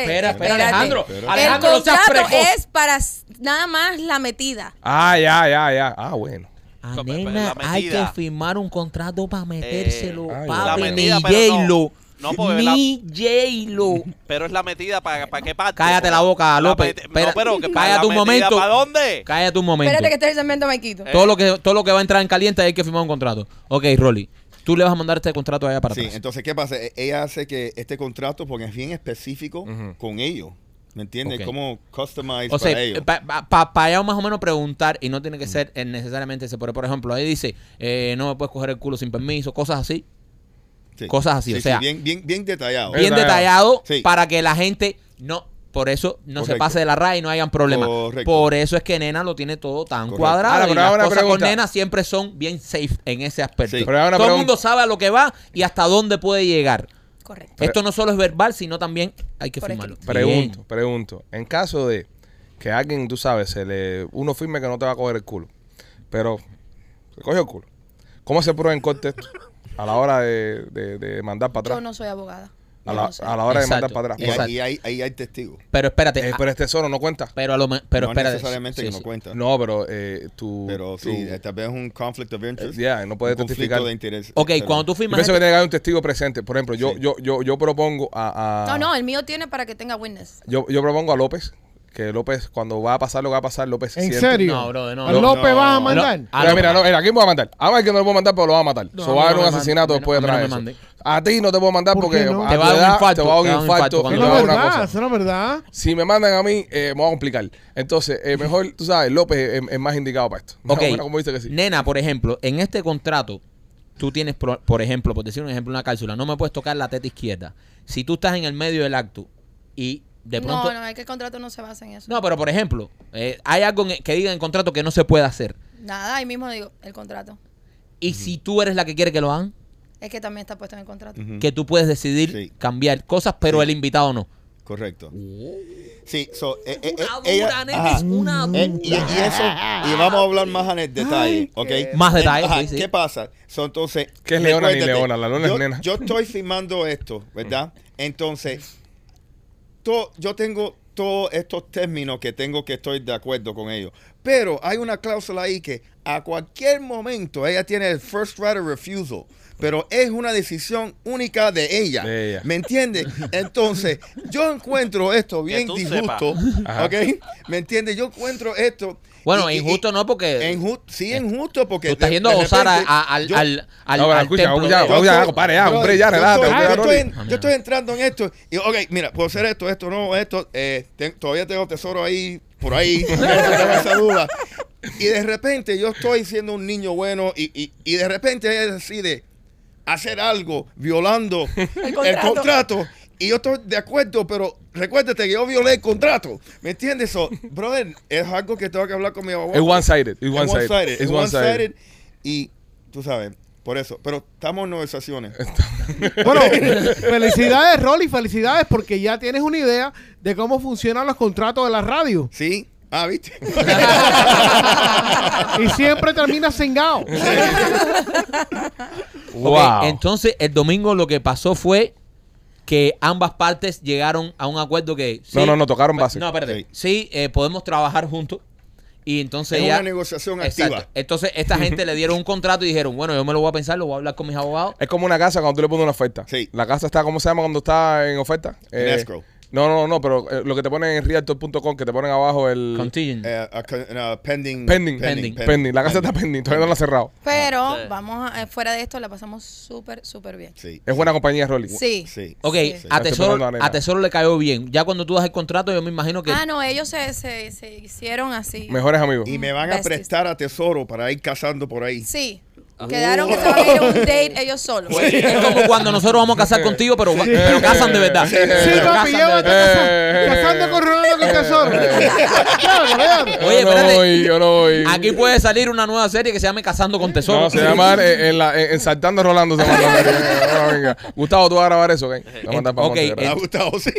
Speaker 4: Espera, espera, espera,
Speaker 8: espérate.
Speaker 4: Alejandro.
Speaker 6: Espera.
Speaker 4: Alejandro,
Speaker 8: el
Speaker 4: no seas
Speaker 8: contrato
Speaker 4: precoz.
Speaker 8: es para s- nada más la metida.
Speaker 3: Ah, ya, ya, ya. Ah, bueno.
Speaker 4: Ah,
Speaker 7: Pero, pero,
Speaker 4: nena,
Speaker 7: la
Speaker 4: hay que
Speaker 7: metida.
Speaker 4: firmar un contrato para metérselo,
Speaker 3: ay,
Speaker 4: papi,
Speaker 3: la
Speaker 7: Eh, metida,
Speaker 4: ni
Speaker 7: pero no.
Speaker 4: J-Lo.
Speaker 7: No, porque la-
Speaker 4: ni J-Lo.
Speaker 7: Pero es la metida para para qué parte.
Speaker 4: Cállate la boca, López.
Speaker 7: meti-
Speaker 4: Espera,
Speaker 7: no, pero que para
Speaker 4: cállate
Speaker 7: la
Speaker 4: un
Speaker 7: metida,
Speaker 4: momento.
Speaker 7: ¿Para dónde?
Speaker 4: Cállate un momento. Eh.
Speaker 8: Espérate que esté el cemento, Maikito.
Speaker 7: Eh.
Speaker 4: todo lo que todo lo que va a entrar en caliente hay que firmar un contrato. Ok, Rolly, tú le vas a mandar este contrato allá para
Speaker 6: Sí,
Speaker 4: atrás.
Speaker 6: entonces, ¿qué pasa? E- Ella hace que este contrato, porque es bien específico
Speaker 3: Ujú.
Speaker 6: con ellos. ¿Me entiendes?
Speaker 4: Ok.
Speaker 6: Como customized
Speaker 4: O sea,
Speaker 6: para ellos.
Speaker 4: para allá más o menos preguntar y no tiene que ser eh, necesariamente ese. Pero, por ejemplo, ahí dice, eh, no me puedes coger el culo sin permiso, cosas así.
Speaker 6: Sí.
Speaker 4: cosas así, o sea-
Speaker 6: bien, bien, bien detallado.
Speaker 4: Bien
Speaker 3: detallado.
Speaker 4: detallado
Speaker 6: Sí.
Speaker 4: para que la gente no, por eso no se
Speaker 6: Correcto.
Speaker 4: pase de la raya y no hayan problemas.
Speaker 6: Correcto.
Speaker 4: Por eso es que Nena lo tiene todo tan
Speaker 6: Correcto.
Speaker 4: cuadrado.
Speaker 3: Ahora,
Speaker 4: y
Speaker 3: pero
Speaker 4: las
Speaker 3: ahora una
Speaker 4: cosas con
Speaker 3: pregunta.
Speaker 4: Nena siempre son bien safe en ese aspecto.
Speaker 6: Sí.
Speaker 4: Todo
Speaker 3: Pero ahora una
Speaker 4: el
Speaker 3: pregunta.
Speaker 4: mundo sabe a lo que va y hasta dónde puede llegar.
Speaker 8: Correcto.
Speaker 4: Esto no solo es verbal, sino también hay que
Speaker 8: Por
Speaker 4: firmarlo.
Speaker 8: escrito.
Speaker 3: Pregunto, pregunto. En caso de que alguien, tú sabes, se le, uno firme que no te va a coger el culo, pero se cogió el culo. ¿Cómo se prueba en corte esto? A la hora de, de- de mandar para
Speaker 8: Yo
Speaker 3: atrás.
Speaker 8: no soy abogada.
Speaker 3: A
Speaker 8: Yo
Speaker 3: la,
Speaker 8: no sé.
Speaker 3: a la hora de
Speaker 4: Exacto.
Speaker 3: mandar para
Speaker 6: Y,
Speaker 3: atrás.
Speaker 4: Exacto.
Speaker 6: Ah, pues, ahí, y ahí- ahí hay testigos.
Speaker 4: Pero espérate,
Speaker 3: Eh,
Speaker 4: ah,
Speaker 3: pero este solo no cuenta.
Speaker 4: pero, a lo me- pero
Speaker 6: no
Speaker 4: espérate.
Speaker 6: necesariamente
Speaker 4: Sí,
Speaker 6: que no
Speaker 4: sí.
Speaker 6: cuenta.
Speaker 3: No, pero eh, tú.
Speaker 6: Pero
Speaker 3: tú-
Speaker 6: sí, eh, tal vez es un conflict of interest.
Speaker 3: Yeah, no puede
Speaker 6: un conflicto
Speaker 3: testificar.
Speaker 6: de interés.
Speaker 4: Ok,
Speaker 6: Pero-
Speaker 4: cuando tú
Speaker 3: Yo
Speaker 4: firmas...
Speaker 3: pienso
Speaker 4: este-
Speaker 3: que tiene que haber un testigo presente. Por ejemplo, yo,
Speaker 6: Sí.
Speaker 3: yo, yo, yo propongo a, a-
Speaker 8: No, no, el mío tiene para que tenga witness.
Speaker 3: Yo, yo propongo a López, que López, cuando va a pasar lo que va a pasar, López se
Speaker 5: ¿En
Speaker 3: siente-
Speaker 5: serio?
Speaker 4: No, brro, no,
Speaker 5: ¿A
Speaker 4: no.
Speaker 5: López
Speaker 6: No.
Speaker 5: vas a
Speaker 6: No.
Speaker 5: mandar?
Speaker 4: A
Speaker 3: Mira,
Speaker 4: lo-
Speaker 3: mira, no, mira, ¿a quién voy a mandar? A ver que no lo puedo mandar, pero lo va a matar.
Speaker 4: No,
Speaker 3: so, va
Speaker 4: a mí
Speaker 3: a haber
Speaker 4: no
Speaker 3: un
Speaker 4: me
Speaker 3: asesinato
Speaker 4: manda-
Speaker 3: después
Speaker 4: a
Speaker 3: de
Speaker 4: mí no- a mí
Speaker 3: traer
Speaker 4: no me
Speaker 3: eso. A ti no te puedo mandar
Speaker 5: ¿Por
Speaker 3: porque
Speaker 5: qué no?
Speaker 3: a
Speaker 4: Te
Speaker 3: tu
Speaker 4: va a dar un
Speaker 3: edad
Speaker 4: infarto,
Speaker 3: te va a
Speaker 4: te va a dar
Speaker 3: dar un
Speaker 4: un infarto
Speaker 3: infarto.
Speaker 5: Es
Speaker 3: cuando
Speaker 4: cuando
Speaker 5: una
Speaker 3: te va a dar una
Speaker 5: verdad, es
Speaker 3: cosa.
Speaker 5: una verdad.
Speaker 3: Si me mandan a mí, eh, me voy a complicar. Entonces, eh, mejor, tú sabes, López es, es más indicado para esto.
Speaker 4: Ok.
Speaker 3: Bueno, como dice que sí.
Speaker 4: Nena, por ejemplo, en este contrato, tú tienes, pro- por ejemplo, por decir un ejemplo, una cápsula, no me puedes tocar la teta izquierda. Si tú estás en el medio del acto y de pronto...
Speaker 8: No, no, es que el contrato no se basa en eso.
Speaker 4: No, pero por ejemplo, eh, hay algo en- que diga en el contrato que no se puede hacer.
Speaker 8: Nada, ahí mismo digo, el contrato.
Speaker 4: Y si tú eres la que quiere que lo hagan,
Speaker 8: Es que también está puesto en el contrato.
Speaker 6: Ujú.
Speaker 4: que tú puedes decidir
Speaker 6: Sí.
Speaker 4: cambiar cosas, pero
Speaker 6: Sí.
Speaker 4: el invitado no.
Speaker 6: correcto.
Speaker 3: Oh.
Speaker 6: Sí, so, eh, eh, eh,
Speaker 4: Una
Speaker 6: ella-
Speaker 4: dura, nene,
Speaker 6: ajá.
Speaker 4: es una
Speaker 6: Eh, y, y eso, y vamos a hablar más en el detalle, ¿ok?
Speaker 4: Más detalle,
Speaker 6: Ajá,
Speaker 4: sí, sí.
Speaker 6: ¿Qué pasa? So, entonces,
Speaker 3: ¿Qué es leona ni
Speaker 6: recuérdate,
Speaker 3: leona? La leona es
Speaker 6: yo,
Speaker 3: nena. Mm.
Speaker 6: Yo estoy firmando esto, ¿verdad? Entonces, to- yo tengo todos estos términos que tengo que estoy de acuerdo con ellos. Pero hay una cláusula ahí que a cualquier momento ella tiene el first right of refusal. Pero es una decisión única de ella.
Speaker 3: De ella.
Speaker 6: ¿Me entiendes? Entonces, yo encuentro esto bien
Speaker 7: tú
Speaker 6: disjusto.
Speaker 3: Ajá.
Speaker 6: ¿Ok? ¿Me entiendes? Yo encuentro esto.
Speaker 4: Bueno, injusto no, porque- eh,
Speaker 6: Inju- sí, injusto porque.
Speaker 4: Tú estás
Speaker 6: de-
Speaker 4: yendo
Speaker 6: de
Speaker 4: a gozar a-
Speaker 6: repente,
Speaker 4: a- al,
Speaker 6: yo-
Speaker 4: al, al,
Speaker 3: No, pero
Speaker 4: al
Speaker 3: escucha,
Speaker 4: templo
Speaker 3: ya,
Speaker 4: de-
Speaker 3: vamos ya, compadre, ya,
Speaker 6: Bro,
Speaker 3: hombre, ya,
Speaker 6: yo
Speaker 3: relájate,
Speaker 6: estoy-
Speaker 3: usted,
Speaker 6: Yo,
Speaker 3: Rolly.
Speaker 6: estoy, en- yo estoy entrando en esto. Y, ok, mira, puedo hacer esto, esto no, esto. eh, ten- todavía tengo tesoro ahí, por ahí. no tengo esa duda. Y de repente yo estoy siendo un niño bueno y, y, y de repente ella decide hacer algo violando el contrato.
Speaker 8: contrato.
Speaker 6: y yo estoy de acuerdo, pero recuérdate que yo violé el contrato. ¿Me entiendes? So, brother, es algo que tengo que hablar con mi
Speaker 3: Es
Speaker 6: abogado.
Speaker 3: one-sided. Es one-sided.
Speaker 6: Es
Speaker 3: Es one-sided.
Speaker 6: one-sided. Y tú sabes, por eso. Pero estamos en negociaciones.
Speaker 5: Bueno, felicidades, Rolly, felicidades, porque ya tienes una idea de cómo funcionan los contratos de la radio.
Speaker 6: ¿Sí? Ah, ¿viste?
Speaker 5: Y siempre terminas cengado.
Speaker 4: Ok,
Speaker 3: Wow.
Speaker 4: entonces, el domingo lo que pasó fue que ambas partes llegaron a un acuerdo que. sí,
Speaker 3: No, no, no, tocaron
Speaker 4: pe-
Speaker 3: base.
Speaker 4: No, espérate.
Speaker 6: Sí.
Speaker 4: Sí, eh, podemos trabajar juntos. Y entonces
Speaker 6: Es
Speaker 4: ya.
Speaker 6: una negociación
Speaker 4: Exacto.
Speaker 6: activa.
Speaker 4: Entonces, esta gente le dieron un contrato y dijeron: Bueno, yo me lo voy a pensar, lo voy a hablar con mis abogados.
Speaker 3: Es como una casa cuando tú le pones una oferta.
Speaker 6: Sí.
Speaker 3: La casa está, ¿cómo se llama cuando está en oferta? Eh,
Speaker 6: En escrow.
Speaker 3: No, no, no, pero eh, lo que te ponen en realtor.com, que te ponen abajo el...
Speaker 4: Contingent.
Speaker 6: Eh, a con- no, pending,
Speaker 3: Pending.
Speaker 4: Pending.
Speaker 3: Pending. La casa está pending, todavía no la ha cerrado.
Speaker 8: Pero
Speaker 7: Sí.
Speaker 8: vamos a, eh, fuera de esto, la pasamos súper, súper bien.
Speaker 6: Sí.
Speaker 3: Es buena compañía, Rolly.
Speaker 8: Sí.
Speaker 6: Sí.
Speaker 4: ok,
Speaker 7: ah,
Speaker 8: sí.
Speaker 4: a,
Speaker 3: Estoy
Speaker 4: tesoro,
Speaker 3: tomando arena.
Speaker 4: a Tesoro le cayó bien. Ya cuando tú das el contrato, yo me imagino que.
Speaker 8: Ah, no, ellos se, se, se hicieron así.
Speaker 3: Mejores amigos.
Speaker 6: Y me van a
Speaker 8: Besties.
Speaker 6: prestar a tesoro para ir cazando por ahí.
Speaker 8: Sí.
Speaker 7: Ah.
Speaker 8: Quedaron
Speaker 7: Uh.
Speaker 8: que se van a ir a un date ellos solos.
Speaker 4: Es como cuando nosotros vamos a casar contigo, pero, pero casan de verdad.
Speaker 3: Sí,
Speaker 5: Sí,
Speaker 4: Pero casan de
Speaker 5: papi, llévate
Speaker 4: verdad.
Speaker 3: Eh.
Speaker 5: casa- casando con Ronaldo con Tesoro.
Speaker 3: Este
Speaker 5: Llévatelo, llévatelo.
Speaker 4: Oye,
Speaker 3: yo no
Speaker 4: espérate.
Speaker 3: voy, yo no voy.
Speaker 4: Aquí puede salir una nueva serie que se llame Casando con Tesoro.
Speaker 3: No, se llama eh, en la- en- en Saltando Rolando. Se llama. Ah, venga. Gustavo, tú vas a grabar eso, ¿ok? Lo vas a mandar para
Speaker 4: Ok,
Speaker 3: Monte,
Speaker 4: eh,
Speaker 6: ¿Ha
Speaker 3: ¿verdad?
Speaker 6: gustado? Sí.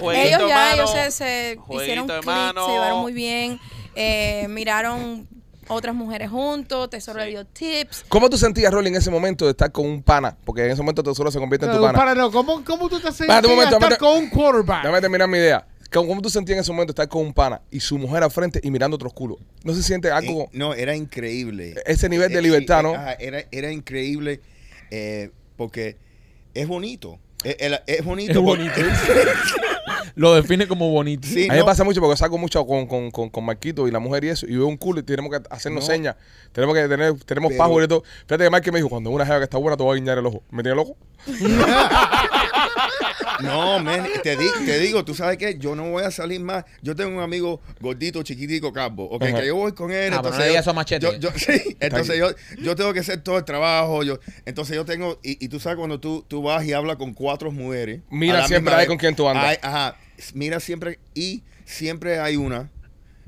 Speaker 7: Jueguito
Speaker 8: Ellos
Speaker 7: de
Speaker 8: ya,
Speaker 7: mano,
Speaker 8: ellos se, se
Speaker 7: jueguito
Speaker 8: hicieron
Speaker 7: de
Speaker 8: clic,
Speaker 7: mano.
Speaker 8: se llevaron muy bien, eh, miraron otras mujeres juntos, Tesoro le dio tips.
Speaker 3: ¿Cómo tú sentías, Rolly, en ese momento de estar con un pana? Porque en ese momento Tesoro se convierte en tu
Speaker 5: No,
Speaker 3: pana.
Speaker 5: Eh, para, no, ¿cómo, ¿Cómo tú te haces
Speaker 3: Espérate un momento,
Speaker 5: estar
Speaker 3: espérate.
Speaker 5: con un quarterback?
Speaker 3: Déjame terminar mi idea. ¿Cómo, cómo tú sentías en ese momento estar con un pana y su mujer al frente y mirando otros culos? ¿No se siente algo?
Speaker 6: Eh, No, era increíble.
Speaker 3: Ese nivel de
Speaker 6: Eh, sí,
Speaker 3: libertad,
Speaker 6: eh,
Speaker 3: ¿no?
Speaker 6: ajá, Era, era increíble eh, porque es bonito. Eh, era- Es, bonito.
Speaker 4: Es
Speaker 6: porque-
Speaker 4: Lo define como bonito.
Speaker 6: sí,
Speaker 3: a mí me
Speaker 6: no,
Speaker 3: pasa mucho porque salgo mucho con, con, con, con Marquito y la mujer y eso, y veo un culo y tenemos que hacernos
Speaker 6: No.
Speaker 3: señas. Tenemos que tener, tenemos
Speaker 6: Pero-
Speaker 3: pajo y todo. Fíjate que Marquito me dijo, cuando una jeva que está buena, te voy a guiñar el ojo. ¿Me tiene loco?
Speaker 6: No, men, te, di- te digo, tú sabes qué, yo no voy a salir más. Yo tengo un amigo gordito, chiquitico, calvo, ok,
Speaker 3: Ajá.
Speaker 6: que yo voy con él.
Speaker 4: Ah, pero no
Speaker 6: entonces
Speaker 4: le
Speaker 6: yo-
Speaker 4: digas eso a Machete.
Speaker 6: yo- yo- sí, entonces yo, yo tengo que hacer todo el trabajo. Yo, entonces yo tengo, y, y tú sabes cuando tú, tú vas y hablas con cuatro mujeres.
Speaker 3: Mira
Speaker 6: a la
Speaker 3: siempre
Speaker 6: misma
Speaker 3: a ver
Speaker 6: vez,
Speaker 3: con quién tú andas.
Speaker 6: hay- ajá, mira siempre, y siempre hay una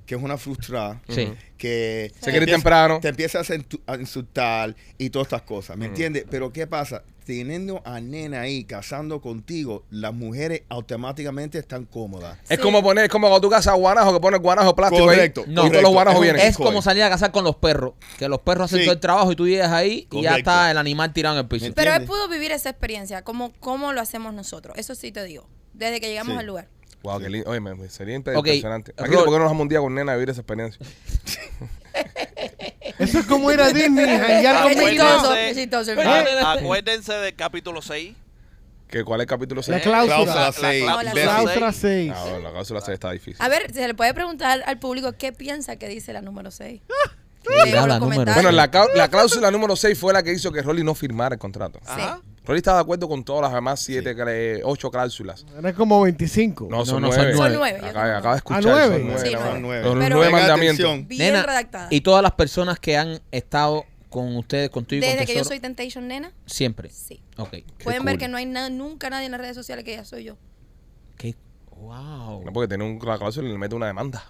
Speaker 6: que es una frustrada.
Speaker 4: Sí.
Speaker 6: Que
Speaker 3: Se quiere ir
Speaker 6: empieza-
Speaker 3: temprano.
Speaker 6: Te empieza a sentu- a insultar y todas estas cosas, ¿me entiendes? Pero ¿qué pasa? Teniendo a nena ahí casando contigo, las mujeres automáticamente están cómodas.
Speaker 3: Es como poner, es como cuando tú casas guanajo, que pones guanajo plástico
Speaker 6: Correcto,
Speaker 3: ahí.
Speaker 4: No,
Speaker 3: y todos los guanajos
Speaker 6: correcto.
Speaker 3: vienen.
Speaker 4: Es
Speaker 6: Bitcoin.
Speaker 4: como salir a cazar con los perros, que los perros hacen
Speaker 6: Sí.
Speaker 4: todo el trabajo y tú llegas ahí y ya
Speaker 6: Correcto.
Speaker 4: está el animal tirado en el piso.
Speaker 6: Me-
Speaker 8: Pero él
Speaker 6: ¿Entiendes?
Speaker 8: pudo vivir esa experiencia, como, como lo hacemos nosotros. Eso sí te digo, desde que llegamos
Speaker 6: Sí.
Speaker 8: al lugar.
Speaker 3: Wow, qué lindo. Oye, me, me sería imp-
Speaker 4: Ok,
Speaker 3: impresionante. Aquí,
Speaker 4: Rol-
Speaker 3: ¿por qué no nos vamos un día con nena a vivir esa experiencia?
Speaker 5: Eso es como ir a Disney, janguear
Speaker 8: Qué
Speaker 5: con Mickey
Speaker 7: Acuérdense-
Speaker 5: Mouse.
Speaker 8: chistoso, qué chistoso. el
Speaker 7: a-
Speaker 8: video.
Speaker 7: Acuérdense del capítulo 6.
Speaker 3: ¿Que ¿Cuál es el capítulo 6?
Speaker 5: La cláusula.
Speaker 6: Cláusula
Speaker 7: seis.
Speaker 6: seis,
Speaker 8: cláusula
Speaker 6: imbécil.
Speaker 8: seis.
Speaker 5: Claustra 6.
Speaker 3: Ah, bueno, la cláusula 6 está difícil.
Speaker 8: A ver, se le puede preguntar al público qué piensa que dice la número 6.
Speaker 4: Mira la número.
Speaker 3: Bueno, la, cau- la cláusula número 6 fue la que hizo que Rolly no firmara el contrato.
Speaker 7: Ajá.
Speaker 3: Rolly estaba de acuerdo con todas las demás 7, 8 cláusulas.
Speaker 5: Era como 25.
Speaker 3: No, son
Speaker 4: no, son
Speaker 3: 9.
Speaker 4: nueve.
Speaker 8: Son nueve, yo tengo
Speaker 3: Acaba, acaba de escuchar.
Speaker 5: nueve.
Speaker 3: son nueve,
Speaker 8: Sí,
Speaker 3: la
Speaker 8: nueve.
Speaker 3: verdad.
Speaker 6: Nueve.
Speaker 3: Los
Speaker 8: Pero-
Speaker 3: nueve
Speaker 6: Pongan
Speaker 3: mandamientos.
Speaker 6: atención.
Speaker 8: Bien
Speaker 4: Nena,
Speaker 8: redactada.
Speaker 4: y todas las personas que han estado con ustedes, contigo y con
Speaker 8: Desde que yo
Speaker 4: Tesoro,
Speaker 8: soy Temptation Nena,
Speaker 4: siempre.
Speaker 8: sí.
Speaker 4: Ok.
Speaker 8: Pueden ver que no hay na- nunca nadie en las redes sociales que ella soy yo.
Speaker 4: Qué- Wow.
Speaker 3: No, porque tiene un- una cláusula y le mete una demanda.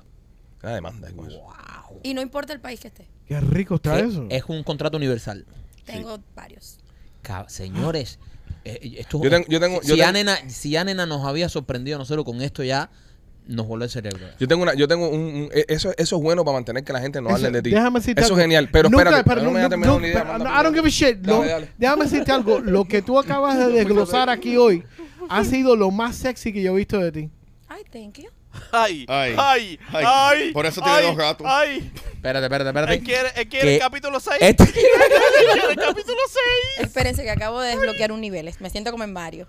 Speaker 3: Una demanda. con eso.
Speaker 8: Y no importa el país que esté.
Speaker 5: Qué rico está
Speaker 4: Qué-
Speaker 5: eso.
Speaker 4: Es un contrato universal.
Speaker 8: Tengo varios.
Speaker 4: Ca- Señores, eh, esto
Speaker 3: Yo tengo- yo tengo-
Speaker 4: si,
Speaker 3: yo
Speaker 4: ya
Speaker 3: tengo-
Speaker 4: nena, si ya nena nos había sorprendido a nosotros con esto, ya nos voló el cerebro.
Speaker 3: Yo tengo una, yo tengo un, un- e- eso, eso es bueno para mantener que la gente no
Speaker 5: Eso-
Speaker 3: hable de ti.
Speaker 5: Déjame decirte
Speaker 3: Eso
Speaker 5: algo.
Speaker 3: es genial, pero
Speaker 5: Nunca,
Speaker 3: espérate,
Speaker 5: pero
Speaker 3: no me
Speaker 5: nu-
Speaker 3: haya terminado
Speaker 5: nu-
Speaker 3: ni idea,
Speaker 5: pero
Speaker 3: manda
Speaker 5: I don't
Speaker 3: tú.
Speaker 5: give a shit.
Speaker 3: Dale,
Speaker 5: Lo-
Speaker 3: dale.
Speaker 5: Déjame decirte algo. Lo que tú acabas de desglosar aquí hoy ha sido lo más sexy que yo he visto de ti.
Speaker 8: Ay, thank you.
Speaker 7: Ay,
Speaker 6: Ay.
Speaker 7: ay, ay,
Speaker 6: Ay. Por eso tiene
Speaker 7: ay,
Speaker 6: dos gatos.
Speaker 7: Ay,
Speaker 4: Espérate, espérate, espérate.
Speaker 7: él quiere, él
Speaker 4: Que-
Speaker 7: quiere el capítulo 6.
Speaker 4: Este-
Speaker 7: Él quiere el capítulo 6.
Speaker 8: Espérense que acabo de desbloquear un nivel. Me siento como en Mario.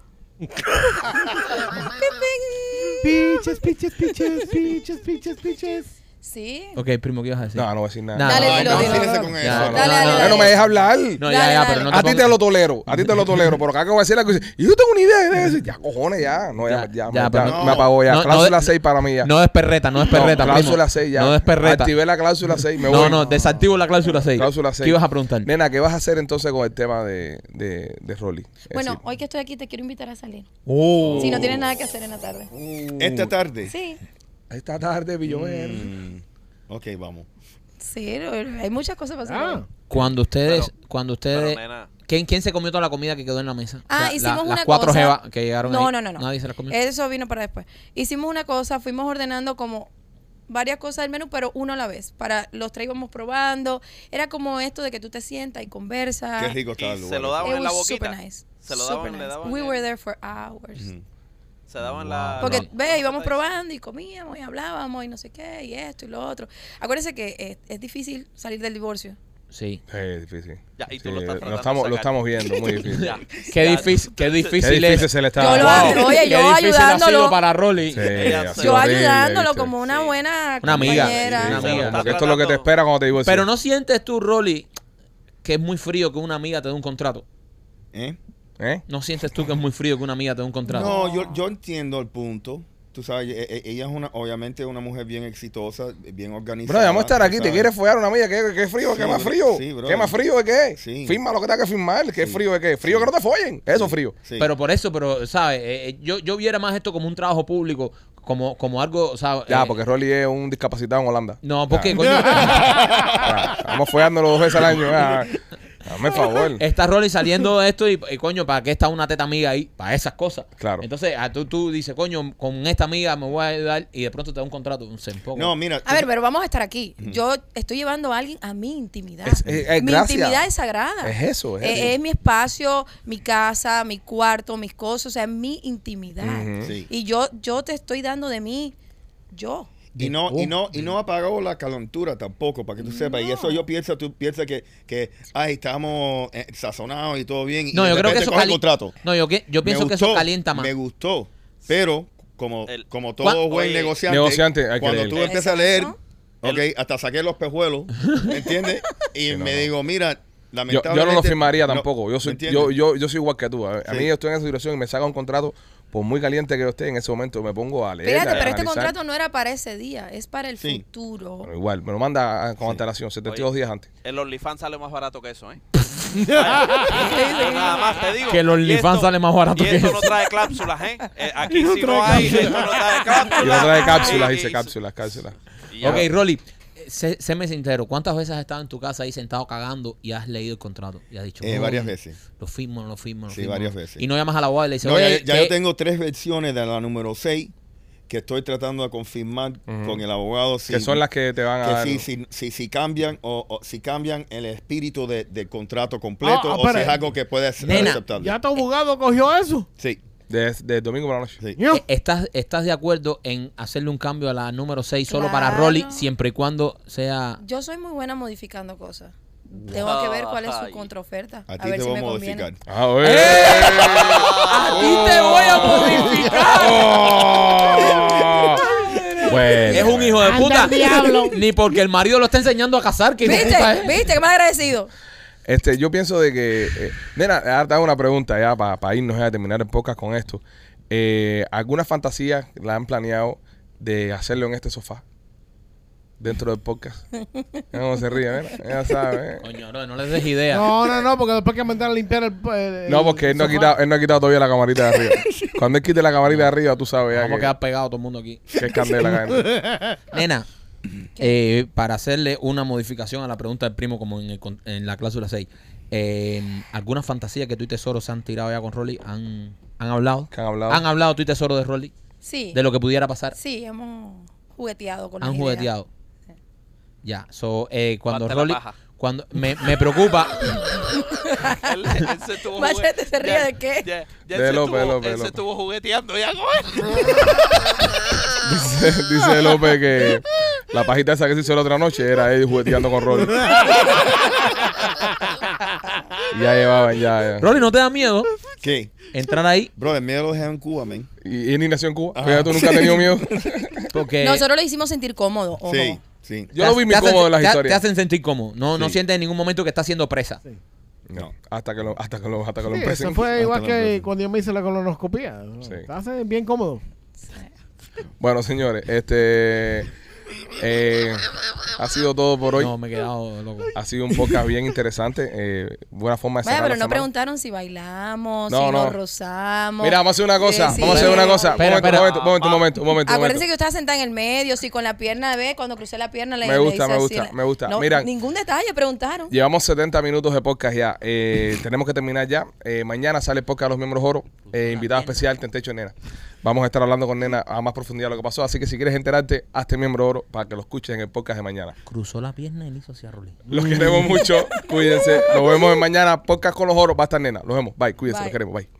Speaker 5: Piches, piches, piches, piches, piches, piches.
Speaker 8: Sí.
Speaker 4: Ok, primo, ¿qué ibas a decir?
Speaker 3: No, no voy a decir nada.
Speaker 4: Nada.
Speaker 8: Dale,
Speaker 6: Ay,
Speaker 8: dilo,
Speaker 6: no,
Speaker 8: dilo.
Speaker 6: fíjese con eso.
Speaker 4: Ya,
Speaker 6: no,
Speaker 8: Dale,
Speaker 6: no.
Speaker 8: dale,
Speaker 3: No,
Speaker 8: dale.
Speaker 3: no me deja hablar.
Speaker 4: No, ya, ya,
Speaker 8: Dale, dale.
Speaker 4: pero no te
Speaker 3: a ti
Speaker 4: pongas-
Speaker 3: te lo tolero, a ti te lo tolero, pero acá acabo de decir algo y dice, yo tengo una idea de eso. Ya, cojones, ya. No, ya, ya,
Speaker 4: Ya,
Speaker 3: me-
Speaker 4: ya,
Speaker 3: ya
Speaker 4: pero
Speaker 6: no.
Speaker 3: me apagó ya.
Speaker 4: No, no,
Speaker 3: cláusula
Speaker 4: de-
Speaker 3: 6 para mí ya.
Speaker 4: No es perreta, no es perreta, primo.
Speaker 3: cláusula 6 ya.
Speaker 4: No es perreta.
Speaker 3: Activé la cláusula 6, me
Speaker 4: No,
Speaker 3: voy.
Speaker 4: no, desactivo la cláusula 6.
Speaker 3: Cláusula 6.
Speaker 4: ¿Qué ibas a preguntar?
Speaker 3: Nena, ¿qué vas a hacer entonces con el tema de, de, de Rolly? Es
Speaker 8: Bueno,
Speaker 3: decir,
Speaker 8: hoy que estoy aquí te quiero invitar a salir.
Speaker 4: Oh.
Speaker 8: Si no tienes nada que hacer en la tarde.
Speaker 6: Esta tarde.
Speaker 8: Sí.
Speaker 3: esta tarde, Villover.
Speaker 6: Mm, Ok, vamos.
Speaker 8: Sí, lo- hay muchas cosas pasando.
Speaker 5: Ah.
Speaker 4: Cuando ustedes, cuando ustedes,
Speaker 7: Pero, nena.
Speaker 4: ¿quién, quién se comió toda la comida que quedó en la mesa?
Speaker 8: Ah,
Speaker 4: La- la-
Speaker 8: hicimos una
Speaker 4: las cuatro
Speaker 8: cosa.
Speaker 4: jevas que llegaron
Speaker 8: No,
Speaker 4: ahí.
Speaker 8: no, Eh, no, no.
Speaker 4: Nadie se las comió.
Speaker 8: Eso vino para después. Hicimos una cosa, fuimos ordenando como varias cosas del menú, pero uno a la vez. Para los tres íbamos probando. Era como esto de que tú te sientas y conversas.
Speaker 6: Qué rico está el
Speaker 7: Y
Speaker 6: lugar.
Speaker 7: se lo daban
Speaker 8: It
Speaker 7: en la
Speaker 8: was super
Speaker 7: boquita.
Speaker 8: nice.
Speaker 7: Se lo
Speaker 8: super
Speaker 7: daban, le
Speaker 8: nice.
Speaker 7: daban.
Speaker 8: We
Speaker 7: el- Ah,
Speaker 8: were there for hours.
Speaker 6: Ujú.
Speaker 7: Se daban la.
Speaker 8: Porque,
Speaker 4: no.
Speaker 8: ve, íbamos probando y comíamos y hablábamos y no sé qué, y esto y lo otro. Acuérdense que es, es difícil salir del divorcio.
Speaker 4: Sí.
Speaker 3: Sí, es difícil.
Speaker 7: Ya, y tú
Speaker 3: Sí,
Speaker 7: lo estás tratando de
Speaker 3: estamos, lo
Speaker 7: sacar.
Speaker 3: estamos viendo, muy difícil.
Speaker 7: Ya,
Speaker 4: Qué
Speaker 7: ya.
Speaker 4: difícil, qué
Speaker 3: Qué
Speaker 4: difícil,
Speaker 3: difícil
Speaker 4: es.
Speaker 3: se le está
Speaker 8: Yo lo
Speaker 3: Wow.
Speaker 8: hago, oye,
Speaker 4: Qué
Speaker 8: yo
Speaker 4: difícil ha sido
Speaker 8: ayudándolo.
Speaker 4: para Rolly.
Speaker 3: Sí,
Speaker 7: Ella-
Speaker 3: ha sido
Speaker 8: Yo
Speaker 3: horrible,
Speaker 8: ayudándolo
Speaker 3: ¿viste?
Speaker 8: como una
Speaker 7: Sí.
Speaker 8: buena
Speaker 4: Una amiga.
Speaker 8: compañera.
Speaker 4: Sí,
Speaker 3: Sí,
Speaker 4: Una
Speaker 3: sí,
Speaker 4: amiga.
Speaker 3: como que esto es lo que te espera cuando te divorcias.
Speaker 4: Pero no sientes tú, Rolly, que es muy frío que una amiga te dé un contrato.
Speaker 6: ¿Eh?
Speaker 3: ¿Eh?
Speaker 4: No sientes tú que es muy frío que una amiga te dé un contrato.
Speaker 6: No, yo, yo entiendo el punto. Tú sabes, e- e- ella es una, obviamente una mujer bien exitosa, bien organizada.
Speaker 3: Bro, vamos a estar aquí.
Speaker 6: tú
Speaker 3: ¿Te
Speaker 6: sabes.
Speaker 3: quieres follar una amiga? ¿Qué, qué frío?
Speaker 6: Sí,
Speaker 3: ¿Qué más
Speaker 6: bro.
Speaker 3: frío?
Speaker 6: Sí, bro.
Speaker 3: ¿Qué más frío de qué?
Speaker 6: Sí.
Speaker 3: Firma lo que tenga que firmar. ¿Qué
Speaker 6: Sí.
Speaker 3: frío de qué? Frío que no te follen. Eso frío.
Speaker 6: Sí.
Speaker 4: Pero por eso, pero, ¿sabes? Eh, eh, yo, yo viera más esto como un trabajo público, como, como algo, o sea,
Speaker 3: Ya,
Speaker 4: eh,
Speaker 3: porque Rolly es un discapacitado en Holanda.
Speaker 4: No, porque,
Speaker 3: Ya.
Speaker 4: coño,
Speaker 3: Ya, Estamos follándolo dos veces al año. ya. Dame favor.
Speaker 6: Eh,
Speaker 4: está Rolly saliendo de esto y, y, coño, ¿para qué está una teta amiga ahí? Para esas cosas.
Speaker 3: Claro.
Speaker 4: Entonces, ah, tú, tú dices, coño, con esta amiga me voy a ayudar y de pronto te da un contrato, un sempoco.
Speaker 6: No, mira.
Speaker 8: A ver, pero vamos a estar aquí. Yo estoy llevando a alguien a mi intimidad.
Speaker 3: Es- eh, eh,
Speaker 8: mi
Speaker 3: gracias.
Speaker 8: intimidad es sagrada.
Speaker 3: Es eso, es
Speaker 8: Eh,
Speaker 3: eso.
Speaker 8: es mi espacio, mi casa, mi cuarto, mis cosas, o sea, es mi intimidad.
Speaker 3: Ujú.
Speaker 6: Sí.
Speaker 8: Y yo, yo te estoy dando de mí, yo.
Speaker 6: Y no, y no, y no apagó la calentura tampoco, para que tú sepas. Y eso yo pienso, tú piensas que, que ay, estamos eh, sazonados y todo bien. y
Speaker 4: No,
Speaker 6: de
Speaker 4: yo creo que
Speaker 6: repente
Speaker 4: eso
Speaker 6: coge el
Speaker 4: cali-
Speaker 6: contrato.
Speaker 4: No, yo, que- yo
Speaker 6: Me
Speaker 4: pienso que eso
Speaker 6: gustó,
Speaker 4: calienta más.
Speaker 6: Me gustó, pero como,
Speaker 7: El-
Speaker 6: como
Speaker 4: ¿Cuán-
Speaker 6: todo buen
Speaker 7: Oye,
Speaker 6: negociante,
Speaker 3: Negociante, hay que
Speaker 6: cuando
Speaker 3: leer.
Speaker 6: tú empiezas a leer,
Speaker 8: Exacto.
Speaker 6: ok, hasta saqué los pejuelos, ¿me entiendes? Y
Speaker 3: Sí, no,
Speaker 6: me
Speaker 3: no.
Speaker 6: digo, mira,
Speaker 3: Yo,
Speaker 6: lamentablemente...
Speaker 3: yo no lo firmaría
Speaker 6: no,
Speaker 3: tampoco. Yo soy,
Speaker 6: ¿me
Speaker 3: yo,
Speaker 6: entiendes?
Speaker 3: yo, yo soy igual que tú. A, a
Speaker 6: Sí.
Speaker 3: mí yo estoy en esa situación y me saca un contrato, por muy caliente que yo esté en ese momento, me pongo a leer.
Speaker 8: Fíjate,
Speaker 3: a
Speaker 8: pero este
Speaker 3: analizar.
Speaker 8: contrato no era para ese día, es para el
Speaker 6: Sí.
Speaker 8: futuro.
Speaker 3: Bueno, igual, me lo manda a- con antelación, 72
Speaker 7: Oye.
Speaker 3: días antes.
Speaker 7: El OnlyFans sale más barato que eso, ¿eh? Ay, Nada más te digo.
Speaker 4: Que el
Speaker 7: Y
Speaker 4: OnlyFans
Speaker 7: esto-
Speaker 4: sale más barato
Speaker 7: y
Speaker 4: que
Speaker 7: esto no
Speaker 4: eso.
Speaker 7: trae clápsulas, ¿eh? Eh, aquí si no hay, esto no trae clápsulas.
Speaker 3: Y no trae cápsulas,
Speaker 7: Y-
Speaker 3: dice
Speaker 7: y-
Speaker 3: cápsulas, cápsulas.
Speaker 7: y ya.
Speaker 4: Ok, Rolly, eh, sé, séme sincero, ¿cuántas veces has estado en tu casa ahí sentado cagando y has leído el contrato? Y has dicho,
Speaker 6: Eh,
Speaker 4: "No,
Speaker 6: varias veces.
Speaker 4: Lo firmo, no lo firmo, no
Speaker 6: Sí,
Speaker 4: firmo,
Speaker 6: varias
Speaker 4: no".
Speaker 6: veces.
Speaker 4: Y no llamas a la abogada y le dices,
Speaker 6: No, ya,
Speaker 4: oye, eh,
Speaker 6: ya
Speaker 4: ¿qué-
Speaker 6: yo tengo tres versiones de la número 6 que estoy tratando de confirmar con el abogado. Si,
Speaker 3: Que son las que te van a
Speaker 6: que
Speaker 3: dar.
Speaker 6: si, si, si, si cambian o, o si cambian el espíritu de- del contrato completo
Speaker 5: Ah,
Speaker 6: o si
Speaker 5: espera.
Speaker 6: es algo que puede ser
Speaker 4: Nena,
Speaker 6: aceptable.
Speaker 5: Ya tu abogado cogió eso.
Speaker 6: Sí,
Speaker 3: Desde desde el domingo por la noche.
Speaker 6: sí.
Speaker 5: Ño.
Speaker 4: Eh, ¿Estás, ¿Estás de acuerdo en hacerle un cambio a la número 6 solo para
Speaker 8: Claro.
Speaker 4: Rolly, siempre y cuando sea...
Speaker 8: Yo soy muy buena modificando cosas. Tengo que ver cuál es su
Speaker 7: Ay.
Speaker 8: contraoferta.
Speaker 6: A
Speaker 8: A,
Speaker 6: ti
Speaker 8: ver
Speaker 6: te
Speaker 8: si
Speaker 6: voy a
Speaker 8: me conviene.
Speaker 6: modificar.
Speaker 3: Ah, oye.
Speaker 4: ¡A ti te voy a modificar!
Speaker 3: Oh. Bueno,
Speaker 4: Es un hijo de
Speaker 5: Anda
Speaker 4: puta.
Speaker 5: al diablo.
Speaker 4: Ni porque el marido lo está enseñando a casar, que hijo de
Speaker 8: ¿Viste?
Speaker 4: puta es.
Speaker 8: ¿Viste? Que más agradecido.
Speaker 3: Este, yo pienso de que. eh, mira, ahora te hago una pregunta ya para irnos a terminar el podcast con esto. Eh, ¿Alguna fantasía la han planeado de hacerlo en este sofá? Dentro del podcast. No se ríe, mira. Ya sabe. ¿eh?
Speaker 4: Coño, no, no les des idea.
Speaker 5: No, no, no, porque después que mandan a limpiar el. el-
Speaker 3: No, porque él no, ha
Speaker 5: el
Speaker 3: quitado,
Speaker 5: sofá.
Speaker 3: él no ha quitado todavía la camarita de arriba. Cuando él quite la camarita de arriba, tú sabes ya
Speaker 4: Vamos a
Speaker 3: que,
Speaker 4: quedar pegados todo el mundo aquí.
Speaker 3: que es candela. cabrón.
Speaker 4: Nena, eh, para hacerle una modificación a la pregunta del primo como en, el con- en la cláusula 6. eh, algunas fantasías que tú y Tesoro se han tirado ya con Rolly, han, han hablado.
Speaker 3: Que han hablado.
Speaker 4: Han hablado tú y Tesoro de Rolly,
Speaker 8: Sí.
Speaker 4: de lo que pudiera pasar.
Speaker 8: Sí, hemos jugueteado con la
Speaker 4: han
Speaker 8: idea.
Speaker 4: jugueteado. Ya, so, eh, cuando
Speaker 7: Parte la
Speaker 4: Rolly...
Speaker 7: paja.
Speaker 4: Cuando me, me preocupa,
Speaker 7: Él, él se estuvo
Speaker 8: Machete,
Speaker 7: jugue-
Speaker 8: ¿se ríe de qué?
Speaker 7: Ya, ya
Speaker 3: De
Speaker 7: él, se,
Speaker 3: López,
Speaker 7: estuvo,
Speaker 3: López,
Speaker 7: él se
Speaker 3: López.
Speaker 7: estuvo jugueteando ya con él.
Speaker 3: Dice, dice López que la pajita esa que se hizo la otra noche era él jugueteando con Rolly. Y ya llevaban, ya. ya.
Speaker 4: Rolly, ¿no te da miedo
Speaker 6: ¿Qué?
Speaker 4: entrar ahí?
Speaker 6: Brother, miedo lo dejé en Cuba, man.
Speaker 3: Y, y ni nació en Cuba.
Speaker 6: Ajá.
Speaker 3: Fíjate, tú nunca has tenido miedo.
Speaker 4: Porque
Speaker 3: Eh,
Speaker 8: Nosotros lo hicimos sentir cómodo. ojo.
Speaker 6: Sí, sí.
Speaker 3: Yo lo vi muy
Speaker 4: hacen-
Speaker 3: cómodo en las
Speaker 4: te ha-
Speaker 3: historias.
Speaker 4: Te hacen sentir cómodo. No, no
Speaker 6: Sí.
Speaker 4: sientes en ningún momento que estás siendo presa.
Speaker 6: No.
Speaker 3: Hasta que lo, hasta que lo, hasta que lo
Speaker 5: Sí,
Speaker 3: empiecen.
Speaker 5: eso fue igual
Speaker 6: Hasta la
Speaker 5: que
Speaker 6: próxima.
Speaker 5: cuando yo me hice la colonoscopía. ¿no?
Speaker 3: Sí.
Speaker 5: Te hace bien cómodo.
Speaker 3: Bueno, señores, este eh, ha sido todo por hoy.
Speaker 4: No, me he quedado loco.
Speaker 3: Ha sido un podcast bien interesante. eh, buena forma de
Speaker 8: Vaya,
Speaker 3: cerrar
Speaker 8: pero
Speaker 3: la
Speaker 8: no
Speaker 3: semana.
Speaker 8: preguntaron si bailamos,
Speaker 3: No,
Speaker 8: si
Speaker 3: no.
Speaker 8: nos rozamos.
Speaker 3: Mira, vamos a hacer una cosa.
Speaker 8: que
Speaker 3: vamos a hacer
Speaker 8: si-
Speaker 3: una cosa.
Speaker 4: Espera,
Speaker 3: momento,
Speaker 4: espera.
Speaker 3: momento, momento, momento, momento,
Speaker 8: Acuérdense que
Speaker 3: momento.
Speaker 8: yo estaba sentada en el medio, si con la pierna, ve, cuando crucé la pierna le
Speaker 3: Me gusta,
Speaker 8: le hice
Speaker 3: me
Speaker 8: así
Speaker 3: gusta,
Speaker 8: la-
Speaker 3: me gusta.
Speaker 8: No,
Speaker 3: Mira.
Speaker 8: ningún detalle preguntaron.
Speaker 3: Llevamos 70 minutos de podcast ya. Eh, tenemos que terminar ya. Eh, mañana sale el podcast de los miembros oro. Eh, invitado especial, Tentecho Nena. Vamos a estar hablando con Nena a más profundidad de lo que pasó. Así que si quieres enterarte, hazte miembro oro para que lo escuches en el podcast de mañana.
Speaker 4: Cruzó la pierna y le hizo así a Rolly.
Speaker 3: Los queremos mucho. Cuídense. Nos vemos mañana. Podcast con los oros. Va a estar Nena. Los vemos. Bye. Cuídense.
Speaker 8: Bye.
Speaker 3: Los queremos. Bye.